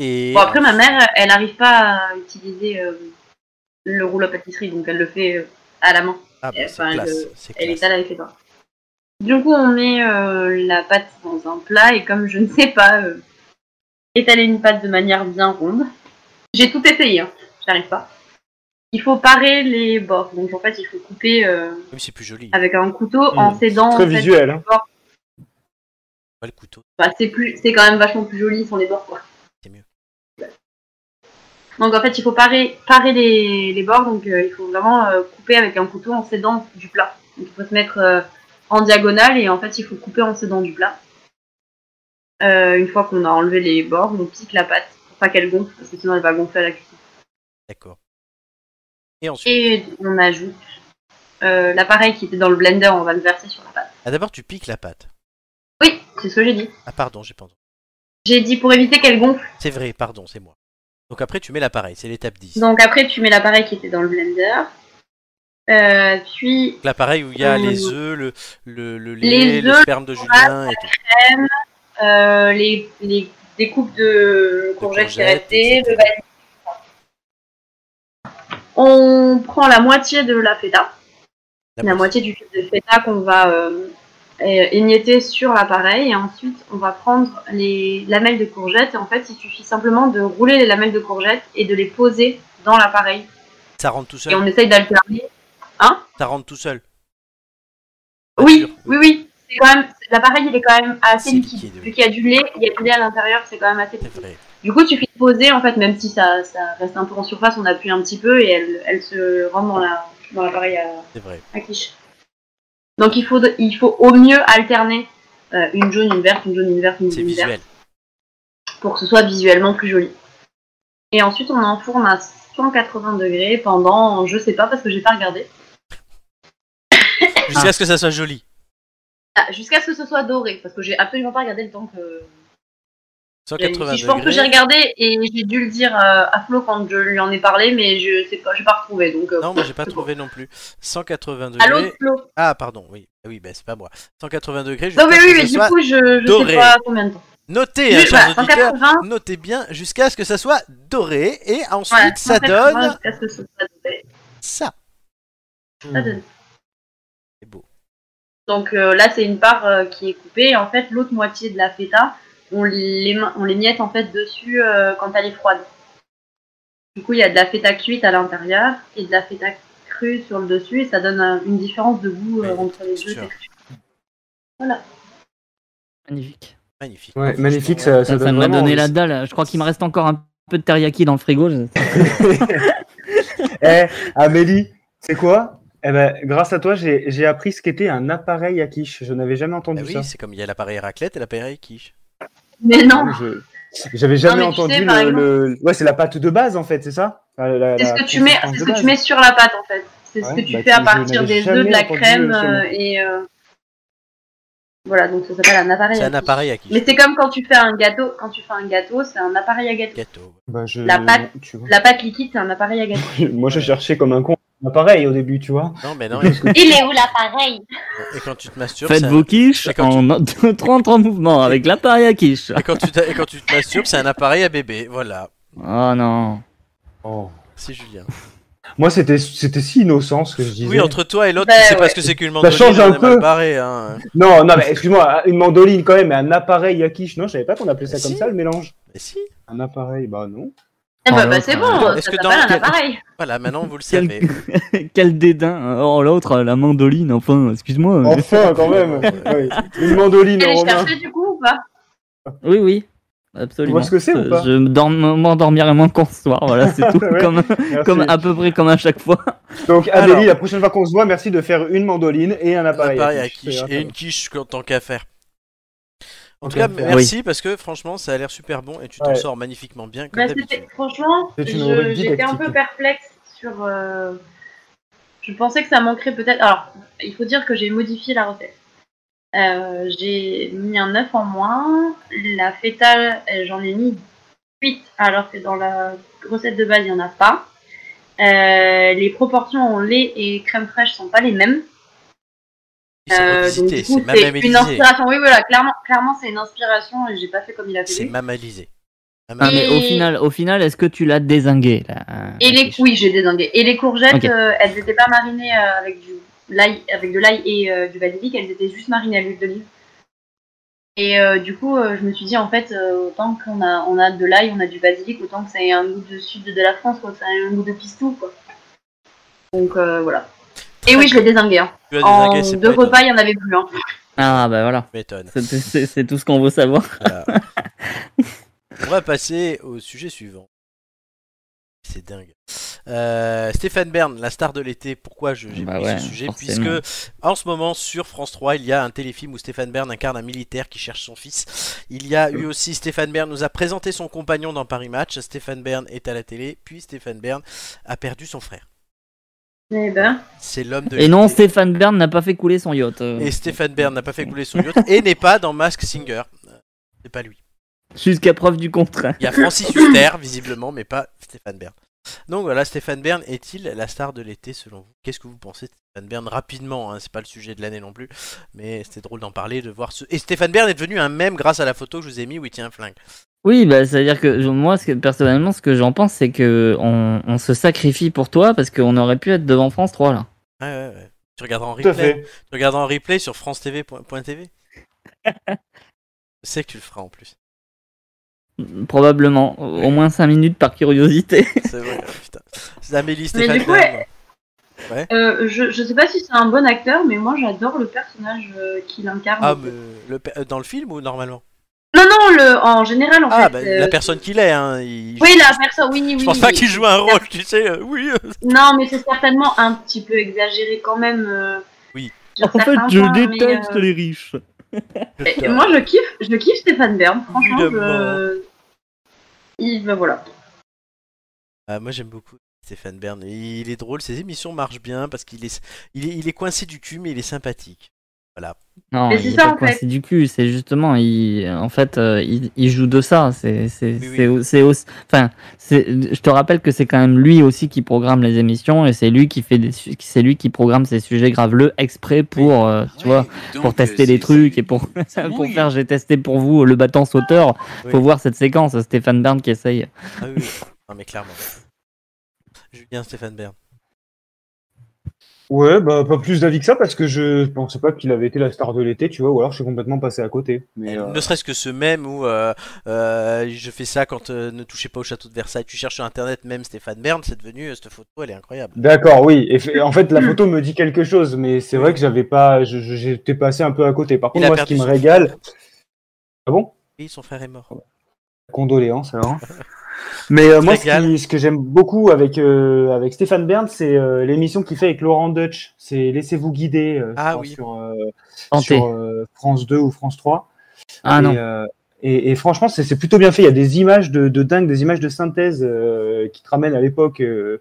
Speaker 1: Et
Speaker 4: Bon, après, ma mère, elle n'arrive pas à utiliser euh, le rouleau à pâtisserie, donc elle le fait euh, à la main.
Speaker 1: Ah, bah, c'est
Speaker 4: enfin,
Speaker 1: classe.
Speaker 4: le-
Speaker 1: c'est
Speaker 4: Elle
Speaker 1: classe.
Speaker 4: étale avec les doigts. Du coup, on met euh, la pâte dans un plat, et comme je ne sais pas euh, étaler une pâte de manière bien ronde, j'ai tout essayé, hein, j'arrive pas. Il faut parer les bords, donc en fait, il faut couper. euh,
Speaker 1: Oui, mais Hmm. c'est Ah plus joli.
Speaker 4: avec un couteau
Speaker 2: Mmh.
Speaker 4: en s'aidant
Speaker 2: Très
Speaker 4: en fait,
Speaker 2: visuel. hein.
Speaker 1: Pas le couteau.
Speaker 4: Enfin, c'est plus, c'est quand même vachement plus joli sans les bords, quoi.
Speaker 1: C'est mieux.
Speaker 4: Donc en fait, il faut parer, parer les, les bords, donc euh, il faut vraiment euh, couper avec un couteau en s'aidant du plat. Donc il faut se mettre euh, en diagonale et en fait, il faut couper en s'aidant du plat. Euh, une fois qu'on a enlevé les bords, on pique la pâte pour pas qu'elle gonfle, parce que sinon elle va gonfler à la cuisson.
Speaker 1: D'accord. Et ensuite.
Speaker 4: Et on ajoute euh, l'appareil qui était dans le blender, on va le verser sur la pâte.
Speaker 1: Ah, d'abord, tu piques la pâte.
Speaker 4: Oui, c'est ce que j'ai dit.
Speaker 1: Ah, pardon, j'ai pas entendu.
Speaker 4: J'ai dit pour éviter qu'elle gonfle.
Speaker 1: C'est vrai, pardon, c'est moi. Donc après, tu mets l'appareil, c'est l'étape 10.
Speaker 4: Donc après, tu mets l'appareil qui était dans le blender. Euh, puis
Speaker 1: Donc, L'appareil où il y a
Speaker 4: Mm.
Speaker 1: les œufs, le, le, le lait,
Speaker 4: Les
Speaker 1: le
Speaker 4: œufs,
Speaker 1: sperme de Julien et tout.
Speaker 4: euh, les, les découpes de courgettes qui
Speaker 1: courgettes,
Speaker 4: restaient,
Speaker 1: etc.
Speaker 4: le vanille. On prend la moitié de la feta,
Speaker 1: La
Speaker 4: la moitié du fil de feta qu'on va euh, é- émietter sur l'appareil et ensuite on va prendre les lamelles de courgettes et en fait il suffit simplement de rouler les lamelles de courgettes et de les poser dans l'appareil
Speaker 1: Ça rentre tout
Speaker 4: et
Speaker 1: seul.
Speaker 4: on essaye d'alterner.
Speaker 1: Ça rentre tout seul. Pas sûr.
Speaker 4: Oui, oui, oui. C'est quand même l'appareil il est quand même assez
Speaker 1: C'est
Speaker 4: liquide.
Speaker 1: liquide, oui.
Speaker 4: Vu qu'il y a du lait, il y a du lait à l'intérieur, c'est quand même assez
Speaker 1: C'est
Speaker 4: liquide.
Speaker 1: vrai.
Speaker 4: Du coup, tu fais poser, en fait, même si ça, ça reste un peu en surface, on appuie un petit peu et elle, elle se rentre dans la dans l'appareil à,
Speaker 1: C'est vrai.
Speaker 4: à quiche. Donc il faut, il faut au mieux alterner euh, une jaune, une verte, une jaune, une verte, une
Speaker 1: C'est
Speaker 4: jaune, une verte,
Speaker 1: visuel.
Speaker 4: pour que ce soit visuellement plus joli. Et ensuite, on enfourne à 180 degrés pendant, je sais pas parce que j'ai pas regardé,
Speaker 1: Jusqu'à ce que ça soit joli.
Speaker 4: Ah, jusqu'à ce que ce soit doré, parce que j'ai absolument pas regardé le temps que.
Speaker 1: 180
Speaker 4: Si je pense que j'ai
Speaker 1: degrés.
Speaker 4: regardé et j'ai dû le dire euh, à Flo quand je lui en ai parlé, mais je sais pas, j'ai pas retrouvé donc. euh,
Speaker 1: Non, moi j'ai pas
Speaker 4: c'est bon.
Speaker 1: trouvé non plus. 180
Speaker 4: À l'autre
Speaker 1: degrés.
Speaker 4: Flo.
Speaker 1: Ah, pardon, oui. Ah Oui, ben c'est pas moi. 180 degrés.
Speaker 4: Non mais
Speaker 1: jusqu'à ce
Speaker 4: oui,
Speaker 1: que
Speaker 4: mais
Speaker 1: ce
Speaker 4: du
Speaker 1: soit-
Speaker 4: coup, je, je
Speaker 1: doré.
Speaker 4: sais pas combien de temps.
Speaker 1: Notez, hein,
Speaker 4: Juste, bah,
Speaker 1: chers
Speaker 4: voilà,
Speaker 1: auditeurs,
Speaker 4: 180,
Speaker 1: notez bien jusqu'à ce que ça soit doré et ensuite
Speaker 4: voilà,
Speaker 1: ça
Speaker 4: 180,
Speaker 1: donne
Speaker 4: jusqu'à ce que ce soit doré.
Speaker 1: ça.
Speaker 4: Ça donne.
Speaker 1: Hmm. C'est beau.
Speaker 4: Donc euh, là, c'est une part euh, qui est coupée. Et En fait, l'autre moitié de la feta, on les, ma- on les miette en fait dessus euh, quand elle est froide. Du coup, il y a de la feta cuite à l'intérieur et de la feta crue sur le dessus, et ça donne euh, une différence de goût euh,
Speaker 1: Ouais,
Speaker 4: entre les
Speaker 1: c'est
Speaker 4: deux
Speaker 1: sûr.
Speaker 4: textures.
Speaker 3: Magnifique.
Speaker 1: Magnifique.
Speaker 2: Ouais, magnifique,
Speaker 1: Franchement,
Speaker 2: ça,
Speaker 3: Ça
Speaker 2: ça,
Speaker 3: ça
Speaker 2: donne
Speaker 3: m'a
Speaker 2: vraiment
Speaker 3: donné
Speaker 2: envie.
Speaker 3: la dalle. Je crois qu'il me reste encore un peu de teriyaki dans le frigo. Je-
Speaker 2: Eh, Amélie, c'est quoi Eh ben, grâce à toi, j'ai j'ai appris ce qu'était un appareil à quiche. Je n'avais jamais
Speaker 1: Bah
Speaker 2: entendu
Speaker 1: oui,
Speaker 2: ça.
Speaker 1: c'est comme il y a l'appareil raclette et l'appareil quiche.
Speaker 4: Mais non,
Speaker 2: Je- J'avais jamais
Speaker 4: Non, mais tu
Speaker 2: entendu
Speaker 4: sais, par
Speaker 2: le, le- Ouais, c'est la pâte de base en fait, c'est ça La- la-
Speaker 4: C'est ce
Speaker 2: la
Speaker 4: que tu mets,
Speaker 2: consistance
Speaker 4: c'est
Speaker 2: de
Speaker 4: ce que
Speaker 2: base.
Speaker 4: tu mets sur la pâte en fait. C'est ce
Speaker 2: Ouais,
Speaker 4: que tu
Speaker 2: bah,
Speaker 4: fais à
Speaker 2: je
Speaker 4: partir
Speaker 2: n'avais
Speaker 4: des
Speaker 2: jamais
Speaker 4: œufs, de la
Speaker 2: entendu,
Speaker 4: crème
Speaker 2: euh, ce
Speaker 4: euh, et euh, voilà donc ça s'appelle un appareil.
Speaker 1: C'est
Speaker 4: à
Speaker 1: un
Speaker 4: Ah, quiche.
Speaker 1: appareil à quiche.
Speaker 4: Mais c'est comme quand tu fais un gâteau, quand tu fais un gâteau, c'est un appareil à gâteau.
Speaker 1: Gâteau.
Speaker 2: Bah, je-
Speaker 4: la pâte.
Speaker 2: tu vois.
Speaker 4: La pâte liquide, c'est un appareil à gâteau.
Speaker 2: Moi, je cherchais comme un con un appareil au début, tu vois.
Speaker 1: Non, mais non. Et,
Speaker 4: Il est où l'appareil
Speaker 1: et quand tu te masturbes,
Speaker 3: Faites
Speaker 1: c'est un-
Speaker 3: vos quiches
Speaker 1: Et quand
Speaker 3: en 30 en mouvement avec l'appareil à quiche.
Speaker 1: et quand tu t'a- et quand tu te masturbes, c'est un appareil à bébé. Voilà.
Speaker 3: Oh non.
Speaker 1: C'est Julien.
Speaker 2: Moi, c'était c'était si innocent ce que je disais.
Speaker 1: Oui, entre toi et l'autre,
Speaker 4: Bah,
Speaker 1: tu sais pas
Speaker 4: ouais.
Speaker 1: ce que c'est qu'une mandoline.
Speaker 2: change un
Speaker 1: on est mal
Speaker 2: peu.
Speaker 1: barré, hein.
Speaker 2: Non, non, mais excuse-moi, une mandoline quand même, mais un appareil à quiche. Non, je savais pas qu'on appelait ça
Speaker 1: Bah Si.
Speaker 2: comme ça le mélange.
Speaker 1: Mais si.
Speaker 2: Un appareil, bah non.
Speaker 1: Ah,
Speaker 4: Eh bah,
Speaker 3: Oh,
Speaker 4: bah, c'est
Speaker 3: l'autre.
Speaker 4: bon, ça
Speaker 1: Est-ce que dans
Speaker 4: s'appelle un
Speaker 1: quel-
Speaker 4: appareil.
Speaker 1: Voilà, maintenant vous le
Speaker 3: Quel-
Speaker 1: savez.
Speaker 3: Quel dédain. Oh l'autre, la mandoline, enfin, excuse-moi.
Speaker 2: Enfin, quand même. Oui. Une mandoline,
Speaker 4: Tu les
Speaker 2: Romain.
Speaker 4: chercher du coup ou pas
Speaker 3: Oui, oui. Absolument.
Speaker 2: Tu vois ce que c'est ou pas
Speaker 3: Je dors- m'endormirais moins qu'en soir, voilà, c'est tout.
Speaker 2: Ouais.
Speaker 3: comme,
Speaker 2: Merci.
Speaker 3: comme à peu près comme à chaque fois.
Speaker 2: Donc,
Speaker 1: Alors.
Speaker 2: Amélie, la prochaine fois qu'on se voit, merci de faire une mandoline et un
Speaker 1: Un
Speaker 2: appareil,
Speaker 1: appareil à quiche et une quiche en tant qu'à faire. En tout cas, merci parce que franchement, ça a l'air super bon et tu t'en
Speaker 2: Ouais.
Speaker 1: sors magnifiquement bien comme
Speaker 4: Bah,
Speaker 1: d'habitude.
Speaker 4: c'était- Franchement,
Speaker 2: C'est une
Speaker 4: je-
Speaker 2: rubrique
Speaker 4: j'étais un peu
Speaker 2: didactique.
Speaker 4: perplexe sur. euh, Je pensais que ça manquerait peut-être. Alors, il faut dire que j'ai modifié la recette. Euh, j'ai mis un œuf en moins. La feta, euh, j'en ai mis 8, alors que dans la recette de base, il n'y en a pas. Euh, les proportions en lait et crème fraîche sont pas les mêmes.
Speaker 1: Ils sont
Speaker 4: Euh, donc,
Speaker 1: revisité,
Speaker 4: du coup,
Speaker 1: c'est
Speaker 4: c'est une
Speaker 1: mamalisé.
Speaker 4: inspiration. Oui, voilà, clairement, clairement c'est une inspiration et j'ai pas fait comme il a fait.
Speaker 1: C'est
Speaker 4: lui.
Speaker 1: mamalisé. Mamal-
Speaker 3: Ah, mais au
Speaker 4: Et-
Speaker 3: final, au final est-ce que tu l'as désingué là euh,
Speaker 4: Et
Speaker 3: la
Speaker 4: les
Speaker 3: quiche
Speaker 4: oui, j'ai désingué. Et les courgettes,
Speaker 3: Ok.
Speaker 4: euh, elles n'étaient pas marinées euh, avec du l'ail, avec de l'ail et euh, du basilic, elles étaient juste marinées à l'huile d'olive. Et euh, du coup, euh, je me suis dit en fait, euh, autant qu'on a on a de l'ail, on a du basilic, autant que ça ait un goût de sud de la France, quoi, que ça ait un goût de pistou, quoi. Donc euh, voilà.
Speaker 1: Très
Speaker 4: et oui,
Speaker 1: bien.
Speaker 4: je l'ai désingué. hein.
Speaker 1: Tu as des
Speaker 4: En
Speaker 1: aguets, c'est
Speaker 4: deux
Speaker 1: pas
Speaker 4: repas, il y en avait plus. hein.
Speaker 1: étonnant.
Speaker 3: Ah bah voilà,
Speaker 1: m'étonne.
Speaker 3: c'est- c'est c'est tout ce qu'on veut savoir.
Speaker 1: Voilà. On va passer au sujet suivant. C'est dingue. Euh, Stéphane Bern, la star de l'été. Pourquoi je- j'ai
Speaker 3: Bah
Speaker 1: pris
Speaker 3: ouais,
Speaker 1: ce sujet
Speaker 3: forcément.
Speaker 1: Puisque en ce moment sur France 3, il y a un téléfilm où Stéphane Bern incarne un militaire qui cherche son fils. Il y a eu
Speaker 3: Oh.
Speaker 1: aussi Stéphane Bern nous a présenté son compagnon dans Paris Match. Stéphane Bern est à la télé, puis Stéphane Bern a perdu son frère.
Speaker 4: Eh ben,
Speaker 1: C'est l'homme de
Speaker 3: Et non,
Speaker 1: l'été.
Speaker 3: Stéphane Bern n'a pas fait couler son yacht. euh,
Speaker 1: Et Stéphane Bern n'a pas fait couler son yacht et n'est pas dans Mask Singer. Euh, C'est pas lui.
Speaker 3: Jusqu'à preuve du contraire.
Speaker 1: Il y a Francis Huster, visiblement, mais pas Stéphane Bern. Donc voilà, Stéphane Bern est-il la star de l'été selon vous Qu'est-ce que vous pensez de Stéphane Bern Rapidement, hein, c'est pas le sujet de l'année non plus, mais c'était drôle d'en parler, de voir ce. Et Stéphane Bern est devenu un mème grâce à la photo que je vous ai mis où il tient un flingue.
Speaker 3: Oui, bah, c'est-à-dire que je- moi, ce que- personnellement, ce que j'en pense, c'est que on, on se sacrifie pour toi parce qu'on aurait pu être devant France 3 là.
Speaker 1: Ouais, ouais, ouais. Tu regarderas en
Speaker 2: Tout à
Speaker 1: replay.
Speaker 2: fait.
Speaker 1: Tu regarderas en replay sur francetv.tv. je sais que tu le feras en plus.
Speaker 3: Probablement, au au moins 5 minutes par curiosité.
Speaker 1: C'est vrai, putain. C'est Amélie
Speaker 4: Mais
Speaker 1: Stéphane
Speaker 4: du coup,
Speaker 1: Bern.
Speaker 4: euh, je, je sais pas si c'est un bon acteur, mais moi j'adore le personnage euh, qu'il incarne.
Speaker 1: Ah, mais le pe- dans le film ou normalement
Speaker 4: Non, non, le, en général, en
Speaker 1: Ah,
Speaker 4: fait.
Speaker 1: bah,
Speaker 4: euh,
Speaker 1: la personne qu'il est, hein. il-
Speaker 4: Oui, la personne, oui, oui.
Speaker 1: Je pense
Speaker 4: oui,
Speaker 1: pas
Speaker 4: oui.
Speaker 1: qu'il joue un rôle, tu sais. euh, oui, euh,
Speaker 4: Non, mais c'est certainement un petit peu exagéré quand même. euh,
Speaker 1: Oui.
Speaker 4: sur certains points, mais, euh,
Speaker 3: les riches.
Speaker 4: et- et moi, je kiffe, je kiffe Stéphane Bern. Franchement,
Speaker 1: de
Speaker 4: je. Il, ben voilà.
Speaker 1: Ah, moi j'aime beaucoup Stéphane Bern. Il il est drôle, ses émissions marchent bien parce qu'il est, il est, il est coincé du cul, mais il est sympathique.
Speaker 3: Non,
Speaker 4: Mais
Speaker 3: il
Speaker 4: c'est
Speaker 3: est
Speaker 4: ça,
Speaker 3: pas
Speaker 4: en
Speaker 3: coincé du cul, c'est justement, il, en fait, euh, il, il joue de ça. C'est, c'est,
Speaker 1: Oui,
Speaker 3: c'est, c'est aussi- enfin, c'est, je te rappelle que c'est quand même lui aussi qui programme les émissions et c'est lui qui fait des, su- c'est lui qui programme ces sujets graveleux exprès pour, euh, tu vois, pour tester
Speaker 1: euh,
Speaker 3: des trucs et pour, pour faire j'ai testé pour vous le battant sauteur. Faut
Speaker 1: Oui.
Speaker 3: voir cette séquence, Stéphane Bern qui essaye.
Speaker 1: Ah oui, oui. non mais clairement. Julien Stéphane Bern.
Speaker 2: Ouais, bah, pas plus d'avis que ça parce que je pensais pas qu'il avait été la star de l'été, tu vois, ou alors je suis complètement passé à côté. Mais, euh,
Speaker 1: Ne serait-ce que ce même où euh, euh, je fais ça quand euh, ne touchez pas au château de Versailles. Tu cherches sur internet même Stéphane Bern, c'est devenu euh, cette photo, elle est incroyable.
Speaker 2: D'accord, oui. Et fait- en fait, la photo me dit quelque chose, mais c'est vrai que j'avais pas, je- je- j'étais passé un peu à côté. Par
Speaker 1: Il
Speaker 2: contre,
Speaker 1: a
Speaker 2: moi, ce
Speaker 1: perdu
Speaker 2: qui me
Speaker 1: son
Speaker 2: régale, ah bon
Speaker 1: Oui, son frère est mort.
Speaker 2: Condoléances alors. Mais euh, moi, ce,
Speaker 1: Régale.
Speaker 2: qui- ce que j'aime beaucoup avec euh, avec Stéphane Bern, c'est euh, l'émission qu'il fait avec Laurent Deutsch. C'est Laissez-vous guider euh, je
Speaker 1: Ah
Speaker 2: crois,
Speaker 1: oui.
Speaker 2: sur, euh,
Speaker 3: Tenter.
Speaker 2: sur, euh, France 2 ou France 3.
Speaker 3: Ah
Speaker 2: et,
Speaker 3: non.
Speaker 2: euh, et, et franchement, c'est c'est plutôt bien fait. Il y a des images de, de dingue, des images de synthèse euh, qui te ramènent à l'époque euh,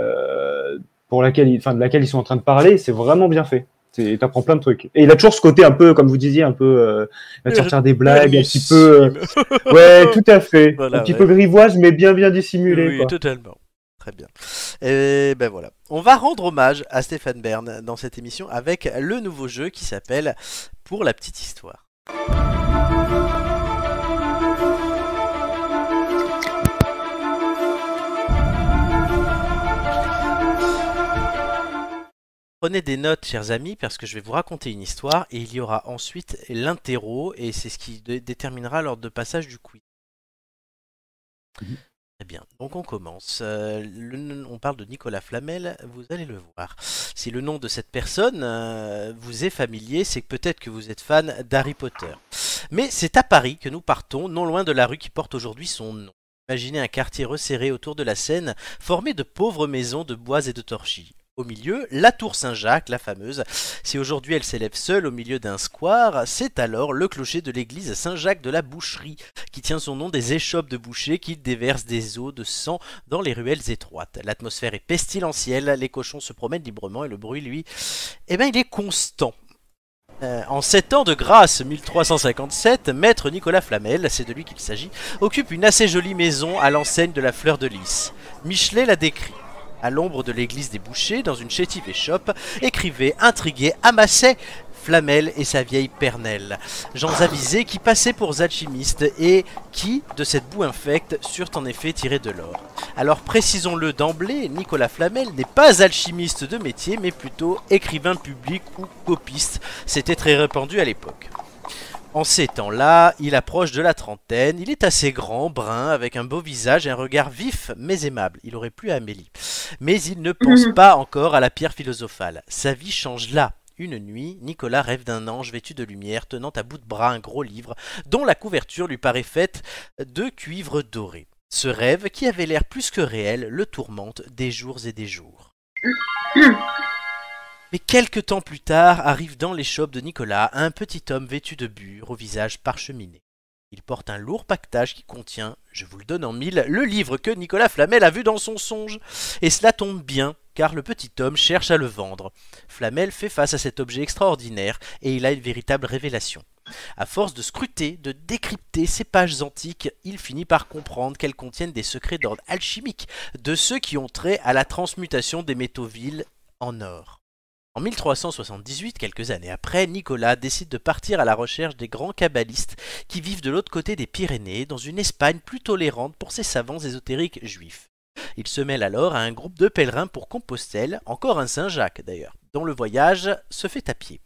Speaker 2: euh, pour laquelle, ils- enfin, de laquelle ils sont en train de parler. C'est vraiment bien fait. C'est- T'apprends plein de trucs. Et il a toujours ce côté un peu, comme vous disiez, un peu, euh, il va te sortir des
Speaker 4: Ah,
Speaker 2: blagues, un petit peu, euh, ouais, tout à fait,
Speaker 1: Voilà,
Speaker 2: un petit
Speaker 1: ouais.
Speaker 2: peu grivoise, mais bien, bien dissimulé.
Speaker 1: Oui,
Speaker 2: quoi.
Speaker 1: totalement. Très bien. Et ben voilà. On va rendre hommage à Stéphane Bern dans cette émission avec le nouveau jeu qui s'appelle Pour la petite histoire. Prenez des notes, chers amis, parce que je vais vous raconter une histoire et il y aura ensuite l'interro et c'est ce qui dé- déterminera l'ordre de passage du quiz. Très bien, donc on commence. Euh, le- on parle de Nicolas Flamel, vous allez le voir. Si le nom de cette personne euh, vous est familier, c'est que peut-être que vous êtes fan d'Harry Potter. Mais c'est à Paris que nous partons, non loin de la rue qui porte aujourd'hui son nom. Imaginez un quartier resserré autour de la Seine, formé de pauvres maisons de bois et de torchis. Au milieu, la tour Saint-Jacques, la fameuse. Si aujourd'hui elle s'élève seule au milieu d'un square, c'est alors le clocher de l'église Saint-Jacques de la Boucherie qui tient son nom des échoppes de bouchers qui déversent des eaux de sang dans les ruelles étroites. L'atmosphère est pestilentielle, les cochons se promènent librement et le bruit, lui, eh ben, il est constant. Euh, en sept ans de grâce 1357, maître Nicolas Flamel, c'est de lui qu'il s'agit, occupe une assez jolie maison à l'enseigne de la fleur de lys. Michelet la décrit. À l'ombre de l'église des bouchers, dans une chétive échoppe, écrivait, intriguait, amassait Flamel et sa vieille Pernelle gens avisés qui passaient pour alchimistes et qui, de cette boue infecte, surent en effet tirer de l'or. Alors précisons-le d'emblée, Nicolas Flamel n'est pas alchimiste de métier, mais plutôt écrivain public ou copiste. C'était très répandu à l'époque. En ces temps-là, il approche de la trentaine, il est assez grand, brun, avec un beau visage et un regard vif mais aimable. Il aurait plu à Amélie. Mais il ne pense pas encore à la pierre philosophale. Sa vie change là. Une nuit, Nicolas rêve d'un ange vêtu de lumière, tenant à bout de bras un gros livre, dont la couverture lui paraît faite de cuivre doré. Ce rêve, qui avait l'air plus que réel, le tourmente des jours et des jours. Mais quelque temps plus tard arrive dans l'échoppe de Nicolas un petit homme vêtu de bure, au visage parcheminé. Il porte un lourd pactage qui contient, je vous le donne en mille, le livre que Nicolas Flamel a vu dans son songe. Et cela tombe bien, car le petit homme cherche à le vendre. Flamel fait face à cet objet extraordinaire, et il a une véritable révélation. À force de scruter, de décrypter ces pages antiques, il finit par comprendre qu'elles contiennent des secrets d'ordre alchimique, de ceux qui ont trait à la transmutation des métaux vils en or. En 1378, quelques années après, Nicolas décide de partir à la recherche des grands kabbalistes qui vivent de l'autre côté des Pyrénées, dans une Espagne plus tolérante pour ses savants ésotériques juifs. Il se mêle alors à un groupe de pèlerins pour Compostelle, encore un Saint-Jacques d'ailleurs, dont le voyage se fait à pied.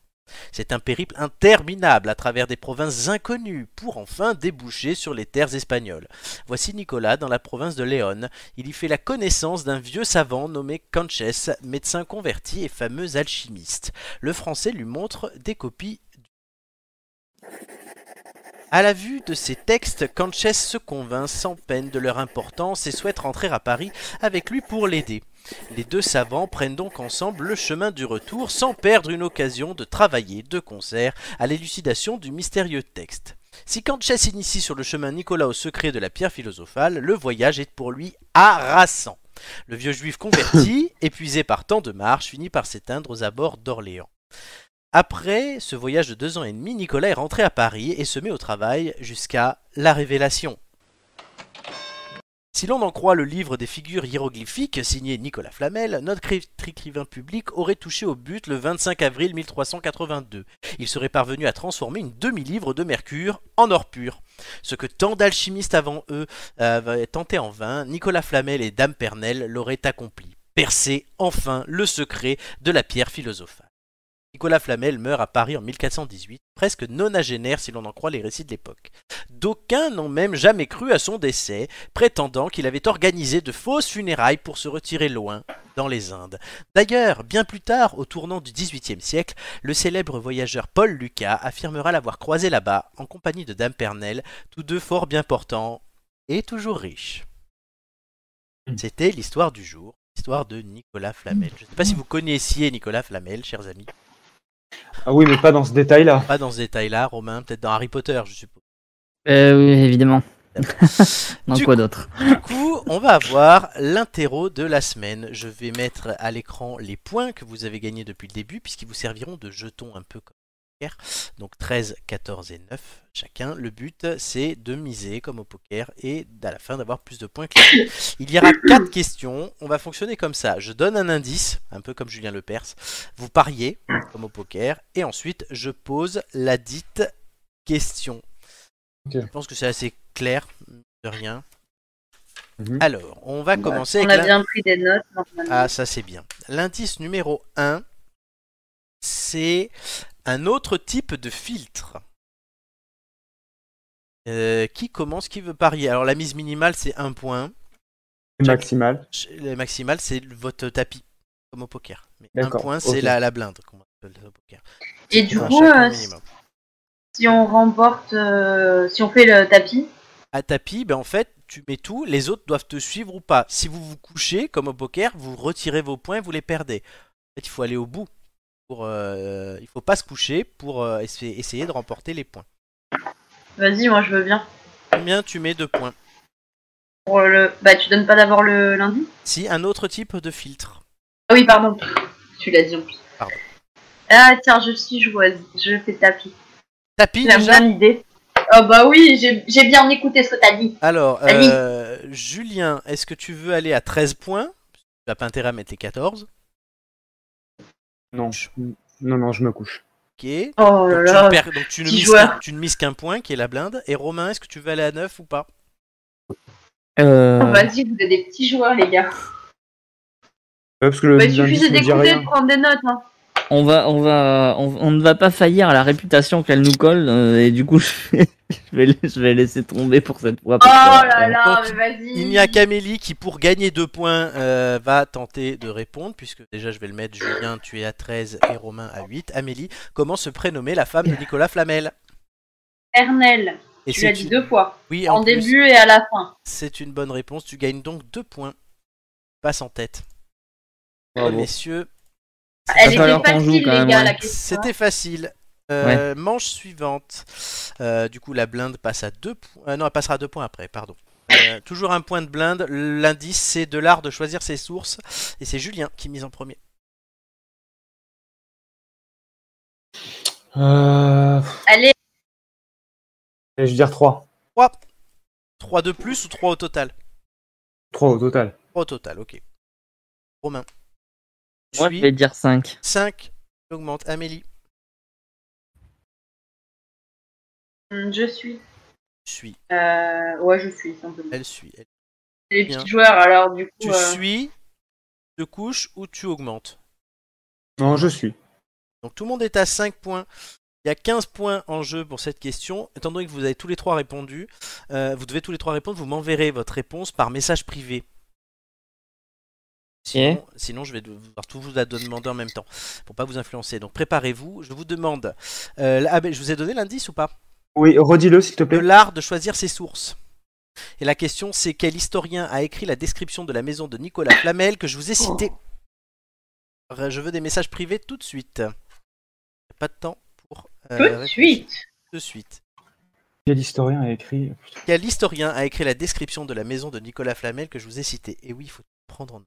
Speaker 1: C'est un périple interminable à travers des provinces inconnues pour enfin déboucher sur les terres espagnoles. Voici Nicolas dans la province de Léon. Il y fait la connaissance d'un vieux savant nommé Canches, médecin converti et fameux alchimiste. Le français lui montre des copies à la vue de ces textes, Canches se convainc sans peine de leur importance et souhaite rentrer à Paris avec lui pour l'aider. Les deux savants prennent donc ensemble le chemin du retour sans perdre une occasion de travailler de concert à l'élucidation du mystérieux texte. Si Canches initie sur le chemin Nicolas au secret de la pierre philosophale, le voyage est pour lui harassant. Le vieux juif converti, épuisé par tant de marches, finit par s'éteindre aux abords d'Orléans. Après ce voyage de deux ans et demi, Nicolas est rentré à Paris et se met au travail jusqu'à la révélation. Si l'on en croit le livre des figures hiéroglyphiques signé Nicolas Flamel, notre écrivain public aurait touché au but le 25 avril 1382. Il serait parvenu à transformer une demi-livre de mercure en or pur. Ce que tant d'alchimistes avant eux avaient tenté en vain, Nicolas Flamel et Dame Pernelle l'auraient accompli. Percer enfin le secret de la pierre philosophale. Nicolas Flamel meurt à Paris en 1418, presque nonagénaire si l'on en croit les récits de l'époque. D'aucuns n'ont même jamais cru à son décès, prétendant qu'il avait organisé de fausses funérailles pour se retirer loin, dans les Indes. D'ailleurs, bien plus tard, au tournant du XVIIIe siècle, le célèbre voyageur Paul Lucas affirmera l'avoir croisé là-bas, en compagnie de Dame Pernelle, tous deux fort bien portants et toujours riches. C'était l'histoire du jour, l'histoire de Nicolas Flamel. Je ne sais pas si vous connaissiez Nicolas Flamel, chers amis.
Speaker 2: Ah oui, mais pas dans ce détail-là.
Speaker 1: Pas dans ce détail-là, Romain, peut-être dans Harry Potter, je suppose.
Speaker 3: Euh, oui, évidemment. Dans
Speaker 1: Du
Speaker 3: quoi d'autre
Speaker 1: Du coup, on va avoir l'interro de la semaine. Je vais mettre à l'écran les points que vous avez gagnés depuis le début, puisqu'ils vous serviront de jetons un peu comme hier. Donc 13, 14 et 9 chacun. Le but, c'est de miser comme au poker et à la fin d'avoir plus de points que les autres. Il y aura quatre questions. On va fonctionner comme ça. Je donne un indice, un peu comme Julien Lepers. Vous pariez comme au poker et ensuite je pose la dite question.
Speaker 2: Ok.
Speaker 1: Je pense que c'est assez clair, de rien.
Speaker 2: Mhm.
Speaker 1: Alors, on va commencer
Speaker 4: Bah, On
Speaker 1: avec
Speaker 4: a
Speaker 1: l'in-
Speaker 4: bien pris des notes normalement.
Speaker 1: Ah, ça c'est bien. L'indice numéro 1, c'est un autre type de filtre. Euh, qui commence, qui veut parier Alors la mise minimale c'est un point,
Speaker 2: Maximal.
Speaker 1: Ch- la maximale c'est le- votre tapis, comme au poker. Mais un
Speaker 2: D'accord,
Speaker 1: point c'est
Speaker 2: ok.
Speaker 1: la, la blinde, comme on appelle ça au poker.
Speaker 4: Et du
Speaker 1: Enfin,
Speaker 4: coup,
Speaker 1: chacun
Speaker 4: euh,
Speaker 1: minimum.
Speaker 4: si on remporte, euh, si on fait le tapis,
Speaker 1: à tapis, ben en fait, tu mets tout, les autres doivent te suivre ou pas. Si vous vous couchez, comme au poker, vous retirez vos points, vous les perdez. En fait, il faut aller au bout. Pour, euh, il faut pas se coucher pour euh, essa- essayer de remporter les points.
Speaker 4: vas-y, moi je veux bien.
Speaker 1: Combien tu mets de points
Speaker 4: Pour le... Bah, tu donnes pas d'abord le lundi
Speaker 1: Si un autre type de filtre.
Speaker 4: Ah oui, pardon. Tu l'as dit en plus.
Speaker 1: Pardon.
Speaker 4: Ah tiens, je suis joueuse. Je fais tapis.
Speaker 1: Tapis
Speaker 4: La
Speaker 1: déjà
Speaker 4: bonne idée. Ah bah oui, j'ai j'ai bien écouté ce que t'as dit.
Speaker 1: Alors,
Speaker 4: Vas-y.
Speaker 1: euh, Julien, est-ce que tu veux aller à 13 points Tu n'as pas intérêt à mettre les 14.
Speaker 2: Non. Non, non, je me couche.
Speaker 1: Ok.
Speaker 4: Oh
Speaker 1: Donc,
Speaker 4: là
Speaker 1: tu,
Speaker 4: là.
Speaker 1: ne perds- donc tu ne
Speaker 4: petit
Speaker 1: mises
Speaker 4: joueur.
Speaker 1: qu'un- tu ne mises qu'un point qui est la blinde. Et Romain, est-ce que tu veux aller à 9 ou pas
Speaker 3: Euh,
Speaker 4: Oh, Vas-y, vous êtes des petits joueurs, les gars.
Speaker 2: Ouais, parce que le
Speaker 4: Bah, il
Speaker 2: lundi,
Speaker 4: suffisait
Speaker 2: tu me dis
Speaker 4: d'écouter,
Speaker 2: rien.
Speaker 4: de prendre des notes. Hein.
Speaker 3: on va, on va, on, on ne va pas faillir à la réputation qu'elle nous colle euh, et du coup, je vais, je vais, je vais laisser tomber pour cette fois.
Speaker 4: Oh
Speaker 3: parce que,
Speaker 4: là
Speaker 3: euh,
Speaker 4: là,
Speaker 1: donc,
Speaker 4: mais vas-y.
Speaker 1: Il n'y a qu'Amélie qui, pour gagner 2 points, euh, va tenter de répondre, puisque déjà je vais le mettre Julien, tu es à 13 et Romain à 8. Amélie, comment se prénommait la femme de Nicolas Flamel
Speaker 4: Ernel,
Speaker 1: Et
Speaker 4: tu l'as dit deux fois.
Speaker 1: Oui,
Speaker 4: En,
Speaker 1: en, plus,
Speaker 4: début et à la fin.
Speaker 1: c'est une bonne réponse. Tu gagnes donc 2 points. Passe en tête.
Speaker 3: bravo.
Speaker 1: Messieurs,
Speaker 4: Elle
Speaker 3: falloir
Speaker 4: était
Speaker 3: qu'on joue,
Speaker 4: facile,
Speaker 3: quand
Speaker 4: les
Speaker 3: même,
Speaker 4: gars,
Speaker 3: ouais.
Speaker 4: la question.
Speaker 1: c'était facile. Euh, Manche suivante. Euh, du coup, la blinde passe à 2 points. Euh, non, elle passera à 2 points après, pardon. Euh, toujours un point de blinde. L'indice, c'est de l'art de choisir ses sources. Et c'est Julien qui mise en premier.
Speaker 2: Euh,
Speaker 4: Allez,
Speaker 2: je vais dire 3.
Speaker 1: 3 de plus ou 3 au total
Speaker 2: 3 au total.
Speaker 1: 3 au total, ok. Romain. Je
Speaker 3: Moi, je vais
Speaker 1: suis
Speaker 3: dire 5.
Speaker 1: 5. J'augmente. Amélie.
Speaker 4: hum, je suis.
Speaker 1: Je suis.
Speaker 4: Euh, ouais, je suis, simplement.
Speaker 1: Elle suit. Elle-
Speaker 4: Les
Speaker 1: bien.
Speaker 4: petits joueurs, alors, du coup.
Speaker 1: Tu
Speaker 4: euh,
Speaker 1: suis de couche ou tu augmentes.
Speaker 2: Non, je suis.
Speaker 1: Donc tout le monde est à 5 points. Il y a 15 points en jeu pour cette question. Étant donné que vous avez tous les trois répondu, euh, vous devez tous les trois répondre. Vous m'enverrez votre réponse par message privé. Sinon, sinon, je vais devoir tout vous la demander en même temps pour pas vous influencer. Donc préparez-vous. Je vous demande. euh, ah, ben, je vous ai donné l'indice ou pas
Speaker 2: Oui, redis-le s'il te
Speaker 1: de
Speaker 2: plaît.
Speaker 1: l'art de choisir ses sources. Et la question, c'est quel historien a écrit la description de la maison de Nicolas Flamel que je vous ai citée
Speaker 4: Oh.
Speaker 1: Re- Je veux des messages privés tout de suite. Pas de temps pour. euh,
Speaker 4: Tout de
Speaker 1: réfléchir.
Speaker 4: suite.
Speaker 1: Tout de suite.
Speaker 2: Quel historien a écrit
Speaker 1: Quel historien a écrit la description de la maison de Nicolas Flamel que je vous ai citée Et oui, il faut prendre en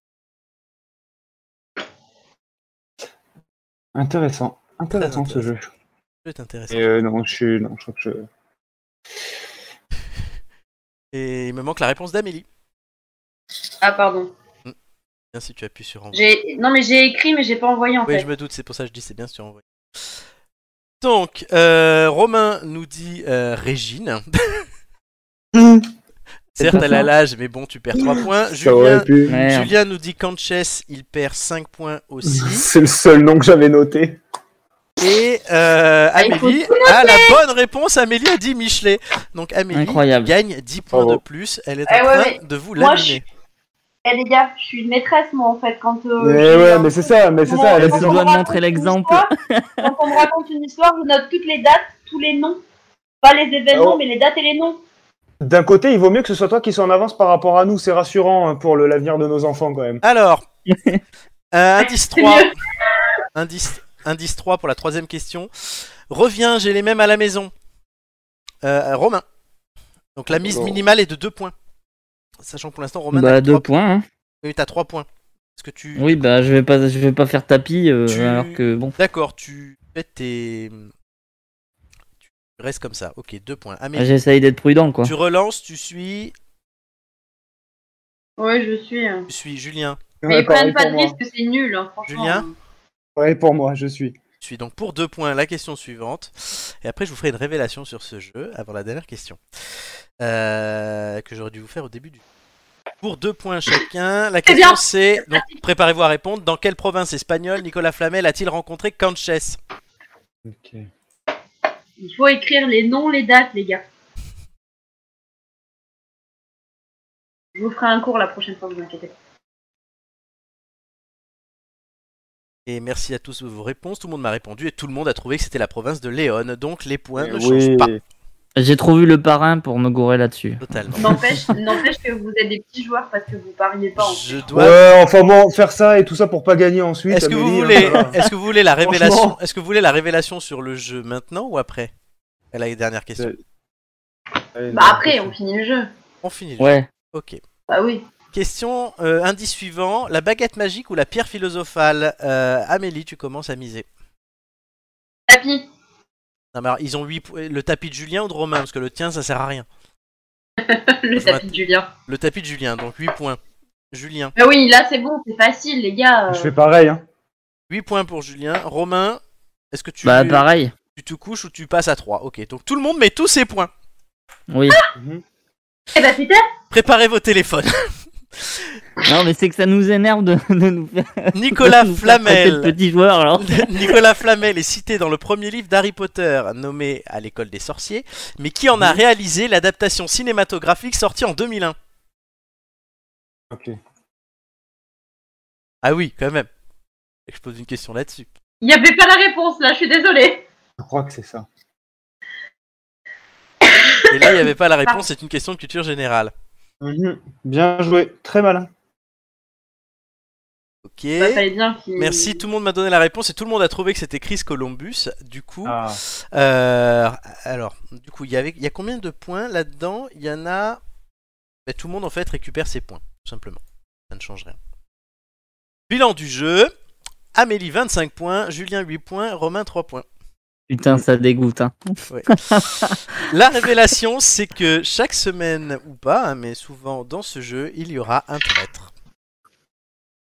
Speaker 2: Intéressant. Intéressant
Speaker 1: Très
Speaker 2: ce jeu.
Speaker 1: C'est intéressant.
Speaker 4: Eh
Speaker 2: Et euh, non, je suis. Non, je crois que je.
Speaker 1: Et il me manque la réponse d'Amélie.
Speaker 4: Ah, pardon.
Speaker 1: Bien si tu appuies sur envoi.
Speaker 4: J'ai... Non, mais j'ai écrit, mais j'ai pas envoyé, en
Speaker 1: Oui,
Speaker 4: fait.
Speaker 1: je me doute, c'est pour ça que je dis c'est bien sûr envoyé. Donc, euh, Romain nous dit euh, Régine. Certes, elle a l'âge, mais bon, tu perds 3 points.
Speaker 2: Ça aurait
Speaker 1: Julien,
Speaker 2: pu.
Speaker 3: Merde.
Speaker 1: Julien nous dit Canches, il perd 5 points aussi.
Speaker 2: C'est le seul nom que j'avais noté.
Speaker 1: Et euh,
Speaker 4: Ah, il faut
Speaker 1: Amélie a la bonne réponse. Amélie a dit Michelet. Donc Amélie
Speaker 3: Incroyable.
Speaker 1: gagne 10 points
Speaker 2: Bravo.
Speaker 1: de plus. Elle est
Speaker 4: Eh
Speaker 1: en
Speaker 4: ouais,
Speaker 1: train
Speaker 4: mais
Speaker 1: de vous
Speaker 4: moi, je
Speaker 1: laminer.
Speaker 4: Eh, les gars, je suis une maîtresse, moi, en fait, quand. euh,
Speaker 2: Mais
Speaker 4: je-
Speaker 2: Eh ouais, mais c'est ça, mais c'est
Speaker 4: Quand
Speaker 2: ça.
Speaker 4: on-
Speaker 2: Elle a
Speaker 4: quand
Speaker 2: dit-
Speaker 3: Tu
Speaker 4: on
Speaker 3: dois
Speaker 4: me raconte
Speaker 3: montrer
Speaker 4: une
Speaker 3: l'exemple.
Speaker 4: histoire, Quand on me raconte une histoire, je note toutes les dates, tous les noms. Pas les événements,
Speaker 2: Oh.
Speaker 4: mais les dates et les noms.
Speaker 2: D'un côté, il vaut mieux que ce soit toi qui sois en avance par rapport à nous. C'est rassurant hein, pour le- l'avenir de nos enfants quand même.
Speaker 1: Alors, euh, indice
Speaker 4: C'est
Speaker 1: 3.
Speaker 4: mieux.
Speaker 1: Indice, indice 3 pour la troisième question. Reviens, j'ai les mêmes à la maison. Euh, Romain. Donc la mise
Speaker 2: Bon.
Speaker 1: minimale est de 2 points. Sachant que pour l'instant, Romain
Speaker 3: Bah,
Speaker 1: n'a que
Speaker 3: deux
Speaker 1: trois-
Speaker 3: points. hein.
Speaker 1: oui, t'as 3 points. Parce que tu.
Speaker 3: Oui, bah, je vais pas, je vais pas faire tapis euh,
Speaker 1: Tu-
Speaker 3: alors que bon.
Speaker 1: D'accord, tu fais tes. Tu restes comme ça. Ok, 2 points. Amélie,
Speaker 3: J'essaye d'être prudent, quoi.
Speaker 1: tu relances, tu suis.
Speaker 4: Ouais, je suis. hein.
Speaker 1: Tu suis Julien.
Speaker 4: Mais ils
Speaker 2: pareil
Speaker 4: prennent pas
Speaker 2: pour
Speaker 4: de
Speaker 2: moi.
Speaker 4: risque, c'est nul, hein, franchement.
Speaker 1: Julien
Speaker 2: Ouais, pour moi, je suis.
Speaker 1: Je suis donc pour 2 points la question suivante. Et après, je vous ferai une révélation sur ce jeu avant la dernière question. Euh, que j'aurais dû vous faire au début du. Pour 2 points chacun, la
Speaker 4: C'est
Speaker 1: question
Speaker 4: bien.
Speaker 1: c'est. Donc, préparez-vous à répondre. Dans quelle province espagnole Nicolas Flamel a-t-il rencontré Canches
Speaker 4: Il faut écrire les noms, les dates, les gars. Je vous ferai un cours la prochaine fois, vous inquiétez. pas.
Speaker 1: Et merci à tous de vos réponses. Tout le monde m'a répondu et tout le monde a trouvé que c'était la province de Léon. Donc, les points ne changent
Speaker 2: Oui.
Speaker 1: pas
Speaker 3: J'ai trouvé le parrain pour me gourer là-dessus.
Speaker 1: totalement.
Speaker 4: N'empêche, n'empêche que vous êtes des petits joueurs parce que vous pariez pas. En...
Speaker 1: Je dois
Speaker 2: Ouais, enfin bon, faire ça et tout ça pour pas gagner ensuite.
Speaker 1: Est-ce que vous
Speaker 2: Amélie,
Speaker 1: voulez,
Speaker 2: hein, ça va.
Speaker 1: est-ce que vous voulez la révélation,
Speaker 2: Franchement.
Speaker 1: est-ce que vous voulez la révélation sur le jeu maintenant ou après Elle a une dernière question.
Speaker 2: Euh, Allez,
Speaker 4: Bah
Speaker 2: non,
Speaker 4: après, on
Speaker 2: écoute.
Speaker 4: finit le jeu.
Speaker 1: On finit. le jeu.
Speaker 3: Ouais.
Speaker 1: Ok.
Speaker 4: Bah oui.
Speaker 1: Question euh, indice suivant la baguette magique ou la pierre philosophale. Euh, Amélie, tu commences à miser.
Speaker 4: Tapis.
Speaker 1: Non, mais alors, ils ont 8 le tapis de Julien ou de Romain parce que le tien ça sert à rien.
Speaker 4: le
Speaker 1: Je
Speaker 4: tapis de Julien.
Speaker 1: Le tapis de Julien donc 8 points. Julien,
Speaker 4: Bah oui, là c'est bon, c'est facile, les gars. euh.
Speaker 2: Je fais pareil. Hein.
Speaker 1: 8 points pour Julien. Romain, est-ce que tu,
Speaker 3: Bah, pareil.
Speaker 1: tu te couches ou tu passes à 3 Ok, donc tout le monde met tous ses points.
Speaker 3: Oui.
Speaker 2: Mhm.
Speaker 4: Eh bah putain,
Speaker 1: Préparez vos téléphones.
Speaker 3: Non, mais c'est que ça nous énerve de, de nous faire.
Speaker 1: Nicolas
Speaker 3: de nous faire traiter de
Speaker 1: Flamel.
Speaker 3: Petit joueur, alors.
Speaker 1: Nicolas Flamel est cité dans le premier livre d'Harry Potter, nommé À l'école des sorciers, mais qui en a réalisé l'adaptation cinématographique sortie en 2001.
Speaker 2: Ok.
Speaker 1: Ah oui, quand même. Je pose une question là-dessus.
Speaker 4: Il n'y avait pas la réponse là, je suis désolée.
Speaker 2: Je crois que c'est ça.
Speaker 1: Et là, il n'y avait pas la réponse, c'est une question de culture générale.
Speaker 2: Mhm. Bien joué, très malin.
Speaker 1: Ok.
Speaker 4: Ça fallait bien qu'il-
Speaker 1: Merci, tout le monde m'a donné la réponse et tout le monde a trouvé que c'était Chris Columbus. Du coup,
Speaker 2: Ah.
Speaker 1: euh, alors, du coup, il y avait, il y a combien de points là-dedans Il y en a. Ben, tout le monde en fait récupère ses points, tout simplement. Ça ne change rien. Bilan du jeu Amélie 25 points, Julien 8 points, Romain 3 points.
Speaker 3: Putain, ça dégoûte, hein.
Speaker 1: La révélation, c'est que chaque semaine ou pas, hein, mais souvent dans ce jeu, il y aura un traître.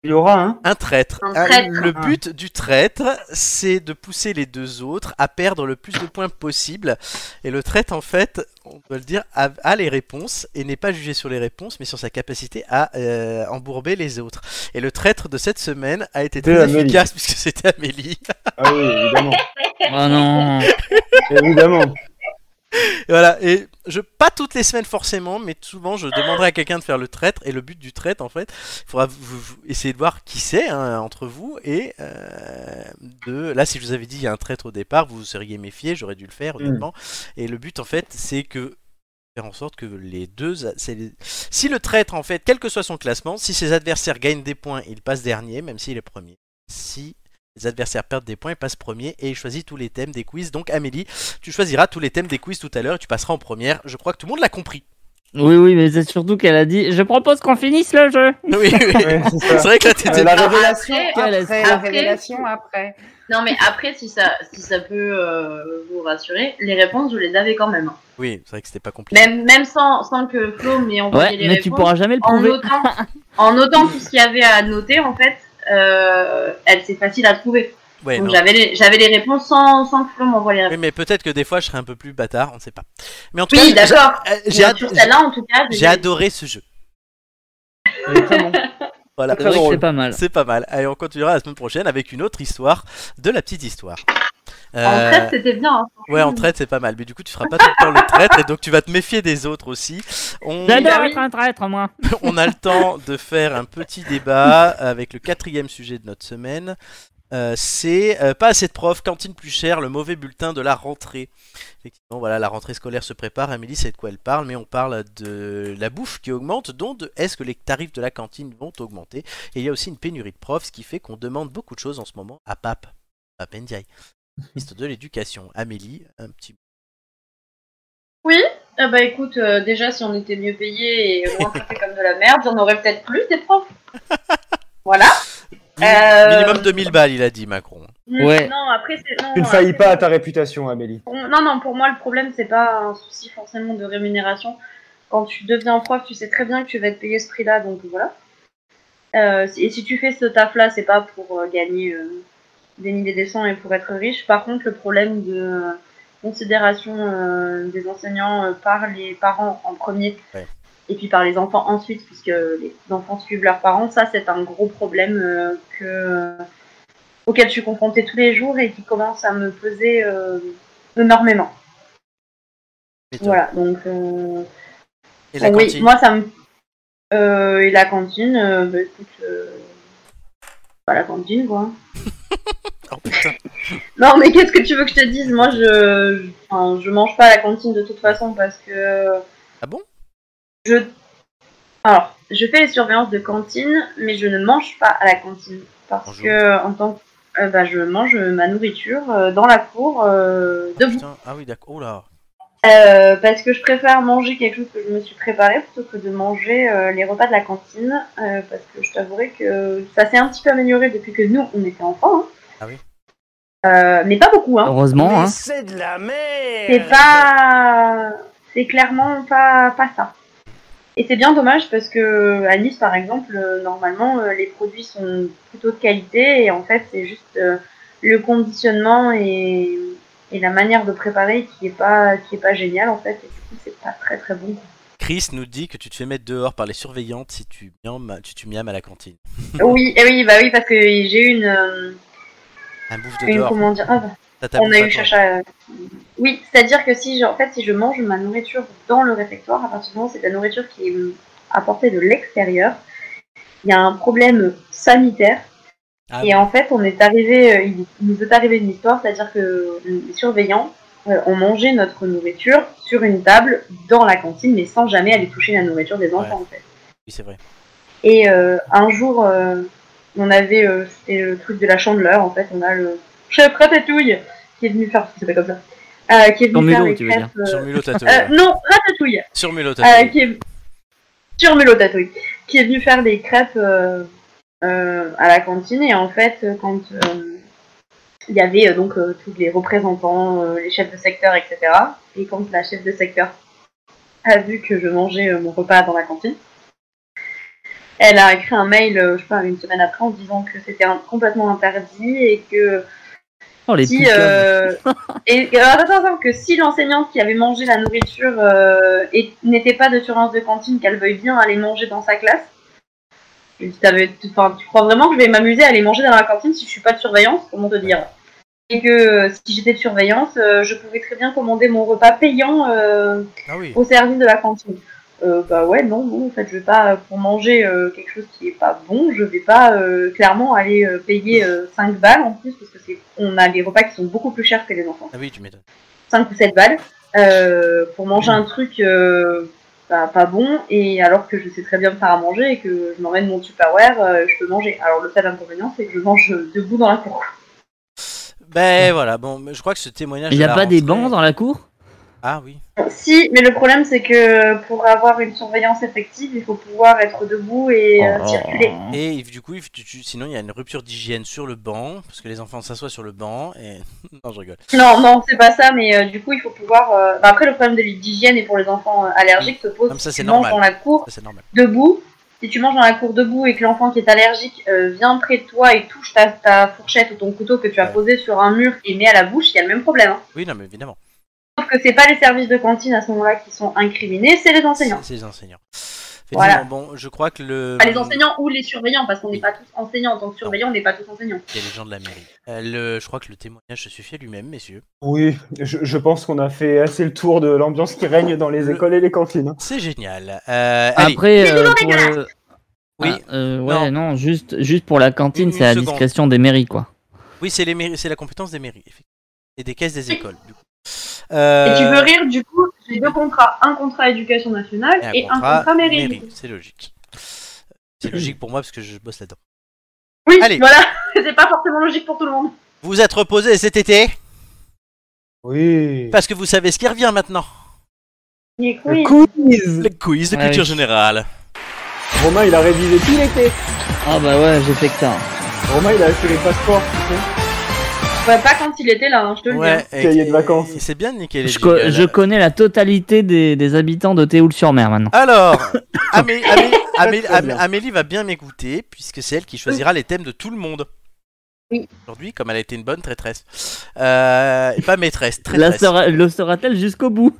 Speaker 2: Il y aura hein. un.
Speaker 1: Un traître. Euh,
Speaker 4: Un traître.
Speaker 1: Le but du traître, c'est de pousser les deux autres à perdre le plus de points possible. Et le traître, en fait, on doit le dire, a, a les réponses et n'est pas jugé sur les réponses, mais sur sa capacité à euh, embourber les autres. Et le traître de cette semaine a été
Speaker 2: C'était
Speaker 1: très
Speaker 2: Amélie.
Speaker 1: efficace puisque c'était Amélie.
Speaker 2: Ah oui, évidemment.
Speaker 3: Oh non.
Speaker 2: évidemment.
Speaker 1: Et voilà. Et je pas toutes les semaines forcément, mais souvent je demanderai à quelqu'un de faire le traître. Et le but du traître, en fait, il faudra vous, vous- essayer de voir qui c'est hein, entre vous et euh, de. Là, si je vous avais dit il y a un traître au départ, vous vous seriez méfié. J'aurais dû le faire honnêtement. Et le but, en fait, c'est que faire en sorte que les deux, c'est les- si le traître en fait, quel que soit son classement, si ses adversaires gagnent des points, il passe dernier, même s'il est premier. Si les adversaires perdent des points, il passe premier et il choisit tous les thèmes des quiz. Donc Amélie, tu choisiras tous les thèmes des quiz tout à l'heure et tu passeras en première. Je crois que tout le monde l'a compris.
Speaker 3: Oui, oui, mais c'est surtout qu'elle a dit Je propose qu'on finisse le jeu.
Speaker 1: Oui, oui.
Speaker 2: Ouais, c'est ça.
Speaker 1: C'est vrai que là, t'étais-
Speaker 2: Euh, la
Speaker 4: Alors,
Speaker 6: révélation
Speaker 3: après-
Speaker 6: après,
Speaker 3: après-
Speaker 6: la révélation après.
Speaker 4: Non mais après, si ça, si ça peut euh, vous rassurer, les réponses, je les avais quand même.
Speaker 1: Oui, c'est vrai que c'était pas compliqué.
Speaker 4: Même, même sans, sans que Flo m'ait envoyé
Speaker 3: Ouais,
Speaker 4: les
Speaker 3: mais
Speaker 4: réponses.
Speaker 3: tu pourras jamais le
Speaker 4: en
Speaker 3: prouver.
Speaker 4: notant, en notant tout ce qu'il y avait à noter, en fait, euh, elle c'est facile à trouver.
Speaker 1: Ouais,
Speaker 4: Donc
Speaker 1: non.
Speaker 4: j'avais les, j'avais les réponses sans, sans que Flo m'envoie les
Speaker 1: Oui,
Speaker 4: réponses.
Speaker 1: mais peut-être que des fois, je serais un peu plus bâtard, on ne sait pas. Mais en tout
Speaker 4: Oui,
Speaker 1: cas, j'ai-
Speaker 4: d'accord.
Speaker 1: euh, j'ai,
Speaker 4: Mais
Speaker 1: ad-
Speaker 4: sur celle-là, en tout cas, je
Speaker 1: j'ai
Speaker 4: les-
Speaker 1: adoré ce jeu.
Speaker 2: Elle est très bon.
Speaker 1: Voilà.
Speaker 3: C'est vrai que c'est pas mal.
Speaker 1: C'est pas mal. Allez, on continuera la semaine prochaine avec une autre histoire de la petite histoire.
Speaker 4: En
Speaker 1: Euh,
Speaker 4: fait, c'était bien. hein, franchement.
Speaker 1: ouais, en traite, c'est pas mal. Mais du coup, tu feras pas tout le temps le traître et donc tu vas te méfier des autres aussi. On...
Speaker 3: J'adore
Speaker 4: bah Oui.
Speaker 3: être un traître, moi.
Speaker 1: on a le temps de faire un petit débat avec le quatrième sujet de notre semaine. Euh, c'est euh, pas assez de profs, cantine plus chère, le mauvais bulletin de la rentrée. Effectivement, voilà, la rentrée scolaire se prépare. Amélie sait de quoi elle parle, mais on parle de la bouffe qui augmente, donc de est-ce que les tarifs de la cantine vont augmenter Et il y a aussi une pénurie de profs, ce qui fait qu'on demande beaucoup de choses en ce moment à Pape, Pape Ndiaye, ministre de l'éducation. Amélie, un petit
Speaker 4: Ah bah écoute, euh, déjà, si on était mieux payé et moins traité comme de la merde, on aurait peut-être plus des profs. Voilà. Euh,
Speaker 1: minimum 2000 balles, il a dit Macron.
Speaker 4: Mm,
Speaker 3: Ouais.
Speaker 4: Non, après, c'est. Non,
Speaker 2: Tu ne faillis
Speaker 4: après,
Speaker 2: pas à ta réputation, Amélie.
Speaker 4: pour- Non, non, pour moi, le problème, c'est pas un souci forcément de rémunération. Quand tu deviens prof, tu sais très bien que tu vas être payé ce prix-là, donc voilà. Euh, si- et si tu fais ce taf-là, c'est pas pour euh, gagner euh, des milliers des cents et pour être riche. Par contre, le problème de euh, considération euh, des enseignants euh, par les parents en premier
Speaker 1: Ouais.
Speaker 4: et puis par les enfants ensuite, puisque les enfants suivent leurs parents, ça, c'est un gros problème euh, que auquel je suis confrontée tous les jours et qui commence à me peser euh, énormément.
Speaker 1: Et toi
Speaker 4: Voilà, donc euh, oh
Speaker 1: Et la
Speaker 4: oui,
Speaker 1: cantine
Speaker 4: moi ça me euh, et la cantine, euh, bah, écoute, euh, pas la cantine quoi.
Speaker 1: Oh putain.
Speaker 4: Non mais qu'est-ce que tu veux que je te dise Moi je, je, enfin, je mange pas à la cantine de toute façon parce que
Speaker 1: Ah bon
Speaker 4: je alors je fais les surveillances de cantine mais je ne mange pas à la cantine parce
Speaker 1: Bonjour.
Speaker 4: que en tant que euh, bah, je mange ma nourriture euh, dans la cour euh,
Speaker 1: Ah,
Speaker 4: debout.
Speaker 1: putain. Ah oui, d'accord. Oh là.
Speaker 4: Euh, parce que je préfère manger quelque chose que je me suis préparé plutôt que de manger euh, les repas de la cantine. euh, parce que je t'avouerai que ça s'est un petit peu amélioré depuis que nous, on était enfants. hein.
Speaker 1: Ah oui.
Speaker 4: Euh, mais pas beaucoup. Hein.
Speaker 3: Heureusement, hein.
Speaker 6: c'est de la merde.
Speaker 4: C'est pas. C'est clairement pas, pas ça. Et c'est bien dommage parce que à Nice, par exemple, euh, normalement, euh, les produits sont plutôt de qualité et en fait, c'est juste euh, le conditionnement et, et la manière de préparer qui est pas qui est pas génial en fait. Et du coup, c'est pas très très bon.
Speaker 1: Chris nous dit que tu te fais mettre dehors par les surveillantes si tu miames, tu, tu miames à la cantine.
Speaker 4: Oui, eh oui, bah oui, parce que j'ai eu une, euh,
Speaker 1: Un bouffe de
Speaker 4: une
Speaker 1: dehors.
Speaker 4: comment dire, ah, bah,
Speaker 1: T'as ta
Speaker 4: on
Speaker 1: bouffe
Speaker 4: a
Speaker 1: à
Speaker 4: eu
Speaker 1: toi.
Speaker 4: chacha. euh, Oui, c'est-à-dire que si, je- en fait, si je mange ma nourriture dans le réfectoire, à partir du moment où c'est de la nourriture qui est hum, apportée de l'extérieur, il y a un problème sanitaire.
Speaker 1: Ah
Speaker 4: Et en fait, on est arrivé, euh, il il nous est arrivé une histoire, c'est-à-dire que les surveillants euh, ont mangé notre nourriture sur une table dans la cantine, mais sans jamais aller toucher la nourriture des enfants, en fait.
Speaker 1: Oui, c'est vrai.
Speaker 4: Et euh, un jour, euh, on avait euh, c'était le truc de la chandeleur, en fait. On a le chef ratatouille qui est venu faire. C'est pas comme ça. Euh, qui est
Speaker 3: Sur
Speaker 4: venu faire
Speaker 3: Mulot,
Speaker 4: les
Speaker 3: tu veux dire.
Speaker 4: crêpes. euh,
Speaker 1: Sur Mulot Tatou.
Speaker 4: euh, non, ratatouille.
Speaker 1: Sur Mulot
Speaker 4: euh,
Speaker 1: Tatou.
Speaker 4: qui est sur Mulot Tatouille, qui est venu faire des crêpes euh, euh, à la cantine. Et en fait, euh, quand euh, il y avait euh, donc euh, tous les représentants, euh, les chefs de secteur, etc. Et quand la chef de secteur a vu que je mangeais euh, mon repas dans la cantine, elle a écrit un mail, euh, je sais pas, une semaine après, en disant que c'était un- complètement interdit et que
Speaker 3: Oh, les
Speaker 4: si,
Speaker 3: poucas.
Speaker 4: euh, et, et alors, attends, attends, que si l'enseignante qui avait mangé la nourriture euh, et- n'était pas de surveillance de cantine, qu'elle veuille bien aller manger dans sa classe. Je lui dis, T'avais- tu- enfin, tu crois vraiment que je vais m'amuser à aller manger dans la cantine si je suis pas de surveillance Comment te dire Et que euh, si j'étais de surveillance, euh, je pouvais très bien commander mon repas payant euh,
Speaker 1: Ah oui.
Speaker 4: au service de la cantine. Euh, bah ouais, non, non, en fait, je vais pas, euh, pour manger euh, quelque chose qui est pas bon, je vais pas euh, clairement aller euh, payer 5 balles en plus, parce que c'est, on a des repas qui sont beaucoup plus chers que les enfants,
Speaker 1: Ah oui, tu m'étonnes.
Speaker 4: 5 ou 7 balles, euh, pour manger un truc euh, bah, pas bon, et alors que je sais très bien me faire à manger et que je m'emmène mon Tupperware, euh, je peux manger. Alors le seul inconvénient, c'est que je mange euh, debout dans la cour.
Speaker 1: Ben voilà, bon, mais je crois que ce témoignage.
Speaker 3: Il n'y
Speaker 1: de
Speaker 3: a
Speaker 1: la
Speaker 3: pas des
Speaker 1: rentrée-
Speaker 3: bancs dans la cour
Speaker 1: Ah oui.
Speaker 4: Si, mais le problème, c'est que pour avoir une surveillance effective, il faut pouvoir être debout et
Speaker 3: Oh.
Speaker 1: Oh.
Speaker 4: euh, circuler.
Speaker 1: Et il- du coup, il- tu- tu- sinon, il y a une rupture d'hygiène sur le banc, parce que les enfants s'assoient sur le banc et. non, je rigole.
Speaker 4: Non, non, c'est pas ça, mais euh, du coup, il faut pouvoir. euh, enfin, après, le problème de l'hygiène et pour les enfants euh, allergiques se pose
Speaker 1: Non, mais ça,
Speaker 4: si
Speaker 1: c'est
Speaker 4: tu manges
Speaker 1: normal.
Speaker 4: dans la cour
Speaker 1: Ça, c'est normal.
Speaker 4: debout. Si tu manges dans la cour debout et que l'enfant qui est allergique euh, vient près de toi et touche ta, ta fourchette ou ton couteau que tu as
Speaker 1: Ouais.
Speaker 4: posé sur un mur et met à la bouche, il y a le même problème. hein.
Speaker 1: Oui, non, mais évidemment.
Speaker 4: Sauf que c'est pas les services de cantine à ce moment-là qui sont incriminés, c'est les enseignants.
Speaker 1: C'est c'est les enseignants. Effectivement,
Speaker 4: Voilà.
Speaker 1: bon, je crois que le.
Speaker 4: Enfin, les enseignants ou les surveillants, parce qu'on n'est pas tous enseignants. En tant que surveillant, on n'est pas tous enseignants.
Speaker 1: Il y a les gens de la mairie. Euh, le... Je crois que le témoignage se suffit à lui-même, messieurs.
Speaker 2: Oui, je, je pense qu'on a fait assez le tour de l'ambiance qui règne dans les
Speaker 1: Le-
Speaker 2: écoles et les cantines. hein.
Speaker 1: C'est génial. Euh, allez.
Speaker 3: Après, euh, pour le-
Speaker 1: Oui.
Speaker 3: Ah, euh, ouais, non, juste, juste pour la cantine,
Speaker 1: Une
Speaker 3: c'est à la
Speaker 1: seconde.
Speaker 3: discrétion des mairies, quoi.
Speaker 1: Oui, c'est les mairies- c'est la compétence des mairies, effectivement. Et des caisses des écoles, du coup.
Speaker 4: Et
Speaker 1: Euh,
Speaker 4: tu veux rire, du coup, j'ai deux contrats un contrat éducation nationale
Speaker 1: Euh,
Speaker 4: et, un contrat, mairie. du coup.
Speaker 1: C'est logique. C'est logique pour moi parce que je bosse là-dedans.
Speaker 4: Oui,
Speaker 1: Allez.
Speaker 4: voilà, c'est pas forcément logique pour tout le monde.
Speaker 1: Vous êtes reposé cet été
Speaker 2: Oui.
Speaker 1: parce que vous savez ce qui revient maintenant.
Speaker 2: Le quiz
Speaker 1: Le quiz de
Speaker 3: Ouais,
Speaker 1: culture
Speaker 3: oui.
Speaker 1: générale.
Speaker 2: Romain, il a révisé tout l'été.
Speaker 3: Ah bah ouais, j'ai fait que ça.
Speaker 1: hein.
Speaker 2: Romain, il a acheté les passeports.
Speaker 4: Ouais, pas quand il était là, hein, je te le dis. hein.
Speaker 1: et-
Speaker 2: Cahier de vacances.
Speaker 1: C'est bien nickel. les
Speaker 3: Je, co-
Speaker 1: jingles.
Speaker 3: je connais la totalité des, des habitants de Théoul-sur-Mer maintenant.
Speaker 1: Alors, Amé- Amé- Amé-
Speaker 2: Très bien.
Speaker 1: Amé- Amélie va bien m'écouter puisque c'est elle qui choisira les thèmes de tout le monde.
Speaker 4: Oui.
Speaker 1: Aujourd'hui, comme elle a été une bonne traîtresse. Euh, et pas maîtresse,
Speaker 3: La
Speaker 1: traîtresse.
Speaker 3: sera- le sera-t-elle jusqu'au bout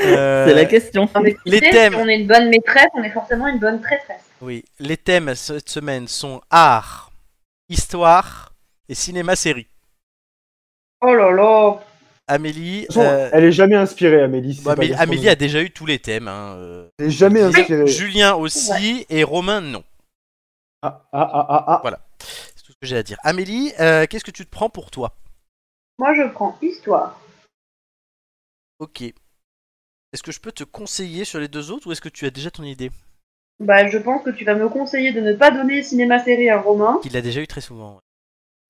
Speaker 1: Euh,
Speaker 3: C'est la question.
Speaker 4: Non, mais tu
Speaker 1: Les
Speaker 4: sais,
Speaker 1: thèmes.
Speaker 4: Si on est une bonne maîtresse, on est forcément une bonne traîtresse.
Speaker 1: Oui, les thèmes cette semaine sont art, histoire et cinéma-série.
Speaker 4: Oh là là.
Speaker 1: Amélie,
Speaker 2: De toute façon,
Speaker 1: euh,
Speaker 2: Elle est jamais inspirée, Amélie. c'est
Speaker 1: bon,
Speaker 2: pas
Speaker 1: Amélie,
Speaker 2: gastronomie.
Speaker 1: Amélie a déjà eu tous les thèmes. hein, euh.
Speaker 2: Elle est jamais inspirée.
Speaker 1: Julien aussi et Romain non.
Speaker 2: Ah, ah, ah, ah, ah.
Speaker 1: C'est tout ce que j'ai à dire. Amélie, euh, qu'est-ce que tu te prends pour toi
Speaker 4: Moi, je prends histoire.
Speaker 1: Ok. Est-ce que je peux te conseiller sur les deux autres ou est-ce que tu as déjà ton idée
Speaker 4: Bah, je pense que tu vas me conseiller de ne pas donner cinéma-série à Romain.
Speaker 1: Qu'il l'a déjà eu très souvent. ouais.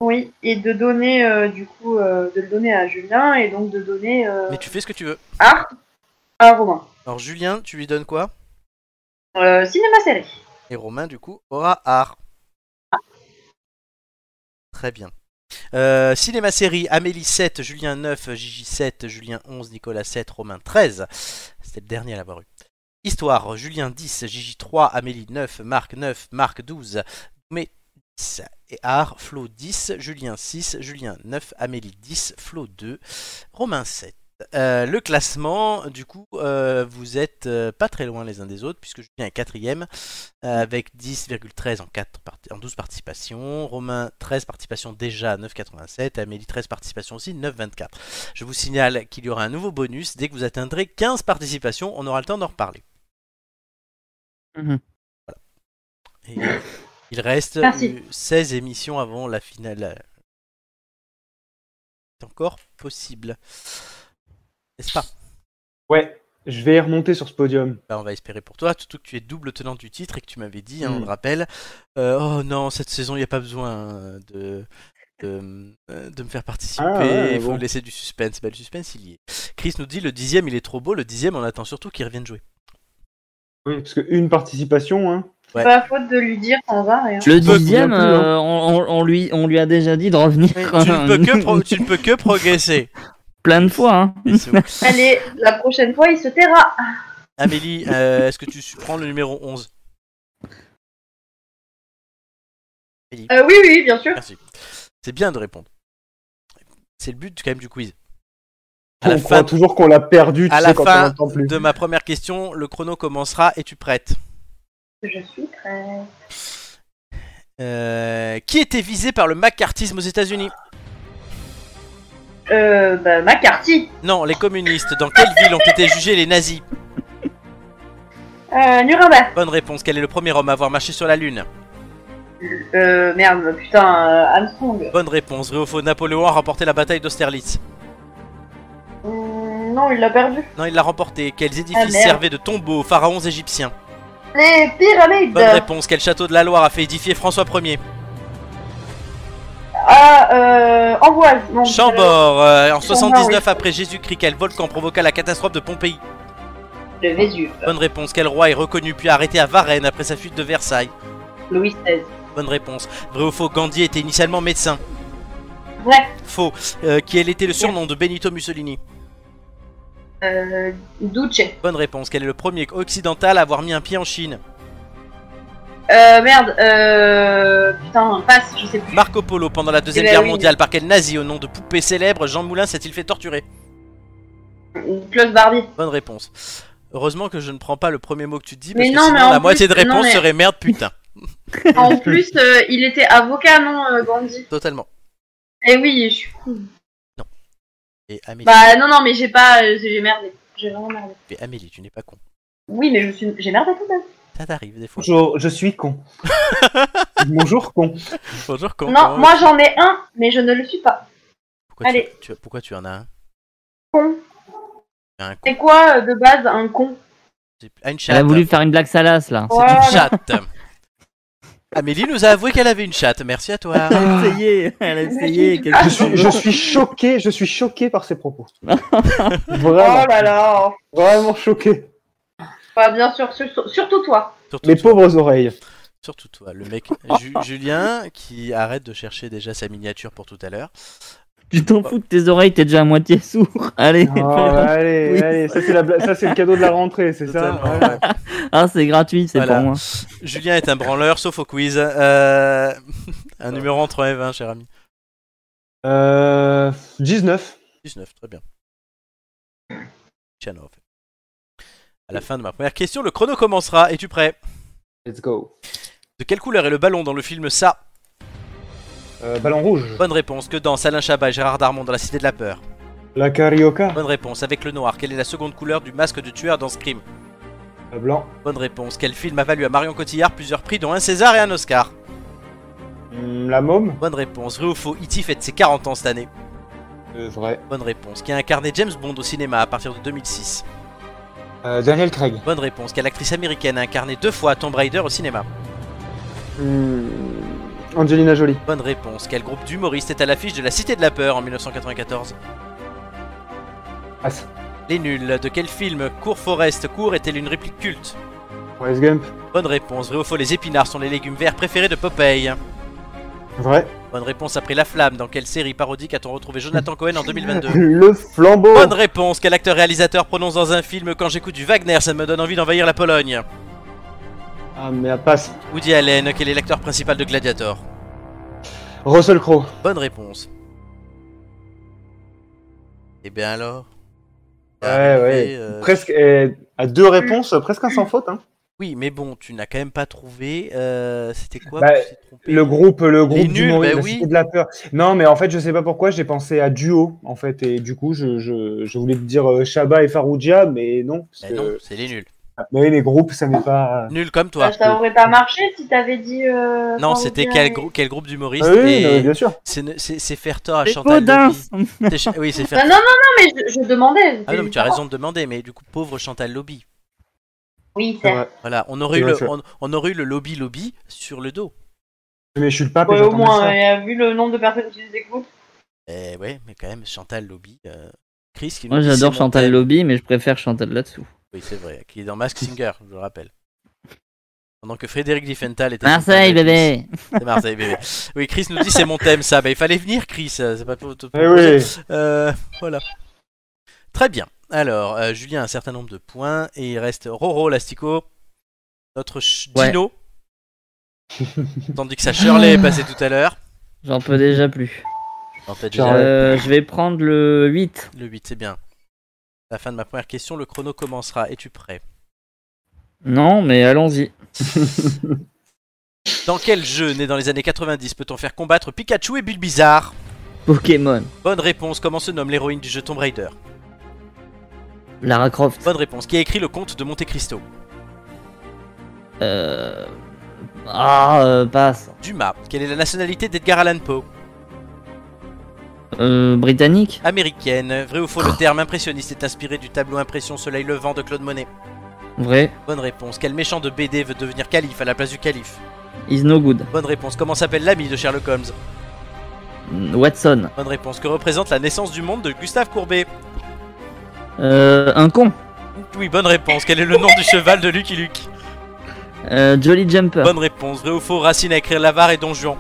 Speaker 4: Oui. Et de donner, euh, du coup, euh, de le donner à Julien et donc de donner euh,
Speaker 1: Mais tu fais ce que tu veux.
Speaker 4: art à Romain.
Speaker 1: Alors Julien, tu lui donnes quoi
Speaker 4: Euh, cinéma-série.
Speaker 1: Et Romain, du coup, aura art. Très bien. Euh, cinéma série, Amélie 7, Julien 9, Gigi 7, Julien 11, Nicolas 7, Romain 13. C'était le dernier à l'avoir eu. Histoire, Julien 10, Gigi 3, Amélie 9, Marc 9, Marc 12, Doumé 10. Et art, Flo 10, Julien 6, Julien 9, Amélie 10, Flo 2, Romain 7. euh, le classement. Du coup, euh, vous êtes euh, pas très loin les uns des autres, puisque Julien est quatrième euh, avec 10,13 en, quatre parti- en 12 participations. Romain, 13 participations déjà, 9,87. Amélie, 13 participations aussi, 9,24. Je vous signale qu'il y aura un nouveau bonus. Dès que vous atteindrez 15 participations, on aura le temps d'en reparler.
Speaker 3: Mhm.
Speaker 1: Et il reste
Speaker 4: Merci.
Speaker 1: euh, 16 émissions avant la finale. C'est encore possible. N'est-ce pas
Speaker 2: Ouais, je vais remonter sur ce podium.
Speaker 1: Bah, on va espérer pour toi, surtout que tu es double tenant du titre et que tu m'avais dit, hein,
Speaker 2: Mm.
Speaker 1: on le rappelle, euh, oh non, cette saison, il n'y a pas besoin euh, de, de, euh, de me faire participer, il
Speaker 2: Ah ouais,
Speaker 1: faut
Speaker 2: bon.
Speaker 1: laisser du suspense. Bah, le suspense, il y est. Chris nous dit, le dixième, il est trop beau, le dixième, on attend surtout qu'il revienne jouer.
Speaker 2: Oui, parce qu'une participation, hein.
Speaker 1: Ouais.
Speaker 4: Pas faute de lui dire, hein. ça va. Et...
Speaker 3: Le
Speaker 2: peux-
Speaker 3: dixième,
Speaker 2: bien plus, hein.
Speaker 3: euh, on, on- on lui, on lui a déjà dit de revenir
Speaker 1: tu, ne peux que pro- tu ne peux que progresser.
Speaker 3: plein de fois. hein.
Speaker 1: Et c'est bon.
Speaker 4: Allez, la prochaine fois, il se taira.
Speaker 1: Amélie, euh, est-ce que tu su- prends le numéro 11
Speaker 4: Euh, oui, oui, bien sûr.
Speaker 1: Merci. C'est bien de répondre. C'est le but quand même du quiz. À la
Speaker 2: On croit
Speaker 1: fin,
Speaker 2: toujours qu'on l'a perdu, tu
Speaker 1: à
Speaker 2: sais,
Speaker 1: la
Speaker 2: quand on
Speaker 1: fin
Speaker 2: l'entend plus.
Speaker 1: de ma première question, le chrono commencera. Es-tu prête
Speaker 4: Je suis très.
Speaker 1: Euh, Qui était visé par le macartisme aux États-Unis
Speaker 4: Euh, bah, McCarthy.
Speaker 1: Non, les communistes. Dans quelle ville ont été jugés les nazis
Speaker 4: Euh, Nuremberg.
Speaker 1: Bonne réponse. Quel est le premier homme à avoir marché sur la Lune
Speaker 4: Euh, merde, putain, euh, Armstrong.
Speaker 1: Bonne réponse. Vrai ou faux, Napoléon a remporté la bataille d'Austerlitz
Speaker 4: Hum, non, il l'a perdu.
Speaker 1: Non, il l'a remporté. Quels
Speaker 4: Ah,
Speaker 1: édifices
Speaker 4: merde.
Speaker 1: servaient de tombeaux aux pharaons égyptiens
Speaker 4: Les pyramides.
Speaker 1: Bonne réponse. Quel château de la Loire a fait édifier François Ier
Speaker 4: Ah, euh, Amboise. Non,
Speaker 1: Chambord. euh, en
Speaker 4: Chambord,
Speaker 1: 79 après Jésus-Christ, quel volcan provoqua la catastrophe de Pompéi
Speaker 4: euh, Le Vésuve.
Speaker 1: Bonne réponse. Quel roi est reconnu puis arrêté à Varennes après sa fuite de Versailles
Speaker 4: Louis XVI.
Speaker 1: Bonne réponse. Vrai ou faux, Gandhi était initialement médecin
Speaker 4: Vrai.
Speaker 1: Faux. Euh, quel était le surnom de Benito Mussolini
Speaker 4: Euh, Duce.
Speaker 1: Bonne réponse. Quel est le premier occidental à avoir mis un pied en Chine
Speaker 4: Euh, merde, euh, putain, passe, je sais plus.
Speaker 1: Marco Polo, pendant la Deuxième
Speaker 4: Eh ben
Speaker 1: Guerre
Speaker 4: oui.
Speaker 1: mondiale, par quel nazi au nom de poupée célèbre Jean Moulin s'est-il fait torturer
Speaker 4: Klaus Barbie.
Speaker 1: Bonne réponse. Heureusement que je ne prends pas le premier mot que tu dis, parce
Speaker 4: Mais
Speaker 1: que
Speaker 4: non,
Speaker 1: sinon
Speaker 4: mais en
Speaker 1: la
Speaker 4: plus-
Speaker 1: moitié de
Speaker 4: non,
Speaker 1: réponse
Speaker 4: mais-
Speaker 1: serait merde putain.
Speaker 4: En plus, euh, il était avocat, non, euh, Gandhi
Speaker 1: Totalement.
Speaker 4: Eh oui, je suis con.
Speaker 1: Et Amélie,
Speaker 4: Bah non, non, mais j'ai pas, euh, j'ai merdé. J'ai vraiment merdé.
Speaker 1: et Amélie, tu n'es pas con.
Speaker 4: Oui, mais je suis, j'ai merdé tout même.
Speaker 1: Ça t'arrive des fois.
Speaker 2: Bonjour, je suis con. Bonjour, con.
Speaker 1: Bonjour, con.
Speaker 4: Non, moi j'en ai un, mais je ne le suis pas.
Speaker 1: pourquoi tu-
Speaker 4: allez.
Speaker 1: Tu, pourquoi tu en as un
Speaker 4: Con.
Speaker 1: Un con.
Speaker 4: C'est quoi euh, de base un con
Speaker 1: Ah, une chatte.
Speaker 3: Elle a voulu faire une blague salace là.
Speaker 1: C'est
Speaker 4: Voilà.
Speaker 1: une chatte. Amélie nous a avoué qu'elle avait une chatte. Merci à toi.
Speaker 3: Elle a essayé, elle a essayé. quelque
Speaker 2: Je
Speaker 3: chose.
Speaker 2: suis, je suis choqué, je suis choqué par ces propos.
Speaker 4: Oh
Speaker 2: vraiment,
Speaker 4: là là
Speaker 2: vraiment choqué.
Speaker 4: Bah bien sûr, sur- surtout toi.
Speaker 1: Surtout
Speaker 2: Mes
Speaker 1: toi.
Speaker 2: pauvres oreilles.
Speaker 1: Surtout toi, le mec Ju- Julien qui arrête de chercher déjà sa miniature pour tout à l'heure.
Speaker 3: Tu t'en fous de tes oreilles, t'es déjà à moitié sourd. Allez.
Speaker 2: Oh, allez,
Speaker 3: Oui.
Speaker 2: allez, ça c'est, la bla- ça c'est le cadeau de la rentrée, c'est ça
Speaker 1: Totalement,
Speaker 2: Voilà.
Speaker 1: ouais.
Speaker 3: Ah, c'est gratuit, c'est
Speaker 1: Voilà.
Speaker 3: pour moi.
Speaker 1: Julien est un branleur, sauf au quiz. Euh, Un numéro entre 1 et 20, cher ami.
Speaker 2: Euh, 19.
Speaker 1: 19, très bien. Tiens, non, en fait. À la fin de ma première question, le chrono commencera. Es-tu prêt
Speaker 2: Let's go.
Speaker 1: De quelle couleur est le ballon dans le film Ça
Speaker 2: Euh, ballon rouge.
Speaker 1: Bonne réponse. Que dansent Alain Chabat et Gérard Darmon dans La Cité de la Peur
Speaker 2: La carioca.
Speaker 1: Bonne réponse. Avec le noir, quelle est la seconde couleur du masque de tueur dans Scream
Speaker 2: Le euh, blanc.
Speaker 1: Bonne réponse. Quel film a valu à Marion Cotillard plusieurs prix, dont un César et un Oscar
Speaker 2: Hum, la môme.
Speaker 1: Bonne réponse. Vrai ou faux, E.T. fête ses 40 ans cette année.
Speaker 2: Euh, vrai.
Speaker 1: Bonne réponse. Qui a incarné James Bond au cinéma à partir de 2006.
Speaker 2: Euh, Daniel Craig.
Speaker 1: Bonne réponse. Quelle actrice américaine a incarné deux fois Tomb Raider au cinéma.
Speaker 2: Hum, Angelina Jolie.
Speaker 1: Bonne réponse. Quel groupe d'humoristes est à l'affiche de La Cité de la Peur en 1994
Speaker 2: Passe.
Speaker 1: Les Nuls. De quel film Court Forest Court est-elle une réplique culte
Speaker 2: Forrest Gump.
Speaker 1: Bonne réponse. Vrai ou faux, les épinards sont les légumes verts préférés de Popeye.
Speaker 2: Vrai.
Speaker 1: Bonne réponse après La Flamme. Dans quelle série parodique a-t-on retrouvé Jonathan Cohen en 2022
Speaker 2: Le flambeau.
Speaker 1: Bonne réponse. Quel acteur réalisateur prononce dans un film quand j'écoute du Wagner, ça me donne envie d'envahir la Pologne
Speaker 2: Ah, mais elle passe.
Speaker 1: Woody Allen, quel est l'acteur principal de Gladiator
Speaker 2: Russell Crowe.
Speaker 1: Bonne réponse. Et Eh bien alors est
Speaker 2: Ouais,
Speaker 1: arrivé,
Speaker 2: ouais.
Speaker 1: euh,
Speaker 2: Presque eh, à deux réponses, presque un sans faute. hein.
Speaker 1: Oui, mais bon, tu n'as quand même pas trouvé. euh, C'était quoi
Speaker 2: Bah,
Speaker 1: je me suis trompé.
Speaker 2: Le groupe, le groupe
Speaker 1: nuls,
Speaker 2: d'humoristes
Speaker 1: bah
Speaker 2: de la
Speaker 1: oui.
Speaker 2: Cité de la peur. Non, mais en fait, je sais pas pourquoi, j'ai pensé à duo en fait, et du coup, je, je, je voulais te dire euh, Shabba et Farouja, mais non. parce
Speaker 1: Bah
Speaker 2: que-
Speaker 1: non, c'est les nuls.
Speaker 2: Mais oui, les groupes, ça m'est pas.
Speaker 1: Nuls comme toi.
Speaker 4: Bah, ça aurait pas marché si t'avais dit. euh,
Speaker 1: Non,
Speaker 4: Farouk
Speaker 1: c'était
Speaker 4: Dia
Speaker 1: quel,
Speaker 4: et-
Speaker 1: grou- quel groupe d'humoristes
Speaker 2: Ah oui, non,
Speaker 1: et-
Speaker 2: bien sûr.
Speaker 1: C'est ne- C'est c'est faire tort à
Speaker 3: Les
Speaker 1: Chantal
Speaker 3: Gaudins.
Speaker 1: Lobby. C'est Ch- Oui, c'est
Speaker 4: Ah Non,
Speaker 1: faire
Speaker 4: non, non, non, mais je, je demandais.
Speaker 1: Ah non, mais tu as raison de demander, mais du coup, pauvre Chantal Lobby.
Speaker 4: Oui,
Speaker 2: C'est
Speaker 4: c'est
Speaker 2: vrai.
Speaker 1: Voilà, on aurait, eu
Speaker 2: C'est
Speaker 1: le,
Speaker 2: vrai,
Speaker 1: on, on aurait eu le Lobby Lobby sur le dos.
Speaker 2: Mais je suis le pape. et
Speaker 4: Ouais, au
Speaker 2: j'attendais
Speaker 4: moins,
Speaker 2: ça.
Speaker 4: euh, vu le nombre de personnes qui nous écoutent.
Speaker 1: Eh ouais, mais quand même, Chantal Lobby. euh, Chris qui nous
Speaker 3: Moi
Speaker 1: dit,
Speaker 3: j'adore
Speaker 1: c'est mon
Speaker 3: Chantal
Speaker 1: thème.
Speaker 3: Lobby, mais je préfère Chantal là-dessous.
Speaker 1: Oui, c'est vrai, qui est dans Mask Singer, je le rappelle. Pendant que Frédéric Diffenthal était.
Speaker 3: Marseille,
Speaker 1: sur le thème de
Speaker 3: bébé
Speaker 1: Chris. C'est Marseille, bébé. Oui, Chris nous dit c'est mon thème, ça. Bah, il fallait venir, Chris. euh, C'est pas pour te
Speaker 2: Eh
Speaker 1: proposer.
Speaker 2: oui.
Speaker 1: Euh, voilà. Très bien. Alors, euh, Julien a un certain nombre de points et il reste Roro, Lastico, notre ch-
Speaker 3: Ouais.
Speaker 1: Dino. Tandis que sa Shirley est passée tout à l'heure.
Speaker 3: J'en peux déjà plus.
Speaker 1: En fait,
Speaker 2: Shirley.
Speaker 1: déjà,
Speaker 3: Euh, je vais prendre le 8.
Speaker 1: le 8, c'est bien. À la fin de ma première question, le chrono commencera. Es-tu prêt
Speaker 3: Non, mais allons-y.
Speaker 2: Eh
Speaker 1: Dans quel jeu né dans les années 90 peut-on faire combattre Pikachu et Bulbizarre
Speaker 3: Pokémon.
Speaker 1: Bonne réponse. Comment se nomme l'héroïne du jeu Tomb Raider
Speaker 3: Lara Croft.
Speaker 1: Bonne réponse. Qui a écrit le conte de Monte Cristo
Speaker 3: Euh... Ah, euh, passe.
Speaker 1: Dumas. Quelle est la nationalité d'Edgar Allan Poe
Speaker 3: Euh, britannique
Speaker 1: Américaine. Vrai ou faux, le terme impressionniste est inspiré du tableau Impression Soleil Levant de Claude Monet.
Speaker 3: Vrai.
Speaker 1: Bonne réponse. Quel méchant de BD veut devenir calife à la place du calife
Speaker 3: Is no good.
Speaker 1: Bonne réponse. Comment s'appelle l'ami de Sherlock Holmes
Speaker 3: Mm, Watson.
Speaker 1: Bonne réponse. Que représente la naissance du monde de Gustave Courbet
Speaker 3: Euh, un con.
Speaker 1: Oui, bonne réponse. Quel est le nom du cheval de Lucky Luke
Speaker 3: Euh, Jolly Jumper.
Speaker 1: Bonne réponse. Vrai ou faux, Racine à écrire l'avare et Don Juan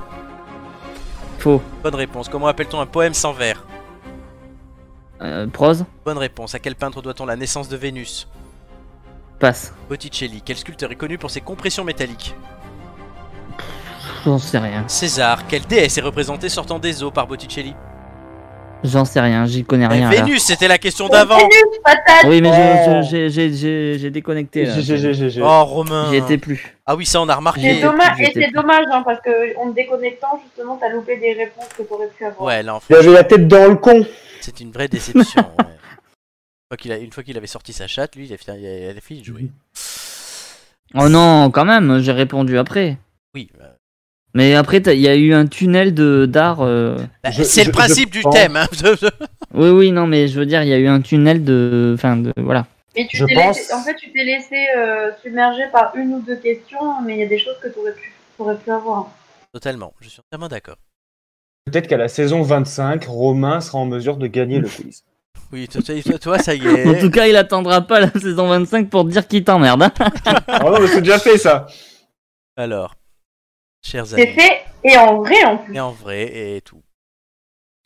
Speaker 3: Faux.
Speaker 1: Bonne réponse. Comment appelle-t-on un poème sans vers
Speaker 3: Euh, prose.
Speaker 1: Bonne réponse. À quel peintre doit-on la naissance de Vénus
Speaker 3: Passe.
Speaker 1: Botticelli. Quel sculpteur est connu pour ses compressions métalliques
Speaker 3: J'en sais rien.
Speaker 1: César. Quelle déesse est représentée sortant des eaux par Botticelli
Speaker 3: J'en sais rien. J'y connais
Speaker 1: Eh,
Speaker 3: Ah, rien. là.
Speaker 1: Vénus, c'était la question d'avant
Speaker 4: Vénus, patate
Speaker 3: Oui, mais
Speaker 2: Oh.
Speaker 3: j'ai- j'ai- j'ai- j'ai j'ai déconnecté. là.
Speaker 2: J'ai- j'ai- j'ai- j'ai- j'ai-
Speaker 1: Oh Romain
Speaker 3: J'y étais plus.
Speaker 1: Ah oui ça on a
Speaker 4: C'est
Speaker 1: remarqué
Speaker 3: J'ai-
Speaker 4: dommage,
Speaker 3: j'étais
Speaker 4: et c'est
Speaker 3: plus.
Speaker 4: dommage, hein, parce que en te déconnectant, justement, t'as loupé des réponses que t'aurais pu avoir.
Speaker 1: Ouais là en
Speaker 2: Il
Speaker 1: fait,
Speaker 2: avait la tête dans le con.
Speaker 1: c'est une vraie déception ouais. Une fois qu'il a- Une fois qu'il avait sorti sa chatte lui il a fini, il a fini de jouer
Speaker 2: Mhm.
Speaker 3: Oh non, quand même. J'ai répondu après.
Speaker 1: Oui bah,
Speaker 3: Mais après, t'as- il y a eu un tunnel de d'art. euh,
Speaker 1: bah,
Speaker 2: Je-
Speaker 1: C'est
Speaker 2: je-
Speaker 1: le principe
Speaker 2: je
Speaker 1: du
Speaker 2: pense-
Speaker 1: thème hein.
Speaker 3: Oui, oui, non, mais je veux dire, il y a eu un tunnel de. Enfin, de... voilà.
Speaker 4: Mais tu
Speaker 2: Je
Speaker 4: t'es
Speaker 2: pense-
Speaker 4: laissé- en fait, tu t'es laissé euh, submerger par une ou deux questions, mais il y a des choses que t'aurais pu, t'aurais pu avoir.
Speaker 1: Totalement, je suis entièrement d'accord
Speaker 2: Peut-être qu'à la saison 25, Romain sera en mesure de gagner le quiz.
Speaker 1: Oui toi, toi- toi- toi, ça y
Speaker 3: En tout
Speaker 1: est
Speaker 3: cas, il attendra pas la saison 25 pour te dire qu'il t'emmerde. hein.
Speaker 2: Ah non, mais c'est déjà fait ça.
Speaker 1: Alors Chers
Speaker 4: C'est
Speaker 1: amis
Speaker 4: fait, et en vrai, en plus.
Speaker 1: et en vrai et tout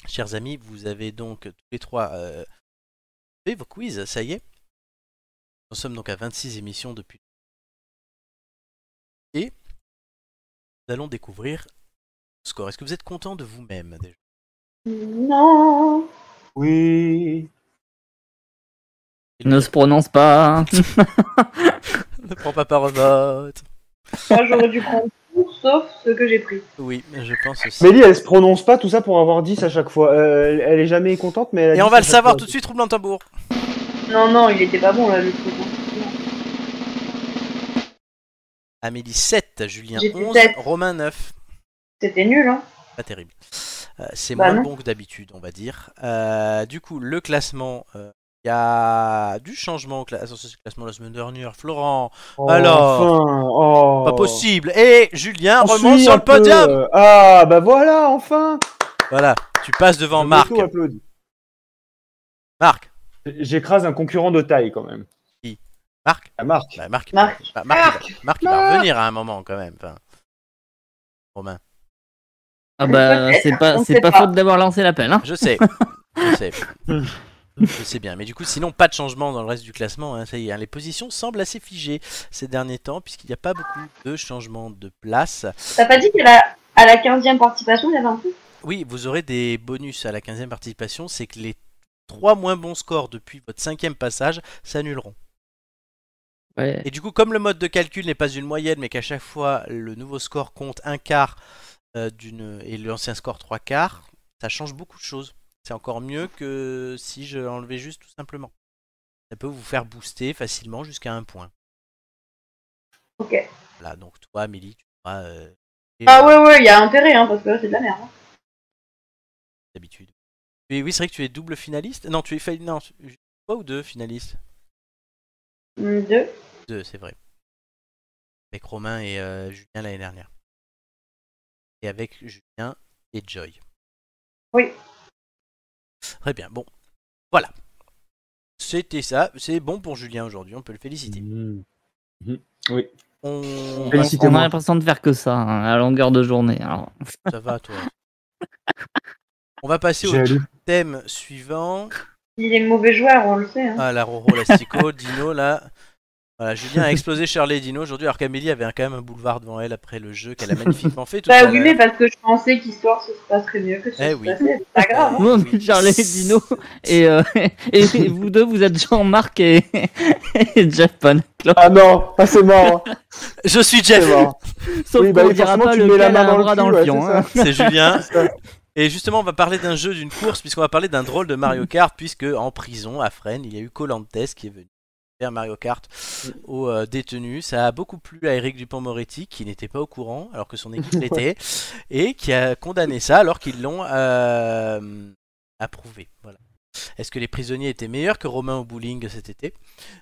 Speaker 1: Chers amis vous avez donc tous les trois euh, fait vos quiz ça y est Nous sommes donc à 26 émissions depuis et nous allons découvrir le score. Est-ce que vous êtes content de vous-même déjà
Speaker 4: Non
Speaker 2: Oui.
Speaker 3: ne se prononce pas. hein.
Speaker 1: Ne prends pas part au vote.
Speaker 4: Moi, j'aurais dû prendre tout, sauf ce que j'ai pris.
Speaker 1: Oui, je pense aussi.
Speaker 2: Mélie, elle se prononce pas tout ça pour avoir 10 à chaque fois. Euh, elle- elle est jamais contente, mais elle a
Speaker 1: Et
Speaker 2: 10
Speaker 1: on va
Speaker 2: à
Speaker 1: le
Speaker 2: chaque
Speaker 1: savoir
Speaker 2: fois.
Speaker 1: tout de suite, troublant tambour.
Speaker 4: Non, non, il était pas bon, là, le truc. hein.
Speaker 1: Amélie 7, Julien
Speaker 4: J'ai fait
Speaker 1: 11,
Speaker 4: sept.
Speaker 1: Romain 9.
Speaker 4: C'était nul, hein
Speaker 1: Pas terrible. Euh, c'est
Speaker 4: Bah
Speaker 1: moins
Speaker 4: non.
Speaker 1: bon que d'habitude, on va dire. Euh, du coup, le classement, euh, il y a du changement au cla- ah, sur ce classement la semaine dernière. Florent,
Speaker 2: Oh,
Speaker 1: Alors.
Speaker 2: enfin, oh.
Speaker 1: pas possible. Et Julien
Speaker 2: On
Speaker 1: remonte
Speaker 2: suit
Speaker 1: sur
Speaker 2: un
Speaker 1: le podium.
Speaker 2: peu. Ah, bah voilà, enfin.
Speaker 1: Voilà, tu passes devant
Speaker 2: Le
Speaker 1: Marc.
Speaker 2: moto applaudit.
Speaker 1: Marc,
Speaker 2: J'écrase un concurrent de taille quand même.
Speaker 1: Marc,
Speaker 2: La marque.
Speaker 1: Bah, Marc, il
Speaker 4: Marc.
Speaker 1: va- bah, Marc, il va- Marc, il va revenir à un moment quand même. enfin. Romain,
Speaker 3: Ah bah, c'est pas,
Speaker 4: on
Speaker 3: c'est
Speaker 4: sait
Speaker 3: pas
Speaker 4: pas.
Speaker 3: faute d'avoir lancé l'appel. Hein.
Speaker 1: je sais, je sais, je sais bien. Mais du coup, sinon pas de changement dans le reste du classement. hein, ça y est, hein. les positions semblent assez figées ces derniers temps puisqu'il n'y a pas beaucoup de changements de place.
Speaker 4: T'as pas dit qu'à la, à la 15 e participation, il y avait un truc
Speaker 1: Oui, vous aurez des bonus à la 15e participation, c'est que les trois moins bons scores depuis votre cinquième passage s'annuleront.
Speaker 3: Ouais.
Speaker 1: Et du coup, comme le mode de calcul n'est pas une moyenne, mais qu'à chaque fois le nouveau score compte un quart euh, d'une et l'ancien score trois quarts, ça change beaucoup de choses. C'est encore mieux que si je l'enlevais juste tout simplement. Ça peut vous faire booster facilement jusqu'à un point.
Speaker 4: Ok.
Speaker 1: Voilà, donc toi, Amélie, tu pourras. euh,
Speaker 4: Ah ouais, ouais, il y a intérêt, hein, parce que là, c'est de la merde. hein.
Speaker 1: d'habitude. Oui, oui, c'est vrai que tu es double finaliste. Non, tu es fail. Non, tu- quoi ou deux finalistes
Speaker 4: Hum, Deux.
Speaker 1: Deux, c'est vrai. Avec Romain et euh, Julien l'année dernière. Et avec Julien et Joy.
Speaker 4: Oui.
Speaker 1: Très bien. Bon, voilà. C'était ça. C'est bon pour Julien aujourd'hui. On peut le féliciter.
Speaker 2: Mmh.
Speaker 1: On...
Speaker 3: On- On
Speaker 2: Félicitez-moi.
Speaker 3: a l'impression de faire que ça hein, à longueur de journée. Alors,
Speaker 1: Ça va, toi. On va passer au
Speaker 2: Jaloux.
Speaker 1: thème suivant.
Speaker 4: Il est mauvais joueur, on le sait. Hein.
Speaker 1: Ah, la Roro Lastico, Dino, là. Voilà, Julien a explosé Shirley et Dino aujourd'hui, alors qu'Amélie avait quand même un boulevard devant elle après le jeu qu'elle a magnifiquement fait. Tout à
Speaker 4: Bah oui,
Speaker 1: l'heure.
Speaker 4: mais parce que je pensais qu'histoire se passerait mieux que ça.
Speaker 1: Eh
Speaker 4: se
Speaker 1: oui.
Speaker 4: passait, C'est pas grave. hein.
Speaker 3: nous, on est Charlie et Dino, et, euh, et vous deux, vous êtes Jean-Marc et, et Jeff Panclo.
Speaker 2: Ah non, ah, c'est mort. hein.
Speaker 1: Je suis
Speaker 2: C'est
Speaker 1: Jeff,
Speaker 2: mort.
Speaker 3: Sauf
Speaker 2: Oui, bah
Speaker 3: qu'on
Speaker 2: oui,
Speaker 3: dira
Speaker 2: forcément,
Speaker 3: pas
Speaker 2: tu mets
Speaker 3: lequel
Speaker 2: la
Speaker 3: a
Speaker 2: main dans
Speaker 3: un
Speaker 2: le
Speaker 3: bras
Speaker 2: cul,
Speaker 3: dans le
Speaker 2: ouais,
Speaker 3: pion.
Speaker 2: c'est
Speaker 3: hein.
Speaker 1: c'est Julien.
Speaker 2: C'est ça.
Speaker 1: Et justement, on va parler d'un jeu, d'une course, puisqu'on va parler d'un drôle de Mario Kart, puisque en prison, à Fresnes, il y a eu Colantes qui est venu faire Mario Kart aux euh, détenus. Ça a beaucoup plu à Eric Dupont-Moretti, qui n'était pas au courant, alors que son équipe l'était, et qui a condamné ça alors qu'ils l'ont euh, approuvé. Voilà. Est-ce que les prisonniers étaient meilleurs que Romain au bowling cet été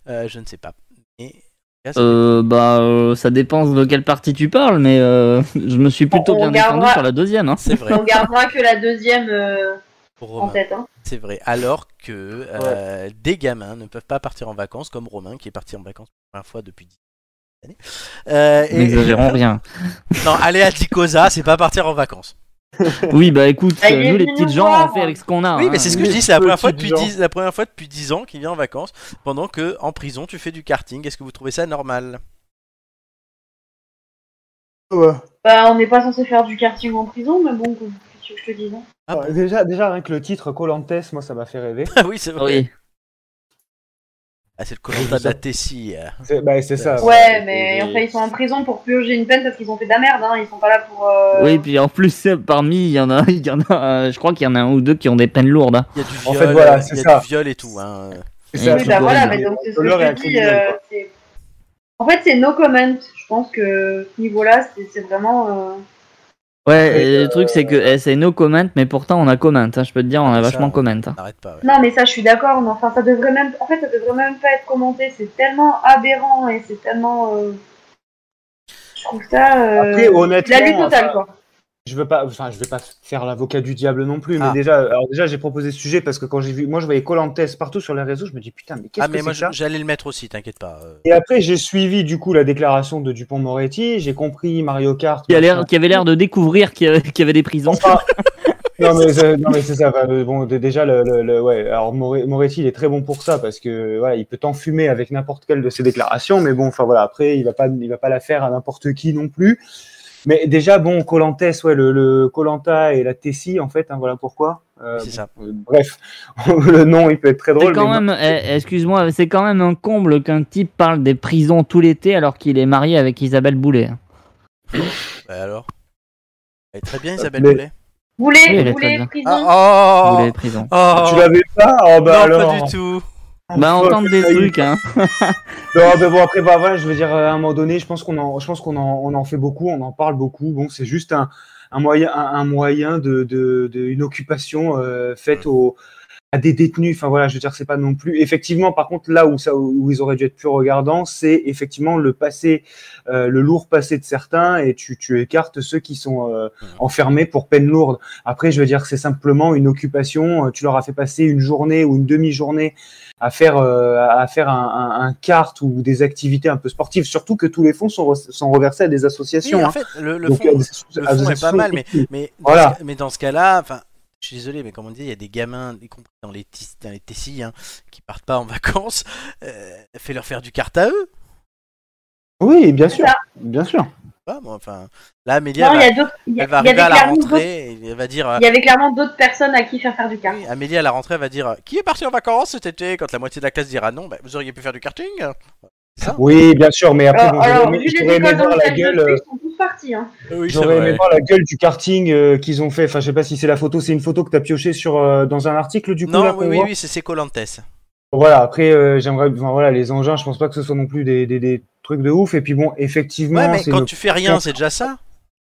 Speaker 1: Euh, Je ne sais pas. Mais, en tout cas, ça-
Speaker 3: Euh, bah, euh, ça dépend de quelle partie tu parles, mais euh, je me suis plutôt
Speaker 4: On
Speaker 3: bien
Speaker 4: regardera.
Speaker 3: défendu sur la deuxième. Hein.
Speaker 1: C'est vrai
Speaker 4: On gardera que la deuxième euh,
Speaker 1: pour
Speaker 4: en
Speaker 1: Romain.
Speaker 4: tête. Hein.
Speaker 1: C'est vrai. Alors que euh, des gamins ne peuvent pas partir en vacances, comme Romain qui est parti en vacances pour la première fois depuis 10 années. Euh, et-
Speaker 3: N'exagérons rien.
Speaker 1: non, aller à Ticosa, c'est pas partir en vacances.
Speaker 3: Oui, bah écoute,
Speaker 4: Bah, il
Speaker 3: euh,
Speaker 4: est
Speaker 3: nous les
Speaker 4: venu
Speaker 3: petites
Speaker 4: nous
Speaker 3: gens,
Speaker 4: voir.
Speaker 3: on fait avec ce
Speaker 2: Ah,
Speaker 3: qu'on a.
Speaker 1: oui,
Speaker 3: hein.
Speaker 1: mais c'est ce que
Speaker 2: les
Speaker 1: je dis, c'est la première, fois
Speaker 2: petites
Speaker 1: depuis
Speaker 2: gens.
Speaker 1: 10, la première fois depuis 10 ans qu'il vient en vacances, pendant que en prison tu fais du karting. Est-ce que vous trouvez ça normal
Speaker 2: Ouais.
Speaker 4: Bah, on n'est pas censé faire du karting en prison, mais bon, qu'est-ce que tu veux que je te dise. hein.
Speaker 1: Ah
Speaker 2: Ouais, déjà, déjà, rien que le titre Colantes, moi, ça m'a fait rêver.
Speaker 1: Ah oui, c'est vrai.
Speaker 3: Oui.
Speaker 1: Ah, c'est le Colanta de la Tessie. euh.
Speaker 2: C'est bah, c'est ça.
Speaker 4: Ouais, mais enfin, ils sont en prison pour purger une peine parce qu'ils ont fait de la merde. Hein. Ils sont pas là pour. euh,
Speaker 3: Oui, puis en plus, euh, parmi, il y en a, il y en a euh, je crois qu'il y en a un ou deux qui ont des peines lourdes. hein.
Speaker 1: Il y a du viol,
Speaker 2: En fait, voilà,
Speaker 1: euh,
Speaker 2: c'est
Speaker 1: il y a
Speaker 2: ça.
Speaker 1: du viol et tout. hein.
Speaker 2: C'est ça,
Speaker 3: Oui, bah
Speaker 4: Oui,
Speaker 2: c'est
Speaker 4: bah
Speaker 2: le
Speaker 4: voilà,
Speaker 2: problème.
Speaker 4: mais donc c'est ce que
Speaker 2: Voleur et
Speaker 4: je
Speaker 2: un
Speaker 4: dis,
Speaker 2: criminel,
Speaker 4: euh, c'est- en fait, c'est no comment. Je pense que ce niveau-là, c'est c'est vraiment. euh,
Speaker 3: Ouais, et le truc, c'est que eh, c'est no comment, mais pourtant on a comment. hein, je peux te dire, on a
Speaker 2: Ah,
Speaker 1: Ça,
Speaker 3: vachement comment. hein.
Speaker 1: N'arrête pas. ouais.
Speaker 4: Non, mais ça, je suis d'accord. Mais enfin, ça devrait même. En fait, ça devrait même pas être commenté. C'est tellement aberrant et c'est tellement. euh, Je trouve ça. euh,
Speaker 2: Après, honnêtement,
Speaker 4: la lutte totale, quoi.
Speaker 2: je veux pas, enfin, je vais pas faire l'avocat du diable non plus,
Speaker 1: Ah.
Speaker 2: mais déjà, alors déjà, j'ai proposé ce sujet parce que quand j'ai vu, moi, je voyais Colantes partout sur les réseaux, je me dis putain, mais qu'est-ce
Speaker 1: Ah, mais
Speaker 2: que
Speaker 1: moi
Speaker 2: c'est
Speaker 1: je-
Speaker 2: ça
Speaker 1: j'allais le mettre aussi, t'inquiète pas. euh.
Speaker 2: Et après, j'ai suivi du coup la déclaration de Dupont-Moretti, j'ai compris Mario Kart.
Speaker 3: Qui, a l'air- qui avait l'air de découvrir qu'il y avait, qu'il y avait des prisons.
Speaker 2: Enfin, non, mais, c'est- non, mais c'est ça. enfin, euh, bon, d- déjà, le, le- le- ouais. Alors, More- Moretti, il est très bon pour ça parce que voilà, il peut t'enfumer avec n'importe quelle de ses déclarations, mais bon, enfin voilà. Après, il va pas, il va pas la faire à n'importe qui non plus. Mais déjà, bon, Colantes, ouais, le Colanta et la Tessie, en fait, hein, voilà pourquoi. Euh,
Speaker 1: Oui, c'est ça.
Speaker 2: euh, Bref, le nom, il peut être très
Speaker 3: C'est
Speaker 2: drôle. mais
Speaker 3: quand même, eh, excuse-moi, c'est quand même un comble qu'un type parle des prisons tout l'été alors qu'il est marié avec Isabelle Boulet. hein.
Speaker 1: Bah alors Elle est très bien, Isabelle
Speaker 2: Euh, Mais-
Speaker 1: Boulet.
Speaker 4: Vous voulez,
Speaker 3: Oui, elle est
Speaker 4: vous voulez
Speaker 3: très bien.
Speaker 4: prison
Speaker 1: Ah, oh,
Speaker 3: Boulet, prison.
Speaker 1: oh,
Speaker 2: Tu l'avais pas Oh, bah
Speaker 1: non,
Speaker 2: alors.
Speaker 1: pas du tout.
Speaker 3: Bah, on
Speaker 2: Oh,
Speaker 3: tente des
Speaker 2: ça y est.
Speaker 3: trucs, hein.
Speaker 2: Non, mais bon, après, bah, voilà, je veux dire, euh, à un moment donné, je pense qu'on en, je pense qu'on en, on en fait beaucoup, on en parle beaucoup. Bon, c'est juste un, un moyen, un, un moyen de, de, de- une occupation euh, faite au, à des détenus. Enfin voilà, je veux dire, c'est pas non plus. Effectivement, par contre, là où ça, où ils auraient dû être plus regardants, c'est effectivement le passé, euh, le lourd passé de certains, et tu, tu écartes ceux qui sont euh,
Speaker 1: Mhm.
Speaker 2: enfermés pour peine lourde. Après, je veux dire, c'est simplement une occupation. euh, Tu leur as fait passer une journée ou une demi-journée à faire euh, à faire un, un, un kart ou des activités un peu sportives. Surtout que tous les fonds sont, re- sont reversés à des associations.
Speaker 1: Oui, en
Speaker 2: hein.
Speaker 1: fait, le, le
Speaker 2: Donc,
Speaker 1: fond,
Speaker 2: à
Speaker 4: euh,
Speaker 2: des-
Speaker 1: le
Speaker 2: à des
Speaker 1: fond est pas
Speaker 2: associations
Speaker 1: mal, mais, mais, dans
Speaker 2: Voilà.
Speaker 1: ce- mais dans ce cas-là, enfin, je suis désolé, mais comme on dit, il y a des gamins, y compris dans les, tis- dans les Tessis, hein, qui partent pas en vacances. Euh, Fais-leur faire du kart à eux.
Speaker 2: Oui, bien sûr,
Speaker 4: C'est ça.
Speaker 2: bien sûr.
Speaker 1: Pas, moi, enfin, là, Amélie, elle,
Speaker 4: Non, il
Speaker 1: va-
Speaker 4: y a deux. Il y a,
Speaker 1: elle va
Speaker 4: il y a
Speaker 1: arriver
Speaker 4: des
Speaker 1: à la
Speaker 4: carnets
Speaker 1: rentrée. et elle va dire. euh,
Speaker 4: Il y avait clairement d'autres personnes à qui faire faire du kart.
Speaker 1: oui, Amélie à la rentrée elle va dire euh, qui est parti en vacances cet été quand la moitié de la classe dira non bah, vous auriez pu faire du karting
Speaker 2: Ah, Oui, bien sûr, mais après,
Speaker 4: Alors,
Speaker 2: bon, j'aurais
Speaker 4: alors,
Speaker 2: aimé-
Speaker 4: vu les
Speaker 2: j'aurais aimé
Speaker 4: écoles dans
Speaker 2: voir la
Speaker 4: lesquelles
Speaker 2: gueule.
Speaker 4: je
Speaker 2: euh,
Speaker 4: suis, ils sont tous partis. Hein.
Speaker 1: oui
Speaker 2: J'aurais aimé voir la gueule du karting euh, qu'ils ont fait. Enfin, je sais pas si c'est la photo, c'est une photo que tu as piochée sur, euh, dans un article du coup. là,
Speaker 1: non
Speaker 2: qu'on
Speaker 1: oui oui,
Speaker 2: voit
Speaker 1: oui c'est c'est Colantes
Speaker 2: Voilà, après, euh, j'aimerais. Enfin, voilà, les engins, je pense pas que ce soit non plus des, des- des trucs de ouf. Et puis bon, effectivement,
Speaker 1: ouais mais
Speaker 2: c'est
Speaker 1: quand
Speaker 2: le-
Speaker 1: tu fais rien c'est déjà ça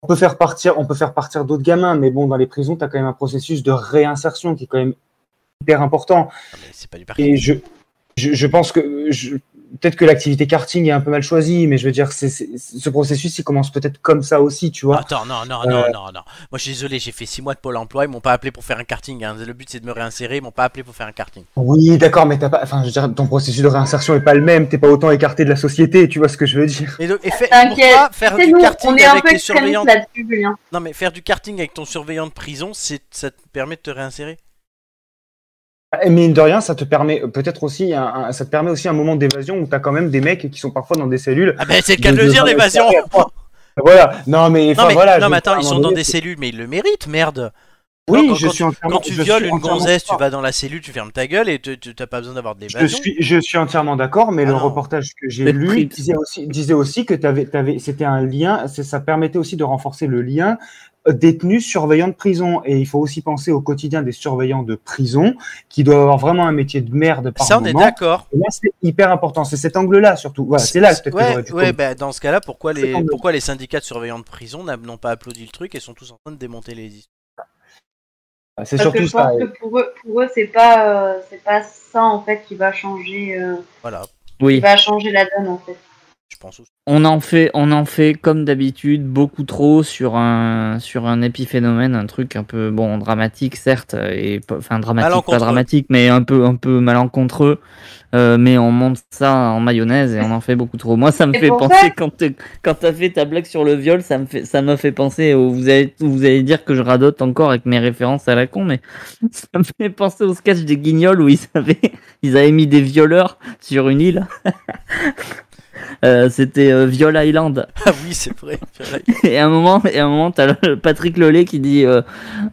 Speaker 2: on peut faire partir, on peut faire partir d'autres gamins, mais bon, dans les prisons, tu as quand même un processus de réinsertion qui est quand même hyper important.
Speaker 1: Ah, mais c'est pas du parking
Speaker 2: Et je, je, je pense que je- peut-être que l'activité karting est un peu mal choisie, mais je veux dire, c'est, c'est- ce processus, il commence peut-être comme ça aussi, tu vois.
Speaker 1: Attends, non, non,
Speaker 2: Euh,
Speaker 1: non, non, non. Moi, je suis désolé, j'ai fait 6 mois de Pôle emploi, ils m'ont pas appelé pour faire un karting. hein. Le but, c'est de me réinsérer, ils m'ont pas appelé pour faire un karting.
Speaker 2: Oui, d'accord, mais t'as pas, enfin, je veux dire, ton processus de réinsertion est pas le même, t'es pas autant écarté de la société, tu vois ce que je veux dire.
Speaker 1: Et donc, et fait-
Speaker 4: T'inquiète,
Speaker 1: pourquoi faire
Speaker 4: C'est
Speaker 1: du
Speaker 4: nous, on
Speaker 1: karting
Speaker 4: est un
Speaker 1: avec
Speaker 4: peu
Speaker 1: tes
Speaker 4: extrémistes
Speaker 1: surveillants
Speaker 4: là-dessus, Julien.
Speaker 1: Non, mais faire du karting avec ton surveillant de prison, c'est ça te permet de te réinsérer
Speaker 2: Et mine de rien, ça te permet euh, peut-être aussi, un, un- ça te permet aussi un moment d'évasion où t'as quand même des mecs qui sont parfois dans des cellules.
Speaker 1: Ah ben, c'est le cas de
Speaker 2: De-
Speaker 1: le
Speaker 2: de-
Speaker 1: dire,
Speaker 2: de-
Speaker 1: l'évasion.
Speaker 2: Voilà. Non, mais,
Speaker 1: Non
Speaker 2: enfin,
Speaker 1: mais,
Speaker 2: voilà.
Speaker 1: non,
Speaker 2: je-
Speaker 1: mais attends, ils
Speaker 2: à un
Speaker 1: sont
Speaker 2: moment
Speaker 1: dans
Speaker 2: donné,
Speaker 1: des cellules, mais ils le méritent, merde.
Speaker 2: Oui,
Speaker 1: quand-
Speaker 2: je
Speaker 1: quand
Speaker 2: suis entièrement.
Speaker 1: Quand tu
Speaker 2: je
Speaker 1: violes
Speaker 2: suis
Speaker 1: une
Speaker 2: entièrement
Speaker 1: gonzesse, tu
Speaker 2: d'accord.
Speaker 1: vas dans la cellule, tu fermes ta gueule et tu tu- t'as pas besoin d'avoir de
Speaker 2: Je
Speaker 1: l'évasion.
Speaker 2: suis, je suis entièrement d'accord, mais
Speaker 1: Ah
Speaker 2: le
Speaker 1: non.
Speaker 2: reportage que j'ai
Speaker 3: Le
Speaker 2: lu
Speaker 3: prix.
Speaker 2: disait aussi, disait aussi que t'avais- t'avais- c'était un lien, c'est- ça permettait aussi de renforcer le lien euh, détenu surveillant de prison. Et il faut aussi penser au quotidien des surveillants de prison qui doivent avoir vraiment un métier de merde par
Speaker 1: Ça, on est
Speaker 2: moment.
Speaker 1: d'accord.
Speaker 2: Et là, c'est hyper important. C'est cet angle-là surtout. Voilà, Bah, c'est là peut-être que
Speaker 1: ouais,
Speaker 2: j'aurais dû
Speaker 1: ouais, bah, dans ce cas-là, pourquoi
Speaker 2: C'est
Speaker 1: les,
Speaker 2: quand même-
Speaker 1: pourquoi les syndicats de surveillants de prison n'a- n'ont pas applaudi le truc et sont tous en train de démonter les histoires bah,
Speaker 2: C'est
Speaker 4: Parce que
Speaker 2: surtout
Speaker 4: je pense
Speaker 2: ça.
Speaker 4: que pour eux, pour eux c'est pas, euh, c'est pas ça en fait qui va changer, euh,
Speaker 1: Voilà,
Speaker 4: qui
Speaker 3: Oui,
Speaker 4: va changer la donne en fait.
Speaker 1: je pense aussi.
Speaker 3: on en fait, on en fait comme d'habitude beaucoup trop sur un sur un épiphénomène, un truc un peu bon dramatique certes et pas- enfin dramatique
Speaker 1: Malencontreux.
Speaker 3: pas dramatique mais un peu un peu malencontreux. Euh, mais on monte ça en mayonnaise et on en fait beaucoup trop. Moi, ça me
Speaker 4: Et
Speaker 3: fait
Speaker 4: pour
Speaker 3: penser quand t'es- quand t'as fait ta blague sur le viol, ça me fait ça me fait penser. Au, vous allez vous allez dire que je radote encore avec mes références à la con, mais ça me fait penser au sketch des Guignols où ils avaient ils avaient mis des violeurs sur une île. Euh, C'était euh, Viol Island.
Speaker 1: Ah oui, c'est vrai.
Speaker 3: Et à un moment, et à un moment, t'as le- Patrick Lelay qui dit, euh,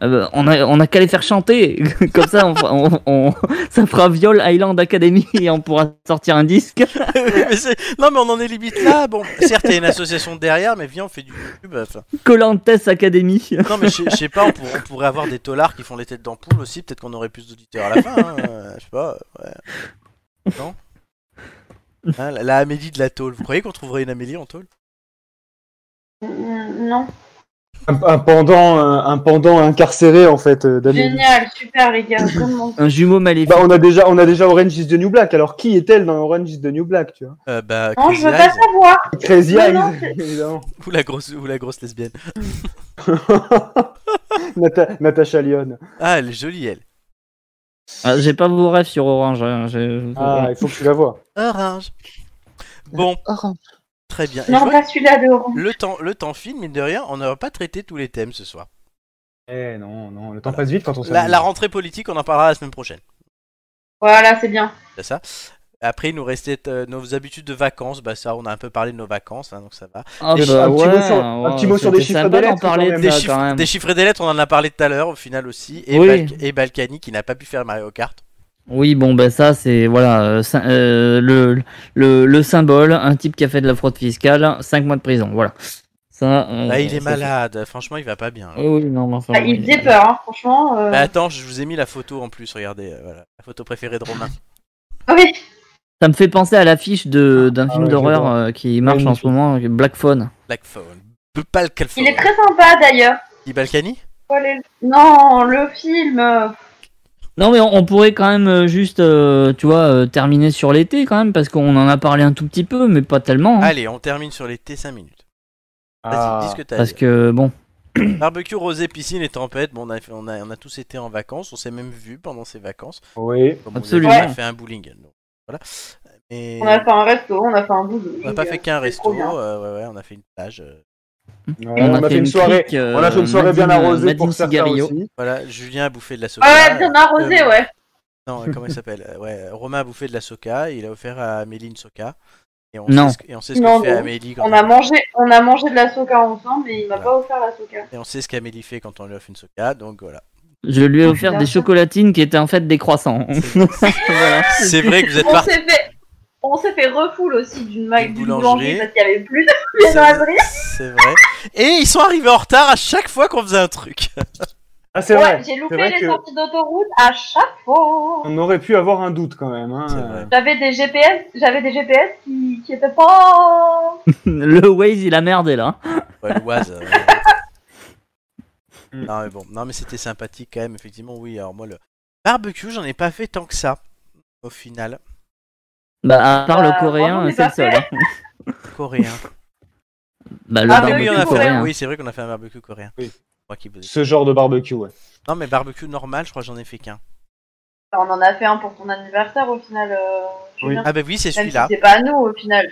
Speaker 3: euh, on a, on a qu'à les faire chanter. Comme ça, on, fera- on- on- ça fera Viol Island Academy et on pourra sortir un disque.
Speaker 1: mais c'est- non, mais on en est limite là. Bon, certes, il y a une association derrière, mais viens, on fait du YouTube. enfin.
Speaker 3: Colantes Academy.
Speaker 1: Non, mais je je sais pas, on, pour- on pourrait avoir des tolards qui font les têtes d'ampoule aussi. Peut-être qu'on aurait plus d'auditeurs à la fin. hein, euh, Je sais pas. Ouais. Non Hein, la, la Amélie de la tôle. Vous croyez qu'on trouverait une Amélie en tôle
Speaker 4: Mm, Non.
Speaker 2: Un, un pendant, un, un pendant incarcéré en fait. euh, d'Amélie.
Speaker 4: Génial, super les gars, vraiment.
Speaker 3: Un jumeau maléfique.
Speaker 2: Bah, on a déjà, on a déjà Orange is the New Black. Alors qui est-elle dans Orange is the New Black, tu vois
Speaker 1: Euh, Bah,
Speaker 4: Non, Ah, je
Speaker 1: Crazy
Speaker 4: veux pas
Speaker 1: Eyes
Speaker 4: savoir.
Speaker 2: Crazy
Speaker 4: Non,
Speaker 2: Eyes,
Speaker 4: non, c'est-
Speaker 2: évidemment.
Speaker 1: ou la grosse ou la grosse lesbienne.
Speaker 2: Nata- Natasha Lyon.
Speaker 1: Ah, elle est jolie, elle.
Speaker 3: Ah, J'ai pas vos rêves sur Orange. hein, j'ai-
Speaker 2: Ah, il faut que tu la vois.
Speaker 1: Orange. Bon, très bien. Et Ah, je
Speaker 4: Non,
Speaker 1: vois
Speaker 4: pas celui-là de Orange.
Speaker 1: que le temps, le temps file, mine de rien, on n'aurait pas traité tous les thèmes ce soir.
Speaker 2: Eh non, non, le temps passe vite quand on
Speaker 1: La,
Speaker 2: s'amuse.
Speaker 1: la rentrée politique, on en parlera la semaine prochaine.
Speaker 4: Voilà, c'est bien.
Speaker 1: C'est ça. Après, il nous restait euh, nos habitudes de vacances. Bah ça, on a un peu parlé de nos vacances, hein, donc ça va.
Speaker 3: Ah,
Speaker 2: Et
Speaker 3: bah
Speaker 2: un petit
Speaker 3: ouais,
Speaker 2: mot sur- un
Speaker 3: ouais,
Speaker 2: petit mot sur
Speaker 3: c'était
Speaker 2: les chiffres
Speaker 3: sympa
Speaker 2: de
Speaker 3: d'en
Speaker 2: lettres,
Speaker 3: parler
Speaker 2: quand même.
Speaker 3: de
Speaker 1: Des
Speaker 3: ça,
Speaker 1: chiffres,
Speaker 3: quand même.
Speaker 1: des chiffres et des lettres, on en a parlé tout à l'heure au final aussi. Et,
Speaker 3: Oui.
Speaker 1: Balk- et Balkany qui n'a pas pu faire Mario Kart.
Speaker 3: Oui, bon, bah ça, c'est voilà euh, sy- euh, le, le, le symbole, un type qui a fait de la fraude fiscale, 5 mois de prison, voilà. Ça, on-
Speaker 1: Bah, il est
Speaker 3: ça-
Speaker 1: malade. Franchement, il va pas bien.
Speaker 3: Oui, oui, non, mais enfin,
Speaker 4: Bah, il
Speaker 3: oui.
Speaker 4: faisait peur, hein, franchement. euh,
Speaker 1: Bah, attends, je vous ai mis la photo en plus. Regardez, euh, voilà, la photo préférée de Romain.
Speaker 4: ah oui,
Speaker 3: Ça me fait penser à l'affiche de- d'un
Speaker 2: Ah
Speaker 3: film
Speaker 2: ouais, je
Speaker 3: d'horreur
Speaker 2: vois.
Speaker 3: euh, qui marche en
Speaker 2: Magnifique.
Speaker 3: ce moment, Black Phone.
Speaker 1: Black Phone. Balkany.
Speaker 4: il est très sympa d'ailleurs.
Speaker 1: Balkany.
Speaker 4: Faut aller- Non, le film. euh,
Speaker 3: Non, mais on, on pourrait quand même euh, juste, euh, tu vois, euh, terminer sur l'été quand même, parce qu'on en a parlé un tout petit peu, mais pas tellement. hein,
Speaker 1: Allez, on termine sur les T5 minutes. Vas-y,
Speaker 2: Ah.
Speaker 1: dis ce que t'as à
Speaker 3: parce
Speaker 1: dire.
Speaker 3: que, bon,
Speaker 1: Barbecue, rosé, piscine et tempête. Bon, on a, fait- on a, on a tous été en vacances. On s'est même vus pendant ces vacances.
Speaker 2: Oui.
Speaker 1: Comme vous
Speaker 3: Absolument.
Speaker 1: avez, on a fait un bowling. donc, voilà. Mais
Speaker 4: On a fait un resto, on a fait un boulot.
Speaker 1: on n'a pas fait qu'un
Speaker 4: c'est
Speaker 1: resto.
Speaker 4: trop bien.
Speaker 1: euh, ouais, ouais, on a fait une plage. euh.
Speaker 2: Ouais, on, a fait une soirée.
Speaker 3: crique, euh,
Speaker 2: on a fait une soirée bien
Speaker 3: Madine-
Speaker 2: arrosée
Speaker 3: Madine
Speaker 2: pour certains
Speaker 3: Cigarillo.
Speaker 2: aussi.
Speaker 1: Voilà, Julien a bouffé de la soca.
Speaker 4: Ah Ouais, bien arrosé,
Speaker 1: Euh,
Speaker 4: ouais.
Speaker 1: Non, euh, comment il s'appelle Euh, Ouais, Romain a bouffé de la soca. Il a offert à Méline soca. Et on
Speaker 3: Non.
Speaker 1: sait ce que, et on sait ce que
Speaker 4: Non,
Speaker 1: fait
Speaker 4: non.
Speaker 1: Amélie quand
Speaker 4: On a mangé, on a mangé de la soca ensemble, mais il m'a pas offert la soca.
Speaker 1: Et on sait ce qu'Amélie fait quand on lui offre une soca, donc voilà.
Speaker 3: Je lui ai offert
Speaker 4: Bien
Speaker 3: des
Speaker 4: sûr.
Speaker 3: chocolatines qui étaient en fait des croissants. Voilà.
Speaker 1: C'est vrai que vous êtes
Speaker 4: On
Speaker 1: parti.
Speaker 4: s'est fait, on s'est fait refoule aussi d'une ma-
Speaker 1: Une
Speaker 4: d'une
Speaker 1: boulangerie.
Speaker 4: boulangerie parce qu'il y avait plus de viennoiserie.
Speaker 1: C'est vrai. Et ils sont arrivés en retard à chaque fois qu'on faisait un truc.
Speaker 2: Ah, c'est
Speaker 4: Ouais,
Speaker 2: vrai.
Speaker 4: j'ai
Speaker 2: C'est
Speaker 4: loupé
Speaker 2: vrai
Speaker 4: les
Speaker 2: que
Speaker 4: sorties d'autoroute à chaque fois.
Speaker 2: on aurait pu avoir un doute quand même. hein.
Speaker 1: C'est vrai.
Speaker 4: J'avais des GPS, j'avais des GPS qui, qui étaient pas.
Speaker 3: le Waze, il a merdé là.
Speaker 1: Ouais, l'Oise. euh,
Speaker 2: Mm.
Speaker 1: non mais bon, non mais c'était sympathique quand même, effectivement. Oui, alors moi le barbecue, j'en ai pas fait tant que ça au final.
Speaker 3: Bah, à part
Speaker 4: Bah,
Speaker 3: le coréen,
Speaker 4: franchement,
Speaker 3: c'est le
Speaker 4: j'ai
Speaker 3: seul.
Speaker 4: pas
Speaker 3: hein.
Speaker 1: Coréen.
Speaker 3: Bah, le
Speaker 4: Ah, mais
Speaker 1: mais
Speaker 3: barbecue
Speaker 1: oui, on a fait.
Speaker 3: coréen.
Speaker 1: Oui, c'est vrai qu'on a fait un barbecue coréen.
Speaker 2: Oui.
Speaker 1: Moi qui vous ai-
Speaker 2: Ce genre de barbecue, ouais.
Speaker 1: Non mais barbecue normal, je crois que j'en ai fait qu'un.
Speaker 4: On en a fait un pour ton anniversaire au final. euh,
Speaker 2: Oui.
Speaker 4: Julien.
Speaker 1: Ah bah oui, c'est
Speaker 4: Même si
Speaker 1: celui-là.
Speaker 4: c'est pas à nous au final.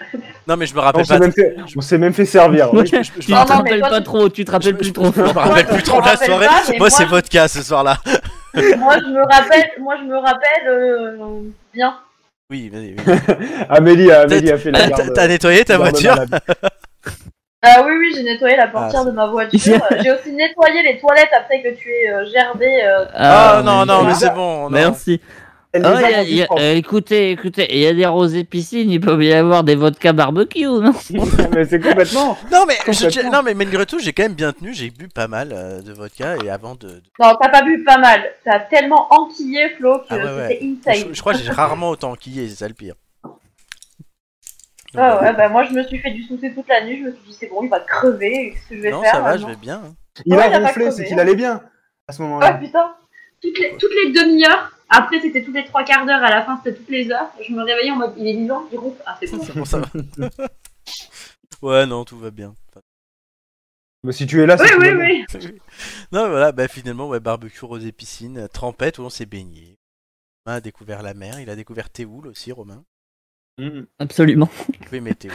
Speaker 1: Non mais je me
Speaker 2: On
Speaker 1: rappelle
Speaker 2: s'est
Speaker 1: pas.
Speaker 2: même fait, on s'est même fait servir. oui.
Speaker 3: tu te
Speaker 4: Non, non, mais
Speaker 3: rappelles
Speaker 4: toi,
Speaker 3: pas
Speaker 4: tu-
Speaker 3: trop, tu te
Speaker 1: Je-
Speaker 3: rappelles
Speaker 1: je-
Speaker 3: plus trop.
Speaker 1: Je me rappelle plus trop de la
Speaker 4: Je me rappelle
Speaker 1: soirée.
Speaker 4: pas, mais
Speaker 1: moi,
Speaker 4: moi,
Speaker 1: c'est
Speaker 4: je-
Speaker 1: vodka ce soir-là.
Speaker 4: moi je me rappelle, moi je me rappelle euh, bien.
Speaker 1: Oui, vas-y. vas-y.
Speaker 2: Amélie, a- Amélie a fait la
Speaker 1: T'as-
Speaker 2: garde.
Speaker 1: T'as nettoyé ta
Speaker 2: la garde
Speaker 1: voiture
Speaker 2: malade.
Speaker 4: Ah oui oui j'ai nettoyé la portière
Speaker 1: Ah, c'est-
Speaker 4: de ma voiture. j'ai aussi nettoyé les toilettes après que tu aies euh, gerbé. euh,
Speaker 1: Ah
Speaker 3: Ah,
Speaker 1: non, non, mais
Speaker 2: mais-
Speaker 1: c'est bon. non.
Speaker 3: Merci.
Speaker 2: Elle les
Speaker 3: Oh,
Speaker 2: Ah, a
Speaker 3: y a-
Speaker 2: rendues
Speaker 3: y a-
Speaker 2: propres.
Speaker 3: euh, écoutez, écoutez, il y a des rosés piscines, il peut y avoir des vodka barbecue, non
Speaker 2: Mais c'est complètement.
Speaker 1: Non mais, je- je-
Speaker 2: Complètement.
Speaker 1: non mais malgré tout j'ai quand même bien tenu, j'ai bu pas mal euh, de vodka et avant de... de-
Speaker 4: Non, t'as pas bu pas mal. T'as tellement enquillé, Flo, que
Speaker 1: Ah ouais, ouais.
Speaker 4: c'était insane.
Speaker 1: Je, je crois que j'ai rarement autant quillé, c'est ça le pire. Donc,
Speaker 4: Ah
Speaker 1: euh,
Speaker 4: ouais, bah moi, je me suis fait du souffler toute la nuit. Je me suis dit, c'est bon, il va crever. Qu'est-ce que je vais
Speaker 1: non
Speaker 4: faire
Speaker 1: ça va, je
Speaker 4: maintenant
Speaker 1: vais bien. hein.
Speaker 2: Il
Speaker 4: Ouais, il a
Speaker 2: a
Speaker 4: pas
Speaker 2: ronflé,
Speaker 4: crevé,
Speaker 2: c'est
Speaker 4: hein.
Speaker 2: qu'il allait bien à ce
Speaker 4: Ah
Speaker 2: moment-là.
Speaker 4: putain Toutes les, toutes les demi-heures. Après, c'était toutes les trois quarts d'heure. À la fin, c'était toutes les heures. Je me réveillais en mode, il est vivant, il ronfle. Ah, c'est bon.
Speaker 1: C'est bon, ça va. ouais non, tout va bien.
Speaker 2: Mais Bah, si tu es
Speaker 1: Ah,
Speaker 2: là,
Speaker 4: Oui,
Speaker 2: c'est tout
Speaker 4: oui,
Speaker 2: le monde.
Speaker 4: oui.
Speaker 1: non mais voilà, bah, finalement ouais, barbecue, rosé, piscine, euh, trempette où on s'est baigné. Romain a découvert la mer, il a découvert Théoul aussi Romain.
Speaker 2: Mhm.
Speaker 3: Absolument.
Speaker 1: Oui mais Théoul,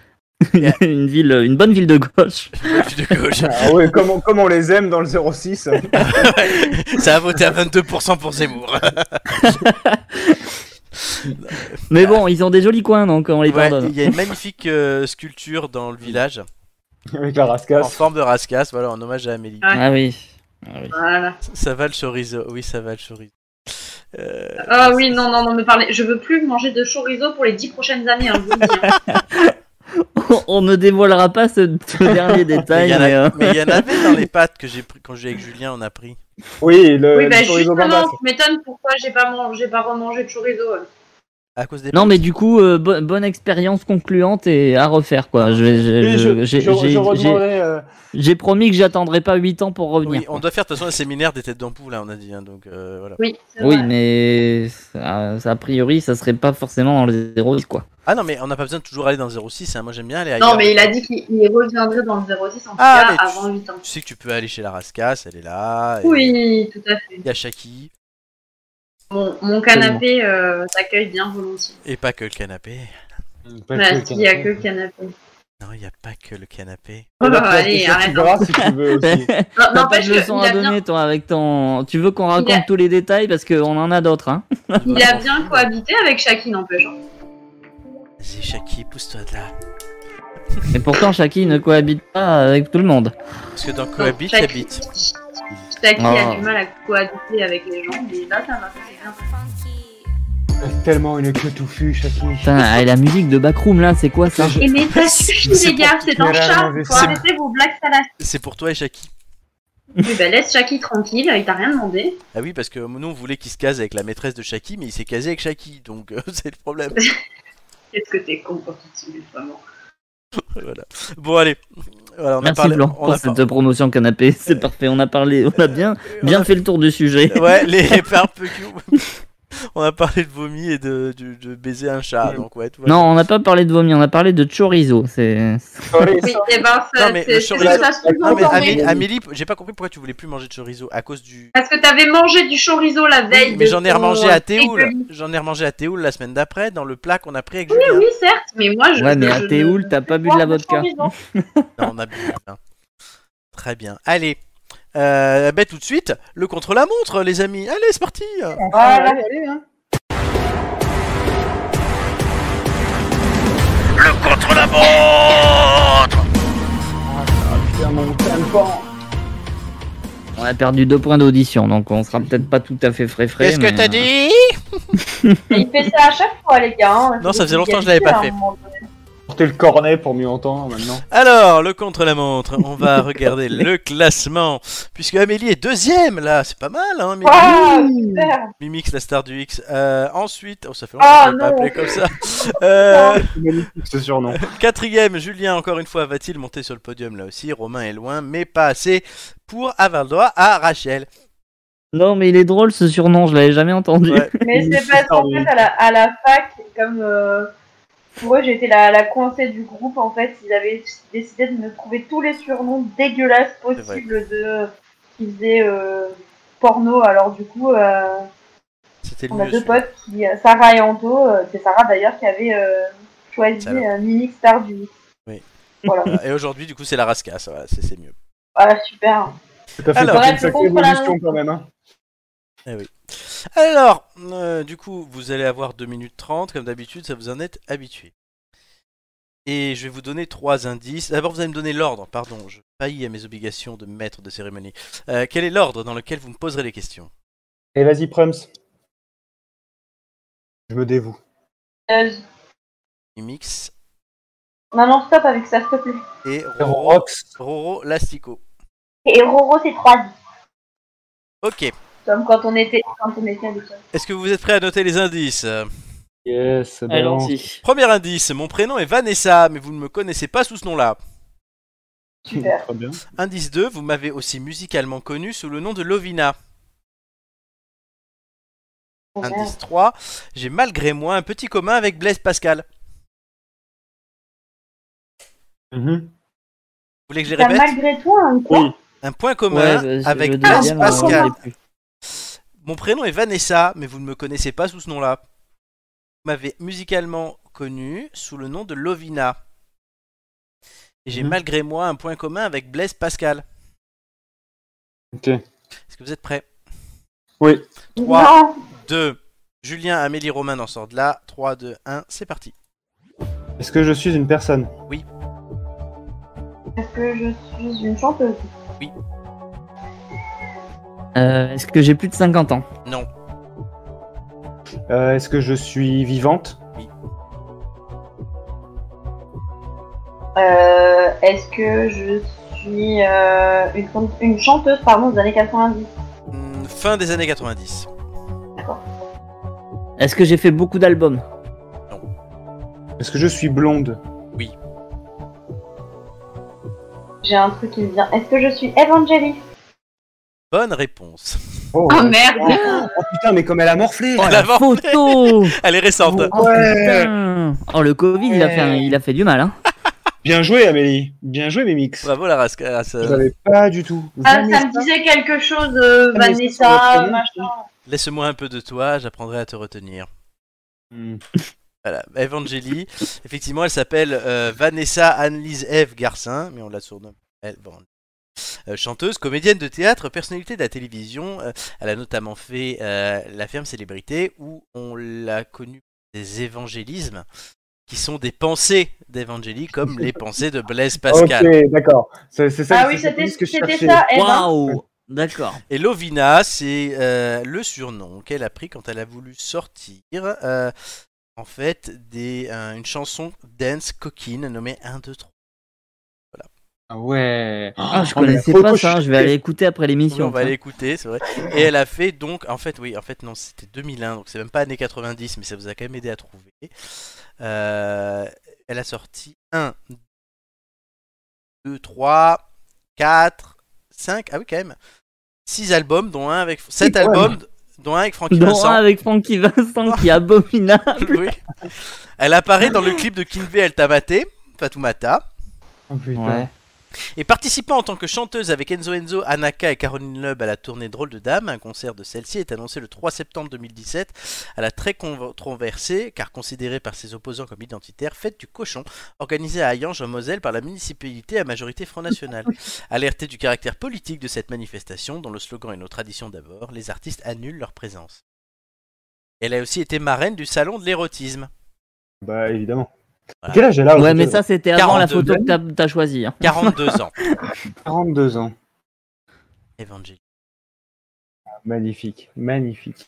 Speaker 3: une ville, une bonne ville de gauche.
Speaker 1: je suis de gauche.
Speaker 2: Ah ouais, comme on, comme on les aime dans le 06.
Speaker 1: ça a voté à 22% pour Zemmour.
Speaker 3: Mais bon, ils ont des jolis coins, donc on les
Speaker 1: Ouais,
Speaker 3: pardonne.
Speaker 1: il y a une magnifique euh, sculpture dans le village
Speaker 2: Avec la
Speaker 1: en
Speaker 2: rascasse.
Speaker 1: forme de rascasse, voilà, en hommage à Amélie.
Speaker 3: Ah oui. Ah oui.
Speaker 4: Voilà.
Speaker 1: Ça va le chorizo, oui, ça va le chorizo. Euh,
Speaker 4: Ah oui, non, non, non, me parlez. Je veux plus manger de chorizo pour les dix prochaines années. Hein, je vous le dis, hein.
Speaker 3: On ne dévoilera pas ce, ce dernier
Speaker 1: mais
Speaker 3: détail,
Speaker 1: il y en a-
Speaker 3: mais, euh,
Speaker 1: mais il y en avait dans les pâtes que j'ai pris quand j'ai avec Julien, on a pris.
Speaker 2: Oui, le,
Speaker 4: oui,
Speaker 2: le
Speaker 4: bah
Speaker 2: chorizo
Speaker 4: justement,
Speaker 2: gambas.
Speaker 4: je m'étonne pourquoi j'ai pas, mangé- j'ai pas remangé de chorizo. hein.
Speaker 1: À cause des
Speaker 3: Non, mais du coup, euh, bo- bonne expérience concluante et à refaire, quoi. Je vais- je-
Speaker 2: Oui,
Speaker 3: je-
Speaker 2: je,
Speaker 3: j'ai-
Speaker 2: je- je
Speaker 3: j'ai- j'ai-
Speaker 2: redemanderai, euh,
Speaker 3: J'ai promis que j'attendrai pas 8 ans pour revenir.
Speaker 1: Oui, on doit faire de toute façon un séminaire des têtes d'ampoule, là, on a dit, hein, donc euh, voilà.
Speaker 4: Oui, c'est
Speaker 3: Oui,
Speaker 4: vrai.
Speaker 3: mais euh, ça, a priori, ça serait pas forcément dans les zéros, quoi.
Speaker 1: Ah non, mais on n'a pas besoin de toujours aller dans le 06, hein, moi j'aime bien aller ailleurs.
Speaker 4: Non, mais il a dit qu'il il reviendrait dans le 06 en tout
Speaker 1: Ah, mais
Speaker 4: cas
Speaker 1: tu-
Speaker 4: avant 8 ans.
Speaker 1: Tu sais que tu peux aller chez la rascasse, elle est là. et
Speaker 4: Oui, tout à fait.
Speaker 1: Il y a Shaki,
Speaker 4: Mon, mon canapé euh, t'accueille bien volontiers.
Speaker 1: et pas que le canapé.
Speaker 2: pas
Speaker 4: Voilà,
Speaker 2: que
Speaker 4: Bah, s'il y a
Speaker 2: le
Speaker 4: que le
Speaker 2: canapé.
Speaker 4: canapé.
Speaker 1: Non, il n'y a pas que le canapé.
Speaker 4: Oh,
Speaker 2: La place
Speaker 4: allez,
Speaker 2: de Château
Speaker 4: arrête.
Speaker 2: Gras, si tu veux aussi.
Speaker 3: T'as
Speaker 4: Non,
Speaker 3: pas
Speaker 4: N'empêche
Speaker 3: de leçon
Speaker 4: qu'il
Speaker 3: à
Speaker 4: a, bien-
Speaker 3: donner, toi, avec ton. Tu veux qu'on raconte
Speaker 4: Il a-
Speaker 3: tous les détails parce qu'on en a d'autres, hein.
Speaker 4: il a bien cohabité avec Shaki, n'empêche. hein.
Speaker 1: Vas-y, Shaki, pousse-toi de là.
Speaker 3: Et pourtant, Shaki ne cohabite pas avec tout le monde.
Speaker 1: Parce que dans Cohabit,
Speaker 4: Shaki-
Speaker 1: t'habites.
Speaker 4: Shaki
Speaker 3: Ah.
Speaker 4: a du mal à cohabiter avec les gens, mais là, ça va c'est bien.
Speaker 2: Tellement une queue touffue, Chaki.
Speaker 3: Putain, ah, et la musique de Backroom, là, c'est quoi ça
Speaker 4: Et mais ça suffit,
Speaker 2: c'est
Speaker 4: les gars,
Speaker 2: pour
Speaker 4: c'est
Speaker 2: tirer
Speaker 4: un
Speaker 2: la
Speaker 4: chat.
Speaker 2: mauvaise-
Speaker 4: Faut arrêter vos blagues salaces.
Speaker 1: C'est pour toi et Shaki.
Speaker 4: Oui, bah, laisse Shaki tranquille, il t'a rien demandé.
Speaker 1: Ah oui, parce que nous on voulait qu'il se case avec la maîtresse de Shaki, mais il s'est casé avec Shaki, donc euh, c'est le problème.
Speaker 4: Qu'est-ce que t'es con quand tu te souviens, vraiment.
Speaker 1: voilà. Bon, allez. Voilà, on a
Speaker 3: Merci
Speaker 1: parlé.
Speaker 3: Blanc
Speaker 1: on
Speaker 3: pour
Speaker 1: a par-
Speaker 3: cette promotion canapé, c'est parfait, on a parlé, on a bien,
Speaker 1: on
Speaker 3: bien
Speaker 1: a-
Speaker 3: fait le tour du sujet.
Speaker 1: Euh, Ouais, les barbecues. on a parlé de vomi et de, de- de baiser un chat, donc ouais, tout va
Speaker 3: Non, on n'a pas parlé de vomi, on a parlé de chorizo, c'est...
Speaker 2: Allez,
Speaker 4: Oui, et ben, ça,
Speaker 1: Non, mais le
Speaker 4: c'est c'est-
Speaker 1: chorizo-
Speaker 4: ça se
Speaker 1: bien. Non, mais Amé-
Speaker 2: Non, mais-
Speaker 4: sous-entendait.
Speaker 2: Amé-
Speaker 1: Amélie, j'ai pas compris pourquoi tu voulais plus manger de chorizo à cause du.
Speaker 4: Parce que t'avais mangé du chorizo la veille.
Speaker 1: Oui, mais
Speaker 4: de
Speaker 1: j'en ai
Speaker 4: ton-
Speaker 1: remangé à
Speaker 4: dégueulasse.
Speaker 1: Théoul. J'en ai remangé à Théoul la semaine d'après dans le plat qu'on a pris avec
Speaker 4: Oui,
Speaker 1: Julien.
Speaker 4: oui, certes, mais moi je.
Speaker 3: Ouais, mais à
Speaker 4: je-
Speaker 3: Théoul, t'as pas bu de la vodka.
Speaker 4: Chorizo.
Speaker 1: Non, on a bu. hein. Très bien. Allez. Euh, ben, tout de suite, le contre-la-montre, les amis. Allez, c'est parti.
Speaker 4: Ah,
Speaker 2: Allez, allez, hein.
Speaker 1: Le contre-la-montre
Speaker 2: Ah, Putain, mon tympan.
Speaker 3: On a perdu deux points d'audition, donc on sera peut-être pas tout à fait frais frais.
Speaker 1: Qu'est-ce que
Speaker 3: mais,
Speaker 1: t'as
Speaker 3: euh,
Speaker 1: dit
Speaker 4: Et il fait ça à chaque fois, les gars. hein.
Speaker 1: Non,
Speaker 4: C'est
Speaker 1: ça faisait longtemps que je
Speaker 4: compliqué,
Speaker 1: l'avais pas
Speaker 4: hein,
Speaker 1: fait.
Speaker 4: à un moment donné.
Speaker 2: Porter le cornet pour mieux entendre maintenant.
Speaker 1: Alors, le contre-la-montre, on va regarder le classement. Puisque Amélie est deuxième, là, c'est pas mal, hein, Amélie
Speaker 4: Waouh, super.
Speaker 1: Mimix, la star du X. Euh, ensuite, oh, ça fait
Speaker 4: Ah,
Speaker 1: longtemps qu'on l'a pas
Speaker 4: non.
Speaker 1: appelé comme ça. Euh,
Speaker 2: C'est magnifique ce surnom.
Speaker 1: quatrième, Julien, encore une fois, va-t-il monter sur le podium là aussi Romain est loin, mais pas assez pour avoir le droit à Rachel.
Speaker 3: Non, mais il est drôle ce surnom, je l'avais jamais entendu.
Speaker 1: Ouais.
Speaker 4: Mais
Speaker 2: Il
Speaker 4: c'est parce qu'en
Speaker 2: est
Speaker 4: fait, à la, à la fac, comme euh, pour eux, j'étais la, la coincée du groupe, en fait, ils avaient décidé de me trouver tous les surnoms dégueulasses possibles de qui faisaient euh, porno. Alors, du coup, euh,
Speaker 1: C'était le
Speaker 4: on a
Speaker 1: mieux.
Speaker 4: deux
Speaker 1: celui-là.
Speaker 4: potes, qui, euh, Sarah et Anto. euh, c'est Sarah d'ailleurs qui avait euh, choisi
Speaker 1: Sarah.
Speaker 4: euh, Mimic Star du Mix.
Speaker 1: Oui.
Speaker 4: Voilà.
Speaker 1: Et aujourd'hui, du coup, c'est la rascasse, voilà, c'est c'est mieux.
Speaker 4: voilà, super.
Speaker 2: Tout à fait,
Speaker 1: Alors,
Speaker 2: ça fait une
Speaker 4: c'est
Speaker 2: sacrée
Speaker 4: contre la
Speaker 2: évolution
Speaker 4: montre.
Speaker 2: quand même. Hein.
Speaker 1: Alors, euh, du coup, vous allez avoir 2 minutes 30, comme d'habitude, ça vous en êtes habitué. Et je vais vous donner trois indices. D'abord, vous allez me donner l'ordre, pardon, je faillis à mes obligations de maître de cérémonie. Euh, quel est l'ordre dans lequel vous me poserez les questions
Speaker 2: Et vas-y, Prums. Je me dévoue.
Speaker 4: Euh,
Speaker 1: Mimix
Speaker 4: non, non, stop avec ça, s'il te plaît.
Speaker 1: et Roro,
Speaker 2: Rox.
Speaker 1: Roro Lastico.
Speaker 4: Et Roro, c'est trois dix,
Speaker 1: Ok.
Speaker 4: comme quand on était, quand on était avec eux.
Speaker 1: Est-ce que vous êtes prêts à noter les indices Euh,
Speaker 2: Yes, balance.
Speaker 3: Allons-y.
Speaker 1: Premier indice, mon prénom est Vanessa, mais vous ne me connaissez pas sous ce nom-là. Hmm.
Speaker 4: Super.
Speaker 2: Très bien.
Speaker 1: Indice 2, vous m'avez aussi musicalement connu sous le nom de Lovina. Indice 3, j'ai malgré moi un petit commun avec Blaise Pascal.
Speaker 2: Mhm.
Speaker 1: Vous voulez que je les
Speaker 4: T'as
Speaker 1: répète Oh,
Speaker 4: malgré toi un quoi
Speaker 2: Oui.
Speaker 1: Un point commun
Speaker 3: bah,
Speaker 1: avec Blaise
Speaker 3: euh,
Speaker 1: Pascal. Mon prénom est Vanessa, mais vous ne me connaissez pas sous ce nom-là. Vous m'avez musicalement connu sous le nom de Lovina. Et j'ai
Speaker 2: Mhm.
Speaker 1: malgré moi un point commun avec Blaise Pascal.
Speaker 2: Ok.
Speaker 1: Est-ce que vous êtes prêts
Speaker 2: Oui.
Speaker 1: Trois.
Speaker 4: Non,
Speaker 1: 2. Julien, Amélie, Romain en sort de là. 3, 2, 1, c'est parti.
Speaker 2: Est-ce que je suis une personne
Speaker 4: parce que je suis une chanteuse.
Speaker 3: Euh, Est-ce que j'ai plus de 50 ans
Speaker 1: Non.
Speaker 2: Euh, Est-ce que je suis vivante
Speaker 4: Euh, Est-ce que je suis euh, une, con- une chanteuse pardon, des années 90
Speaker 1: Hmm, Fin des années 90.
Speaker 3: Est-ce que j'ai fait beaucoup d'albums
Speaker 2: Est-ce que je suis blonde
Speaker 4: J'ai un truc qui me vient. Est-ce que je suis Evangeline
Speaker 1: Bonne réponse.
Speaker 2: oh,
Speaker 4: Ah, merde.
Speaker 2: oh, oh, putain, mais comme elle a morflé
Speaker 1: Oh, la
Speaker 3: La photo
Speaker 1: Elle est récente.
Speaker 3: Oh, putain Oh, le Covid, il, a fait, un-
Speaker 2: Ouais.
Speaker 3: il a fait du mal. Hein.
Speaker 2: Bien joué, Amélie. Bien joué, Mimix.
Speaker 1: Bravo la rascasse.
Speaker 2: Je savais pas du tout.
Speaker 4: Ah,
Speaker 2: Jamais
Speaker 4: ça me disait quelque chose, euh,
Speaker 2: Ah, mais c'est sur
Speaker 4: Vanessa,
Speaker 2: le
Speaker 4: machin.
Speaker 1: Laisse-moi un peu de toi, j'apprendrai à te retenir.
Speaker 2: Hmm.
Speaker 1: Voilà, Evangélie. Effectivement, elle s'appelle euh, Vanessa Annelise Eve Garcin, mais on la surnomme Evangelie. Euh, chanteuse, comédienne de théâtre, personnalité de la télévision. Euh, elle a notamment fait euh, La ferme célébrité, où on l'a connue pour des évangélismes, qui sont des pensées d'Evangélie, comme les pensées de Blaise Pascal.
Speaker 2: Ok, d'accord. C'est c'est ça
Speaker 4: Ah oui,
Speaker 2: c'est
Speaker 4: c'était
Speaker 2: ce que je
Speaker 4: c'était
Speaker 2: cherchais.
Speaker 3: Eh
Speaker 4: ça, Eh
Speaker 3: ben.
Speaker 4: ben, Evan.
Speaker 3: Waouh D'accord.
Speaker 1: Et Lovina, c'est euh, le surnom qu'elle a pris quand elle a voulu sortir, euh, en fait, des, un- une chanson dance coquine nommée 1, 2, 3.
Speaker 2: Ah ouais.
Speaker 3: Ah, je
Speaker 2: Oh, mais la
Speaker 3: connaissais
Speaker 2: photo,
Speaker 3: pas
Speaker 2: je
Speaker 3: ça,
Speaker 2: suis
Speaker 3: je vais aller écouter
Speaker 1: Oui,
Speaker 3: après
Speaker 1: on
Speaker 3: l'émission.
Speaker 1: va
Speaker 3: ça.
Speaker 1: aller écouter, c'est vrai. Et elle a fait donc, en fait, oui, en fait, non, c'était 2001, donc c'est même pas années 90, mais ça vous a quand même aidé à trouver. Euh, elle a sorti 1, 2, 3, 4, 5, ah oui, quand même, 6 albums, dont un avec 7
Speaker 2: quand même.
Speaker 1: albums, dont un avec Frankie
Speaker 3: Dont
Speaker 1: Vincent.
Speaker 3: un avec Francky Vincent qui est abominable.
Speaker 1: Oui. Elle apparaît dans le clip de Kinvey El Tamate, Fatoumata,
Speaker 2: Oh, putain.
Speaker 3: Ouais.
Speaker 1: et participant en tant que chanteuse avec Enzo Enzo, Anaka et Caroline Loeb à la tournée Drôle de Dame. Un concert de celle-ci est annoncé le 3 septembre 2017 à la très controversée, car considérée par ses opposants comme identitaire, fête du cochon, organisée à Hayange en Moselle par la municipalité à majorité Front National. Alertés du caractère politique de cette manifestation, dont le slogan est nos traditions d'abord, les artistes annulent leur présence. Elle a aussi été marraine du salon de l'érotisme.
Speaker 2: Bah évidemment.
Speaker 1: Voilà.
Speaker 2: Quel âge elle a
Speaker 3: Ouais,
Speaker 2: au
Speaker 3: mais
Speaker 2: total
Speaker 3: ça, c'était avant la
Speaker 1: 42.
Speaker 3: photo que t'as- t'as choisie. hein.
Speaker 1: 42 ans.
Speaker 2: 42 ans.
Speaker 1: Evangelion.
Speaker 2: Magnifique, magnifique.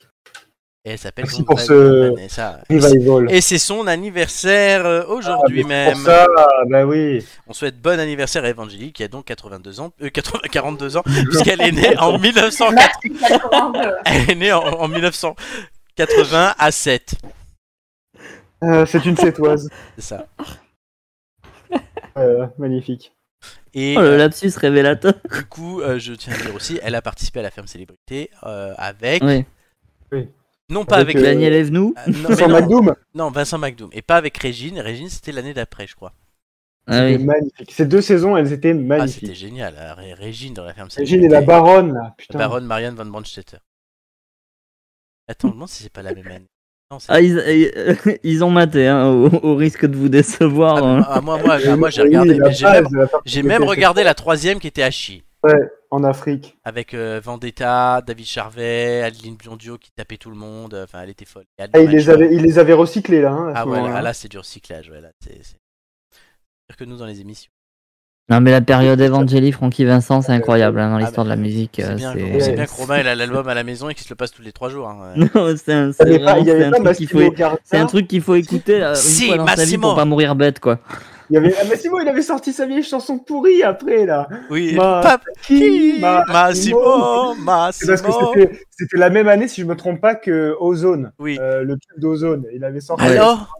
Speaker 1: Et elle s'appelle
Speaker 2: Merci pour
Speaker 1: Gonzalo
Speaker 2: ce-
Speaker 1: Roman, et ça-
Speaker 2: Revival.
Speaker 1: Et c'est son anniversaire euh, aujourd'hui
Speaker 2: Ah, mais c'est
Speaker 1: même.
Speaker 2: Pour ça, bah oui.
Speaker 1: On souhaite bon anniversaire à Evangélie qui a donc 82 ans, euh, 80 42 ans, puisqu'elle est née en 1980.
Speaker 4: Max, 82.
Speaker 1: Elle est née en, en 1980 à 7.
Speaker 2: Euh, c'est une sétoise.
Speaker 1: C'est ça.
Speaker 2: Euh, magnifique.
Speaker 1: Et euh,
Speaker 3: Oh, le lapsus révélateur.
Speaker 1: du coup, euh, je tiens à dire aussi, elle a participé à la ferme célébrité euh, avec,
Speaker 3: Oui.
Speaker 1: non pas avec,
Speaker 2: Avec, euh,
Speaker 3: Daniel Evenou.
Speaker 1: euh, non, mais
Speaker 2: Vincent
Speaker 1: non,
Speaker 2: McDoom,
Speaker 1: non, Vincent McDoom, et pas avec Régine. Régine, c'était l'année d'après, je crois.
Speaker 3: Ah
Speaker 2: c'était
Speaker 3: oui.
Speaker 2: magnifique. Ces deux saisons, elles étaient
Speaker 1: Ah, c'était
Speaker 2: magnifiques.
Speaker 1: génial, hein, Ré- Régine dans la ferme
Speaker 2: Régine
Speaker 1: célébrité.
Speaker 2: et la baronne, là. Putain.
Speaker 1: Baronne Marianne von Brandstetter. Attends, je me demande si c'est pas la même année. Non, c'est-
Speaker 3: Ah, ils, euh, ils ont maté, hein, au, au risque de vous décevoir. hein.
Speaker 1: Ah, moi, moi, j'ai-
Speaker 2: Et
Speaker 1: moi, j'ai
Speaker 2: oui,
Speaker 1: regardé,
Speaker 2: la
Speaker 1: mais j'ai
Speaker 2: base
Speaker 1: même-
Speaker 2: de la
Speaker 1: j'ai
Speaker 2: partie
Speaker 1: même
Speaker 2: de-
Speaker 1: regardé la troisième qui était à chier.
Speaker 2: En Afrique.
Speaker 1: avec euh, Vendetta, David Charvet, Adeline Blondio qui tapait tout le monde. Enfin, elle était folle. Et Anne
Speaker 2: Ah, il,
Speaker 1: Macho.
Speaker 2: les avait, il les avait recyclés, là. hein, à ce
Speaker 1: Ah ouais, là,
Speaker 2: moment-là.
Speaker 1: là, c'est du recyclage. Ouais, là, c'est c'est pire que nous dans les émissions.
Speaker 3: Non, mais la période Evangélie, Francky Vincent, c'est incroyable hein, dans l'histoire
Speaker 1: bah,
Speaker 3: de la musique.
Speaker 1: C'est
Speaker 3: euh,
Speaker 1: bien,
Speaker 3: c'est-
Speaker 1: qu'on- c'est bien que Romain il a l'album à la maison et qu'il se le passe tous les trois jours. hein.
Speaker 3: Non, c'est un, c'est
Speaker 2: Il n'y avait pas,
Speaker 3: vraiment-
Speaker 2: il y avait
Speaker 3: c'est un
Speaker 2: pas
Speaker 3: truc qu'il faut.
Speaker 2: Massimo Carta.
Speaker 3: C'est un truc qu'il faut écouter euh, une
Speaker 1: Si,
Speaker 3: fois dans sa vie
Speaker 1: Massimo.
Speaker 3: pour pas mourir bête, quoi.
Speaker 2: Il y avait... ah, Massimo, il avait sorti sa vieille chanson pourrie après, là.
Speaker 1: Oui,
Speaker 2: Ma-
Speaker 1: Pap-
Speaker 2: Qui m'a-
Speaker 1: Massimo,
Speaker 2: C'est parce que
Speaker 1: Massimo.
Speaker 2: c'était- c'était la même année, si je me trompe pas, que Ozone,
Speaker 1: Oui. Ah,
Speaker 2: euh, le tube d'Ozone. Il avait sorti.
Speaker 1: Alors,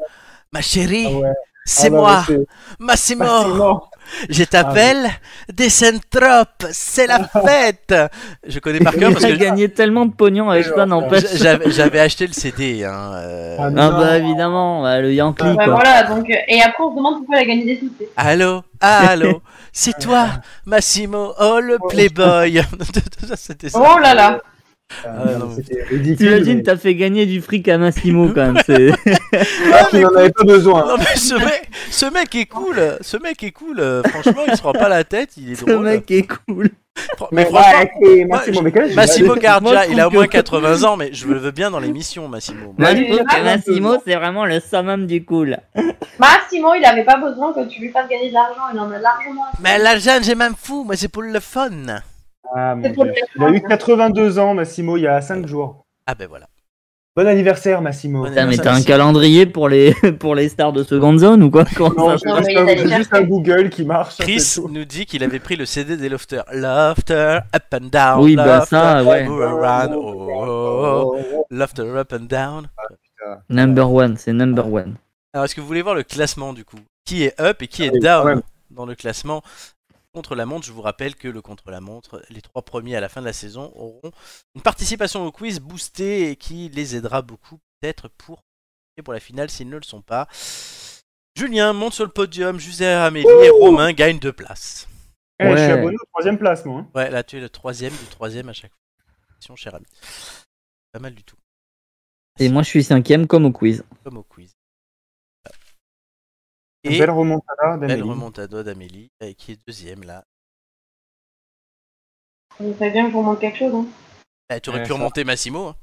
Speaker 1: ma
Speaker 2: Ah
Speaker 1: chérie,
Speaker 2: ouais.
Speaker 1: c'est
Speaker 2: Ah non,
Speaker 1: moi, Oh.
Speaker 2: mais c'est-
Speaker 1: Massimo.
Speaker 2: Massimo.
Speaker 1: Je t'appelle Decentrope, c'est la fête. Je connais par cœur
Speaker 3: Il
Speaker 1: parce
Speaker 3: a
Speaker 1: que
Speaker 3: gagné tellement de pognon avec
Speaker 2: Alors,
Speaker 3: ça, n'empêche.
Speaker 1: j'a- j'avais j'avais acheté le CD. Hein, euh,
Speaker 2: Ah,
Speaker 3: Ah
Speaker 2: Non.
Speaker 3: bah évidemment, bah, le Yankee,
Speaker 4: Ouais,
Speaker 3: quoi.
Speaker 4: voilà, donc, euh, et après, on se demande pourquoi elle a gagné des sous.
Speaker 1: Allô, Ah, allô, c'est toi, Massimo, oh le
Speaker 2: Oh.
Speaker 1: playboy. C'était ça.
Speaker 4: Oh là là
Speaker 2: Ah, non, mais C'était ridicule.
Speaker 3: T'imagines,
Speaker 2: mais-
Speaker 3: t'as fait gagner du fric à Massimo, quand même. c'est-
Speaker 2: Alors qu'il n'en avait pas besoin.
Speaker 1: Non, mais ce mec, ce mec est cool, ce mec est cool. euh, Franchement, il se prend pas la tête, il est
Speaker 3: Ce
Speaker 1: drôle.
Speaker 3: mec est cool.
Speaker 1: Fran- Mais
Speaker 2: Mais
Speaker 1: franchement,
Speaker 2: ouais, et Massimo,
Speaker 1: je-
Speaker 2: mais quel âge il a
Speaker 1: Massimo
Speaker 3: je
Speaker 1: Gardia,
Speaker 3: trouve
Speaker 1: il a au moins
Speaker 3: que-
Speaker 1: 80 ans, mais je le veux bien dans l'émission, Massimo.
Speaker 3: Moi,
Speaker 2: Ouais,
Speaker 3: je trouve que
Speaker 2: ouais,
Speaker 3: Massimo, c'est vraiment le summum du cool.
Speaker 4: Massimo, Bah, il avait pas besoin que tu lui fasses gagner de l'argent, il en a largement assez.
Speaker 1: Mais l'argent, j'ai même fou, moi c'est pour le fun.
Speaker 2: Ah, mon
Speaker 4: C'est pour
Speaker 2: Dieu.
Speaker 4: le
Speaker 2: Il a eu 82 ans, Massimo, il y a 5 jours.
Speaker 1: Ah ben voilà.
Speaker 2: Bon anniversaire, Massimo.
Speaker 1: Bon
Speaker 3: Putain, mais
Speaker 1: Ça,
Speaker 3: t'as un
Speaker 1: c'est-
Speaker 3: calendrier pour les, pour les stars de seconde zone ou quoi Comment ça
Speaker 2: Non,
Speaker 3: se
Speaker 2: c'est
Speaker 4: Non, mais
Speaker 2: juste,
Speaker 4: il
Speaker 2: un-
Speaker 4: allait
Speaker 2: c'est
Speaker 4: chercher.
Speaker 2: juste un Google qui marche. ça,
Speaker 1: Chris
Speaker 2: c'est tout.
Speaker 1: nous dit qu'il avait pris le CD des Lofters. Lofter, up and down.
Speaker 3: Oui, bah,
Speaker 1: lofter,
Speaker 3: ça, ouais.
Speaker 1: move around, oh, oh, oh. Lofter, up and down.
Speaker 3: Number one, c'est number one.
Speaker 1: Alors, est-ce que vous voulez voir le classement du coup Qui est up et qui est
Speaker 2: Ah oui, quand
Speaker 1: down
Speaker 2: même.
Speaker 1: dans le classement contre la montre Je vous rappelle que le contre la montre, les trois premiers à la fin de la saison auront une participation au quiz boostée et qui les aidera beaucoup peut-être pour et pour la finale s'ils ne le sont pas. Julien monte sur le podium, José Amélie et Romain gagnent deux places.
Speaker 2: Eh, Je suis
Speaker 3: Ouais.
Speaker 2: abonné au troisième place, moi. hein.
Speaker 1: Ouais, là tu es le troisième du troisième à chaque fois. Attention, cher ami. Pas mal du tout,
Speaker 3: Et moi, je suis cinquième comme au quiz.
Speaker 1: comme au quiz. Et-
Speaker 2: Belle remontada
Speaker 1: Belle
Speaker 2: d'Amélie.
Speaker 1: remontada d'Amélie, euh, qui est deuxième là.
Speaker 4: Il faudrait bien que je vous montre quelque chose. Hein.
Speaker 1: Eh, tu aurais
Speaker 2: Ouais,
Speaker 1: pu
Speaker 2: ça.
Speaker 1: remonter Massimo. hein.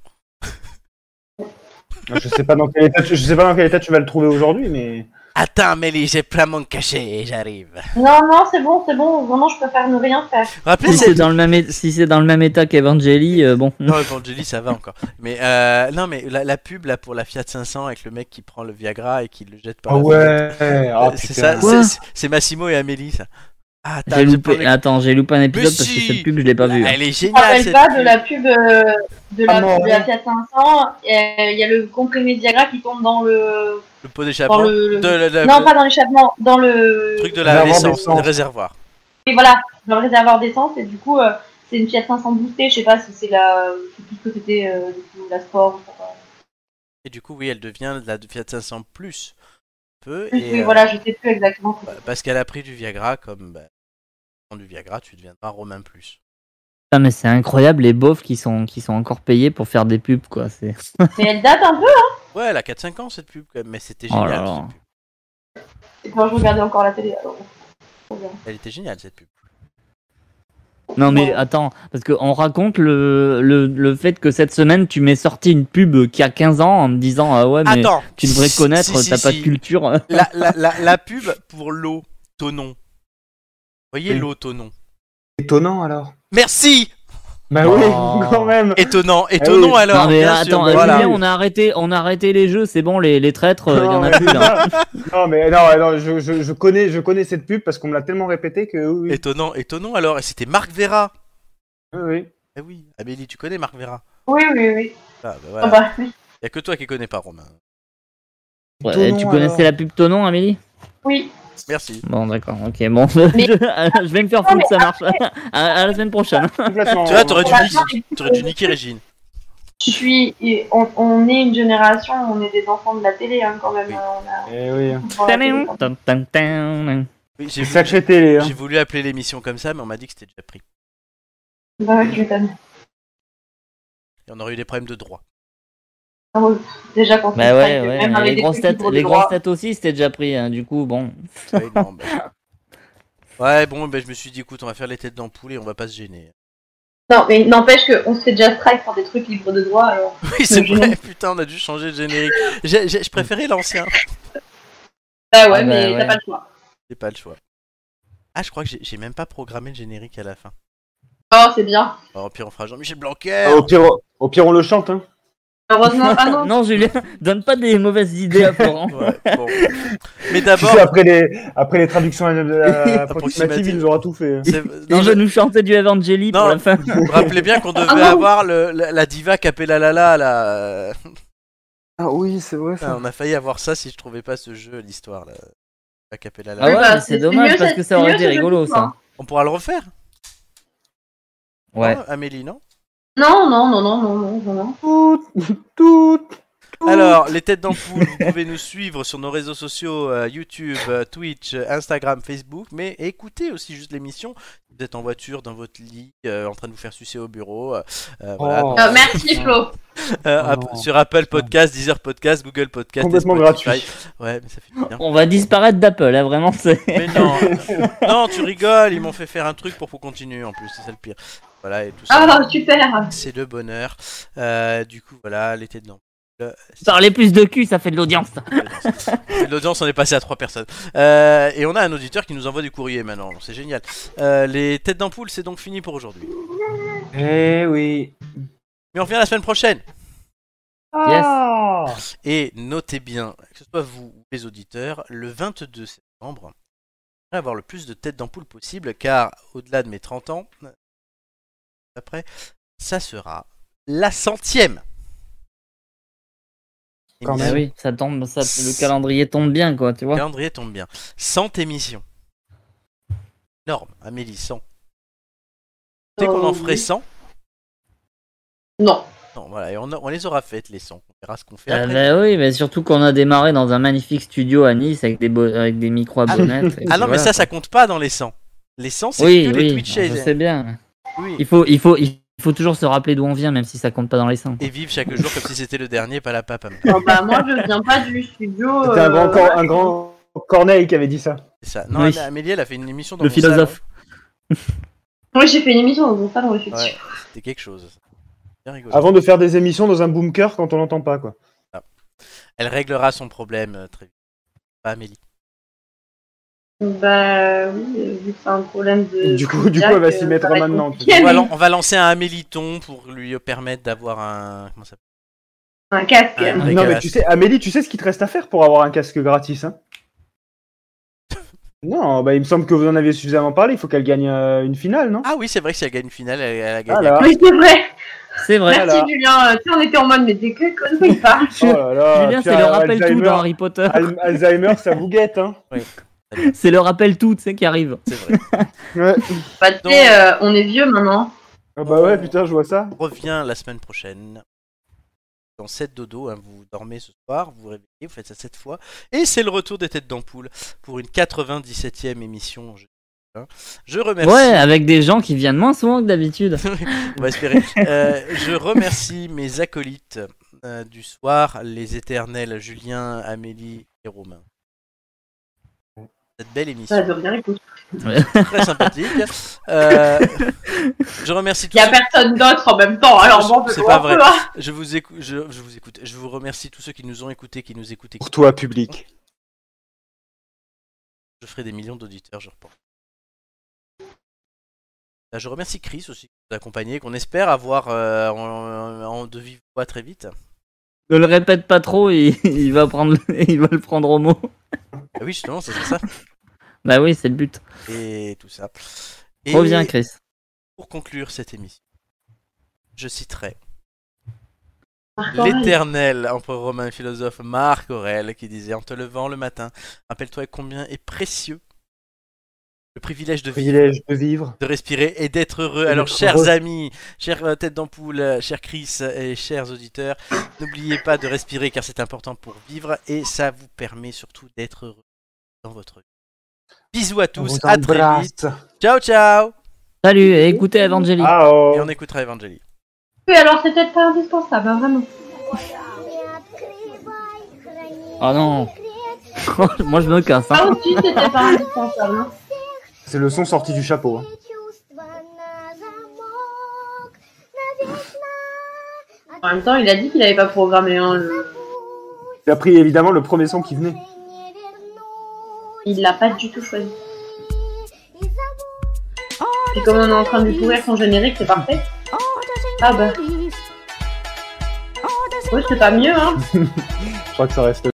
Speaker 2: Je sais pas dans quel état tu, je sais pas dans quel état tu vas le trouver aujourd'hui, mais
Speaker 1: Attends, Amélie, j'ai plein mon cachet et j'arrive.
Speaker 4: Non, non, c'est bon, c'est bon, vraiment, je préfère ne rien faire.
Speaker 1: Rappelez
Speaker 3: Si c'est
Speaker 1: cette.
Speaker 3: dans le même, é- si c'est dans le même état qu'Evangeli, euh, bon.
Speaker 1: Non, Evangeli, ça va encore. Mais euh, non, mais la, la pub là pour la Fiat 500 avec le mec qui prend le Viagra et qui le jette par
Speaker 2: ah
Speaker 1: la fenêtre.
Speaker 2: ouais, ah,
Speaker 1: Euh, c'est ça,
Speaker 2: putain.
Speaker 1: c'est-
Speaker 3: Quoi
Speaker 1: c'est- c'est Massimo et Amélie ça. Ah, attends,
Speaker 3: J'ai
Speaker 1: j'ai
Speaker 3: loupé,
Speaker 1: pas le-
Speaker 3: attends, j'ai loupé un épisode
Speaker 1: Mais
Speaker 3: parce que
Speaker 1: si
Speaker 3: cette pub, je l'ai pas vue.
Speaker 1: Elle est
Speaker 4: Je me
Speaker 1: géniale.
Speaker 4: rappelle
Speaker 1: Cette
Speaker 4: pas
Speaker 1: pub.
Speaker 4: de la pub euh, de la,
Speaker 2: Ah non,
Speaker 4: de la Fiat 500. euh, Il y a le comprimé Viagra qui tombe dans le.
Speaker 1: Le pot
Speaker 4: Dans
Speaker 1: d'échappement.
Speaker 4: le,
Speaker 1: De la- la-
Speaker 4: non,
Speaker 1: le
Speaker 4: pas dans l'échappement, dans le.
Speaker 1: truc de la
Speaker 2: Avant
Speaker 1: naissance,
Speaker 2: descendre.
Speaker 1: le réservoir.
Speaker 4: Et voilà, dans le réservoir d'essence, et du coup, euh, c'est une Fiat 500 boostée. Je sais pas si c'est la. Je sais plus ce que c'était, euh, du coup, la sport. ou quoi.
Speaker 1: Et du coup, oui, elle devient de la Fiat 500 plus. Peu,
Speaker 4: Oui,
Speaker 1: et,
Speaker 4: oui,
Speaker 1: euh,
Speaker 4: voilà, je sais plus exactement.
Speaker 1: bah, parce qu'elle a pris du Viagra comme. Bah, prends du Viagra, tu deviendras Romain plus.
Speaker 3: Putain, mais c'est incroyable les beaufs qui sont, qui sont encore payés pour faire des pubs, quoi. C'est...
Speaker 4: Mais elle date un peu,
Speaker 1: Ouais, elle a 4-5 ans cette pub quand même, mais c'était
Speaker 3: Oh là
Speaker 1: génial.
Speaker 3: là.
Speaker 1: cette pub.
Speaker 4: et quand je regardais encore la télé. alors, trop bien.
Speaker 1: Elle était géniale cette pub.
Speaker 3: Non mais attends, parce qu'on raconte le, le, le fait que cette semaine tu m'es sorti une pub qui a 15 ans en me disant ah ouais mais
Speaker 1: Attends,
Speaker 3: tu devrais
Speaker 1: si-
Speaker 3: connaître,
Speaker 1: si, si,
Speaker 3: t'as pas
Speaker 1: si.
Speaker 3: de culture.
Speaker 1: La, la, la, la pub pour l'eau, Tonon. Voyez
Speaker 2: Oui.
Speaker 1: l'eau, Tonon.
Speaker 2: Étonnant alors.
Speaker 1: Merci
Speaker 2: Bah
Speaker 3: Oh.
Speaker 2: oui, quand même.
Speaker 1: Étonnant, étonnant
Speaker 2: oui.
Speaker 1: alors
Speaker 3: Ah non mais
Speaker 1: bien
Speaker 3: attends,
Speaker 1: sûr,
Speaker 3: Julien,
Speaker 1: voilà.
Speaker 3: on a arrêté on a arrêté les jeux, c'est bon les, les traîtres, Oh, il y en a
Speaker 2: mais-
Speaker 3: plus hein. là.
Speaker 2: non mais non, non, je, je, je connais, je connais cette pub parce qu'on me l'a tellement répété que oui, oui,
Speaker 1: Étonnant, étonnant alors. Et c'était Marc Vera.
Speaker 2: oui, oui.
Speaker 1: Eh oui, Amélie, tu connais Marc Vera
Speaker 4: Oui, oui, oui.
Speaker 1: Ah, bah
Speaker 4: Ah
Speaker 1: voilà.
Speaker 4: bah, oui.
Speaker 1: Y a que toi qui connais pas, Romain.
Speaker 3: Ouais,
Speaker 2: Tonon,
Speaker 3: tu connaissais
Speaker 2: alors.
Speaker 3: la pub Tonon Amélie
Speaker 4: oui.
Speaker 1: Merci.
Speaker 3: Bon d'accord, ok bon
Speaker 4: Mais-
Speaker 3: je, je vais me faire foutre ça marche. à, à la semaine prochaine.
Speaker 2: Complètement.
Speaker 1: Tu vois, t'aurais dû,
Speaker 4: Voilà.
Speaker 1: niquer- t'aurais dû niquer Régine.
Speaker 4: Je suis, et on, on est une génération, on est des enfants de la télé hein, quand même.
Speaker 1: Oui.
Speaker 4: hein, on a-
Speaker 2: Eh oui.
Speaker 4: on prend la télé.
Speaker 3: Tan, tan, tan.
Speaker 1: Oui, j'ai
Speaker 2: C'est
Speaker 1: voulu,
Speaker 2: sacré télé. Hein.
Speaker 1: j'ai voulu appeler l'émission comme ça, mais on m'a dit que c'était déjà pris.
Speaker 4: Bah ouais, je vais pas me-
Speaker 1: Et on aurait eu des problèmes de droit.
Speaker 4: Ah ouais, Déjà qu'on se
Speaker 3: Bah
Speaker 4: distraite,
Speaker 3: ouais, ouais,
Speaker 4: même
Speaker 3: mais
Speaker 4: avec
Speaker 3: les
Speaker 4: des
Speaker 3: grosses
Speaker 4: trucs qui
Speaker 3: têtes,
Speaker 4: tournent
Speaker 3: les
Speaker 4: droit.
Speaker 3: grosses têtes aussi c'était déjà pris hein, du coup bon.
Speaker 1: Ouais, non, bah. Ouais, bon, bah, je me suis dit, écoute, on va faire les têtes d'ampoule et on va pas se gêner.
Speaker 4: Non, mais n'empêche qu'on se fait déjà strike pour des trucs libres de droit, alors.
Speaker 1: Oui, c'est
Speaker 4: Le générique.
Speaker 1: vrai, putain, on a dû changer de générique. J'ai- j'ai- je préférais l'ancien.
Speaker 4: Bah ouais,
Speaker 3: Ah bah
Speaker 4: mais
Speaker 3: ouais.
Speaker 4: t'as pas le choix.
Speaker 1: J'ai pas le choix. Ah, je crois que j'ai- j'ai même pas programmé le générique à la fin.
Speaker 4: Oh, c'est bien.
Speaker 1: Alors, puis on fera Jean-Michel Blanquer.
Speaker 2: Ah, Au pire, au pire, on le chante. Hein.
Speaker 4: Heureusement, ah non.
Speaker 3: Non Julien, donne pas des mauvaises idées à Florent.
Speaker 1: Ouais, bon. Mais
Speaker 2: Tu
Speaker 1: d'abord,
Speaker 2: sais, après les, après les traductions de la approximative,
Speaker 1: Approximative.
Speaker 2: il nous aura tout fait. hein.
Speaker 1: c'est-
Speaker 3: Il
Speaker 1: non,
Speaker 3: va
Speaker 1: je-
Speaker 3: nous chanter du Evangeli
Speaker 1: Non.
Speaker 3: pour la fin.
Speaker 1: vous rappelez bien qu'on devait
Speaker 4: Ah non.
Speaker 1: avoir le, la, la diva Capella Lala, là. euh,
Speaker 2: Ah oui, c'est vrai
Speaker 1: putain, on a failli avoir ça si je trouvais pas ce jeu, l'histoire, là. La Capella Lala.
Speaker 3: Ah
Speaker 4: Oui,
Speaker 3: ouais,
Speaker 4: bah,
Speaker 3: mais c'est
Speaker 4: c'est
Speaker 3: dommage
Speaker 4: mieux,
Speaker 3: parce
Speaker 4: c'est-
Speaker 3: que ça aurait
Speaker 4: mieux, hein.
Speaker 3: été
Speaker 4: c'est
Speaker 3: rigolo
Speaker 4: joli,
Speaker 3: ça.
Speaker 1: On pourra le refaire
Speaker 3: Ouais.
Speaker 1: hein, Amélie, non
Speaker 4: Non, non, non, non, non, non, non, non.
Speaker 2: Tout, tout.
Speaker 1: Alors, les têtes d'ampoule, vous pouvez nous suivre sur nos réseaux sociaux euh, YouTube, euh, Twitch, euh, Instagram, Facebook, mais écoutez aussi juste l'émission. Vous êtes en voiture, dans votre lit, euh, en train de vous faire sucer au bureau. euh, euh, voilà.
Speaker 2: Oh.
Speaker 4: Euh, merci, Flo.
Speaker 1: Euh,
Speaker 2: Oh
Speaker 1: App-
Speaker 2: non.
Speaker 1: sur Apple Podcast, Deezer Podcast, Google Podcast, et
Speaker 2: Complètement
Speaker 1: Spotify.
Speaker 2: gratuit.
Speaker 1: Ouais, mais ça fait du bien.
Speaker 3: On va disparaître d'Apple, hein, vraiment. c'est-
Speaker 1: Mais non, non, tu rigoles. Ils m'ont fait faire un truc pour qu'on continue. En plus, c'est ça le pire. Voilà et tout ça.
Speaker 4: Ah, super.
Speaker 1: C'est le bonheur. Euh, du coup, voilà, l'été de Nantes.
Speaker 3: Parler plus de cul, ça fait de l'audience.
Speaker 1: C'est de L'audience, on est passé à trois personnes. Euh, et on a un auditeur qui nous envoie du courrier maintenant. C'est génial. Euh, les têtes d'ampoule, c'est donc fini pour aujourd'hui.
Speaker 2: Eh oui.
Speaker 1: Mais on revient la semaine prochaine.
Speaker 3: Yes.
Speaker 1: Ah. Et notez bien, que ce soit vous ou les auditeurs, le 22 septembre, j'aimerais avoir le plus de têtes d'ampoule possible, car au-delà de mes 30 ans, euh, après, ça sera la centième.
Speaker 2: Quand
Speaker 1: Émission.
Speaker 2: même.
Speaker 3: Ah oui, ça tombe, ça, le calendrier tombe bien quoi, tu
Speaker 1: Le
Speaker 3: vois.
Speaker 1: calendrier tombe bien. 100 émissions. Énorme, Amélie, 100. Tu sais qu'on en
Speaker 4: Oh,
Speaker 1: ferait
Speaker 4: oui.
Speaker 1: 100
Speaker 4: Non.
Speaker 1: Non, voilà, et on, a- on les aura faites, les 100. On verra ce qu'on fait
Speaker 3: Ah
Speaker 1: après.
Speaker 3: bah oui, mais surtout qu'on a démarré dans un magnifique studio à Nice avec des, bo- avec des micros à
Speaker 1: Ah,
Speaker 3: bonnettes. et
Speaker 1: Ah
Speaker 3: puis
Speaker 1: non, mais
Speaker 3: voilà,
Speaker 1: ça, ça compte pas dans les 100. Les 100, c'est
Speaker 3: quoi. Oui,
Speaker 1: que les
Speaker 3: oui,
Speaker 1: Twitch eh.
Speaker 3: je sais bien.
Speaker 1: Oui.
Speaker 3: Il faut, il faut, il faut toujours se rappeler d'où on vient, même si ça compte pas dans les seins.
Speaker 1: et vivre chaque jour comme si c'était le dernier Palapapa.
Speaker 4: Oh, bah, moi, je viens pas du studio.
Speaker 2: C'était un
Speaker 4: euh,
Speaker 2: grand, cor- un grand Corneille qui avait dit ça.
Speaker 1: C'est ça. Non,
Speaker 3: Oui.
Speaker 1: Amélie, elle a fait une émission dans
Speaker 3: Le
Speaker 1: mon
Speaker 3: philosophe.
Speaker 4: Oui, j'ai fait une émission dans mon salon, effectivement.
Speaker 1: salon. Ouais, c'était quelque chose. Bien rigolo.
Speaker 2: Avant de faire des émissions dans un bunker quand on l'entend pas quoi.
Speaker 1: Elle réglera son problème euh, très vite. Pas Amélie.
Speaker 4: Bah oui, euh, vu que c'est un problème de.
Speaker 2: Du coup- du
Speaker 4: de
Speaker 2: coup, elle va
Speaker 4: Jack,
Speaker 2: s'y
Speaker 4: euh,
Speaker 2: mettre
Speaker 4: ça va être
Speaker 2: maintenant.
Speaker 4: compliqué,
Speaker 1: On va,
Speaker 4: mais
Speaker 1: lan- on va lancer un Améliton pour lui permettre d'avoir un. Comment ça s'appelle
Speaker 4: Un casque.
Speaker 1: Ouais.
Speaker 4: euh,
Speaker 1: Avec
Speaker 2: non
Speaker 1: un
Speaker 2: mais
Speaker 1: casque.
Speaker 2: tu sais, Amélie, tu sais ce qu'il te reste à faire pour avoir un casque gratis hein Non, bah il me semble que vous en avez suffisamment parlé. Il faut qu'elle gagne euh, une finale, non
Speaker 1: Ah oui, c'est vrai que si elle gagne une finale, elle, elle a gagné.
Speaker 2: Voilà.
Speaker 4: Oui, c'est vrai.
Speaker 3: C'est vrai.
Speaker 4: Merci, Julien. Euh, Tu sais, on était en mode, mais t'es que connerie, il parle.
Speaker 2: Oh là là,
Speaker 3: Julien, c'est
Speaker 2: putain,
Speaker 3: le rappel tout
Speaker 2: Alzheimer-
Speaker 3: dans Harry Potter.
Speaker 2: Al- Alzheimer, ça vous guette, hein
Speaker 3: C'est le rappel tout, tu sais, qui arrive.
Speaker 1: C'est vrai.
Speaker 2: Ouais.
Speaker 4: Bah, tu sais, euh, on est vieux maintenant.
Speaker 2: Ah bah ouais, putain, je vois ça.
Speaker 1: On revient la semaine prochaine. Dans 7 dodo, hein, vous dormez ce soir, vous vous réveillez, vous faites ça 7 fois. Et c'est le retour des têtes d'ampoule pour une 97 e émission. Je, hein. Je remercie.
Speaker 3: Ouais, avec des gens qui viennent moins souvent que d'habitude.
Speaker 1: On va espérer. Euh, je remercie mes acolytes euh, du soir, les éternels Julien, Amélie et Romain. cette belle émission.
Speaker 4: Ça veut rien écouter.
Speaker 1: Très sympathique. Euh, je remercie tous
Speaker 4: Il n'y a
Speaker 1: ceux
Speaker 4: personne d'autre en même temps, alors bon, on peut
Speaker 1: C'est
Speaker 4: jouer
Speaker 1: pas
Speaker 4: un
Speaker 1: vrai.
Speaker 4: peu, hein.
Speaker 1: Je vous écoute, je, je vous écoute, je vous remercie tous ceux qui nous ont écoutés, qui nous écoutaient.
Speaker 2: Pour toi, public.
Speaker 1: Je ferai des millions d'auditeurs, je repense. Là, Je remercie Chris aussi de nous accompagner, qu'on espère avoir euh, en, en de vive voix très vite.
Speaker 3: Ne le répète pas trop, il, il va, prendre, il va le prendre au mot.
Speaker 1: Ah oui, justement, c'est ça.
Speaker 3: Bah oui, c'est le but.
Speaker 1: Et tout ça. Et
Speaker 3: Reviens, Chris.
Speaker 1: pour conclure cette émission, je citerai Ah,
Speaker 4: Marc Aurèle.
Speaker 1: l'éternel empereur romain et philosophe Marc Aurèle qui disait En te levant le matin, rappelle-toi combien est précieux le privilège de vivre.
Speaker 2: Privilège de vivre.
Speaker 1: de respirer et d'être heureux.
Speaker 2: Et
Speaker 1: Alors,
Speaker 2: d'être
Speaker 1: chers
Speaker 2: heureux.
Speaker 1: amis, chers euh, têtes d'ampoule, euh, chers Chris et chers auditeurs, n'oubliez pas de respirer car c'est important pour vivre et ça vous permet surtout d'être heureux dans votre vie. Bisous à tous, à très vite. Ciao, ciao
Speaker 3: Salut, et écoutez Evangélie.
Speaker 2: Ah oh.
Speaker 1: Et on écoutera Evangélie.
Speaker 4: Oui, alors c'est peut-être pas indispensable, hein, vraiment.
Speaker 3: Oh non. Moi, je me casse.
Speaker 4: Ah,
Speaker 3: hein.
Speaker 4: au-dessus, c'était pas indispensable. Hein.
Speaker 2: C'est le son sorti du chapeau. hein.
Speaker 4: En même temps, il a dit qu'il avait pas programmé. Hein, le-
Speaker 2: Il a pris évidemment le premier son qui venait.
Speaker 4: Il l'a pas du tout choisi. Et comme on est en train de découvrir son générique, c'est parfait. Ah bah, ouais, c'est pas mieux, hein.
Speaker 2: Je crois que ça reste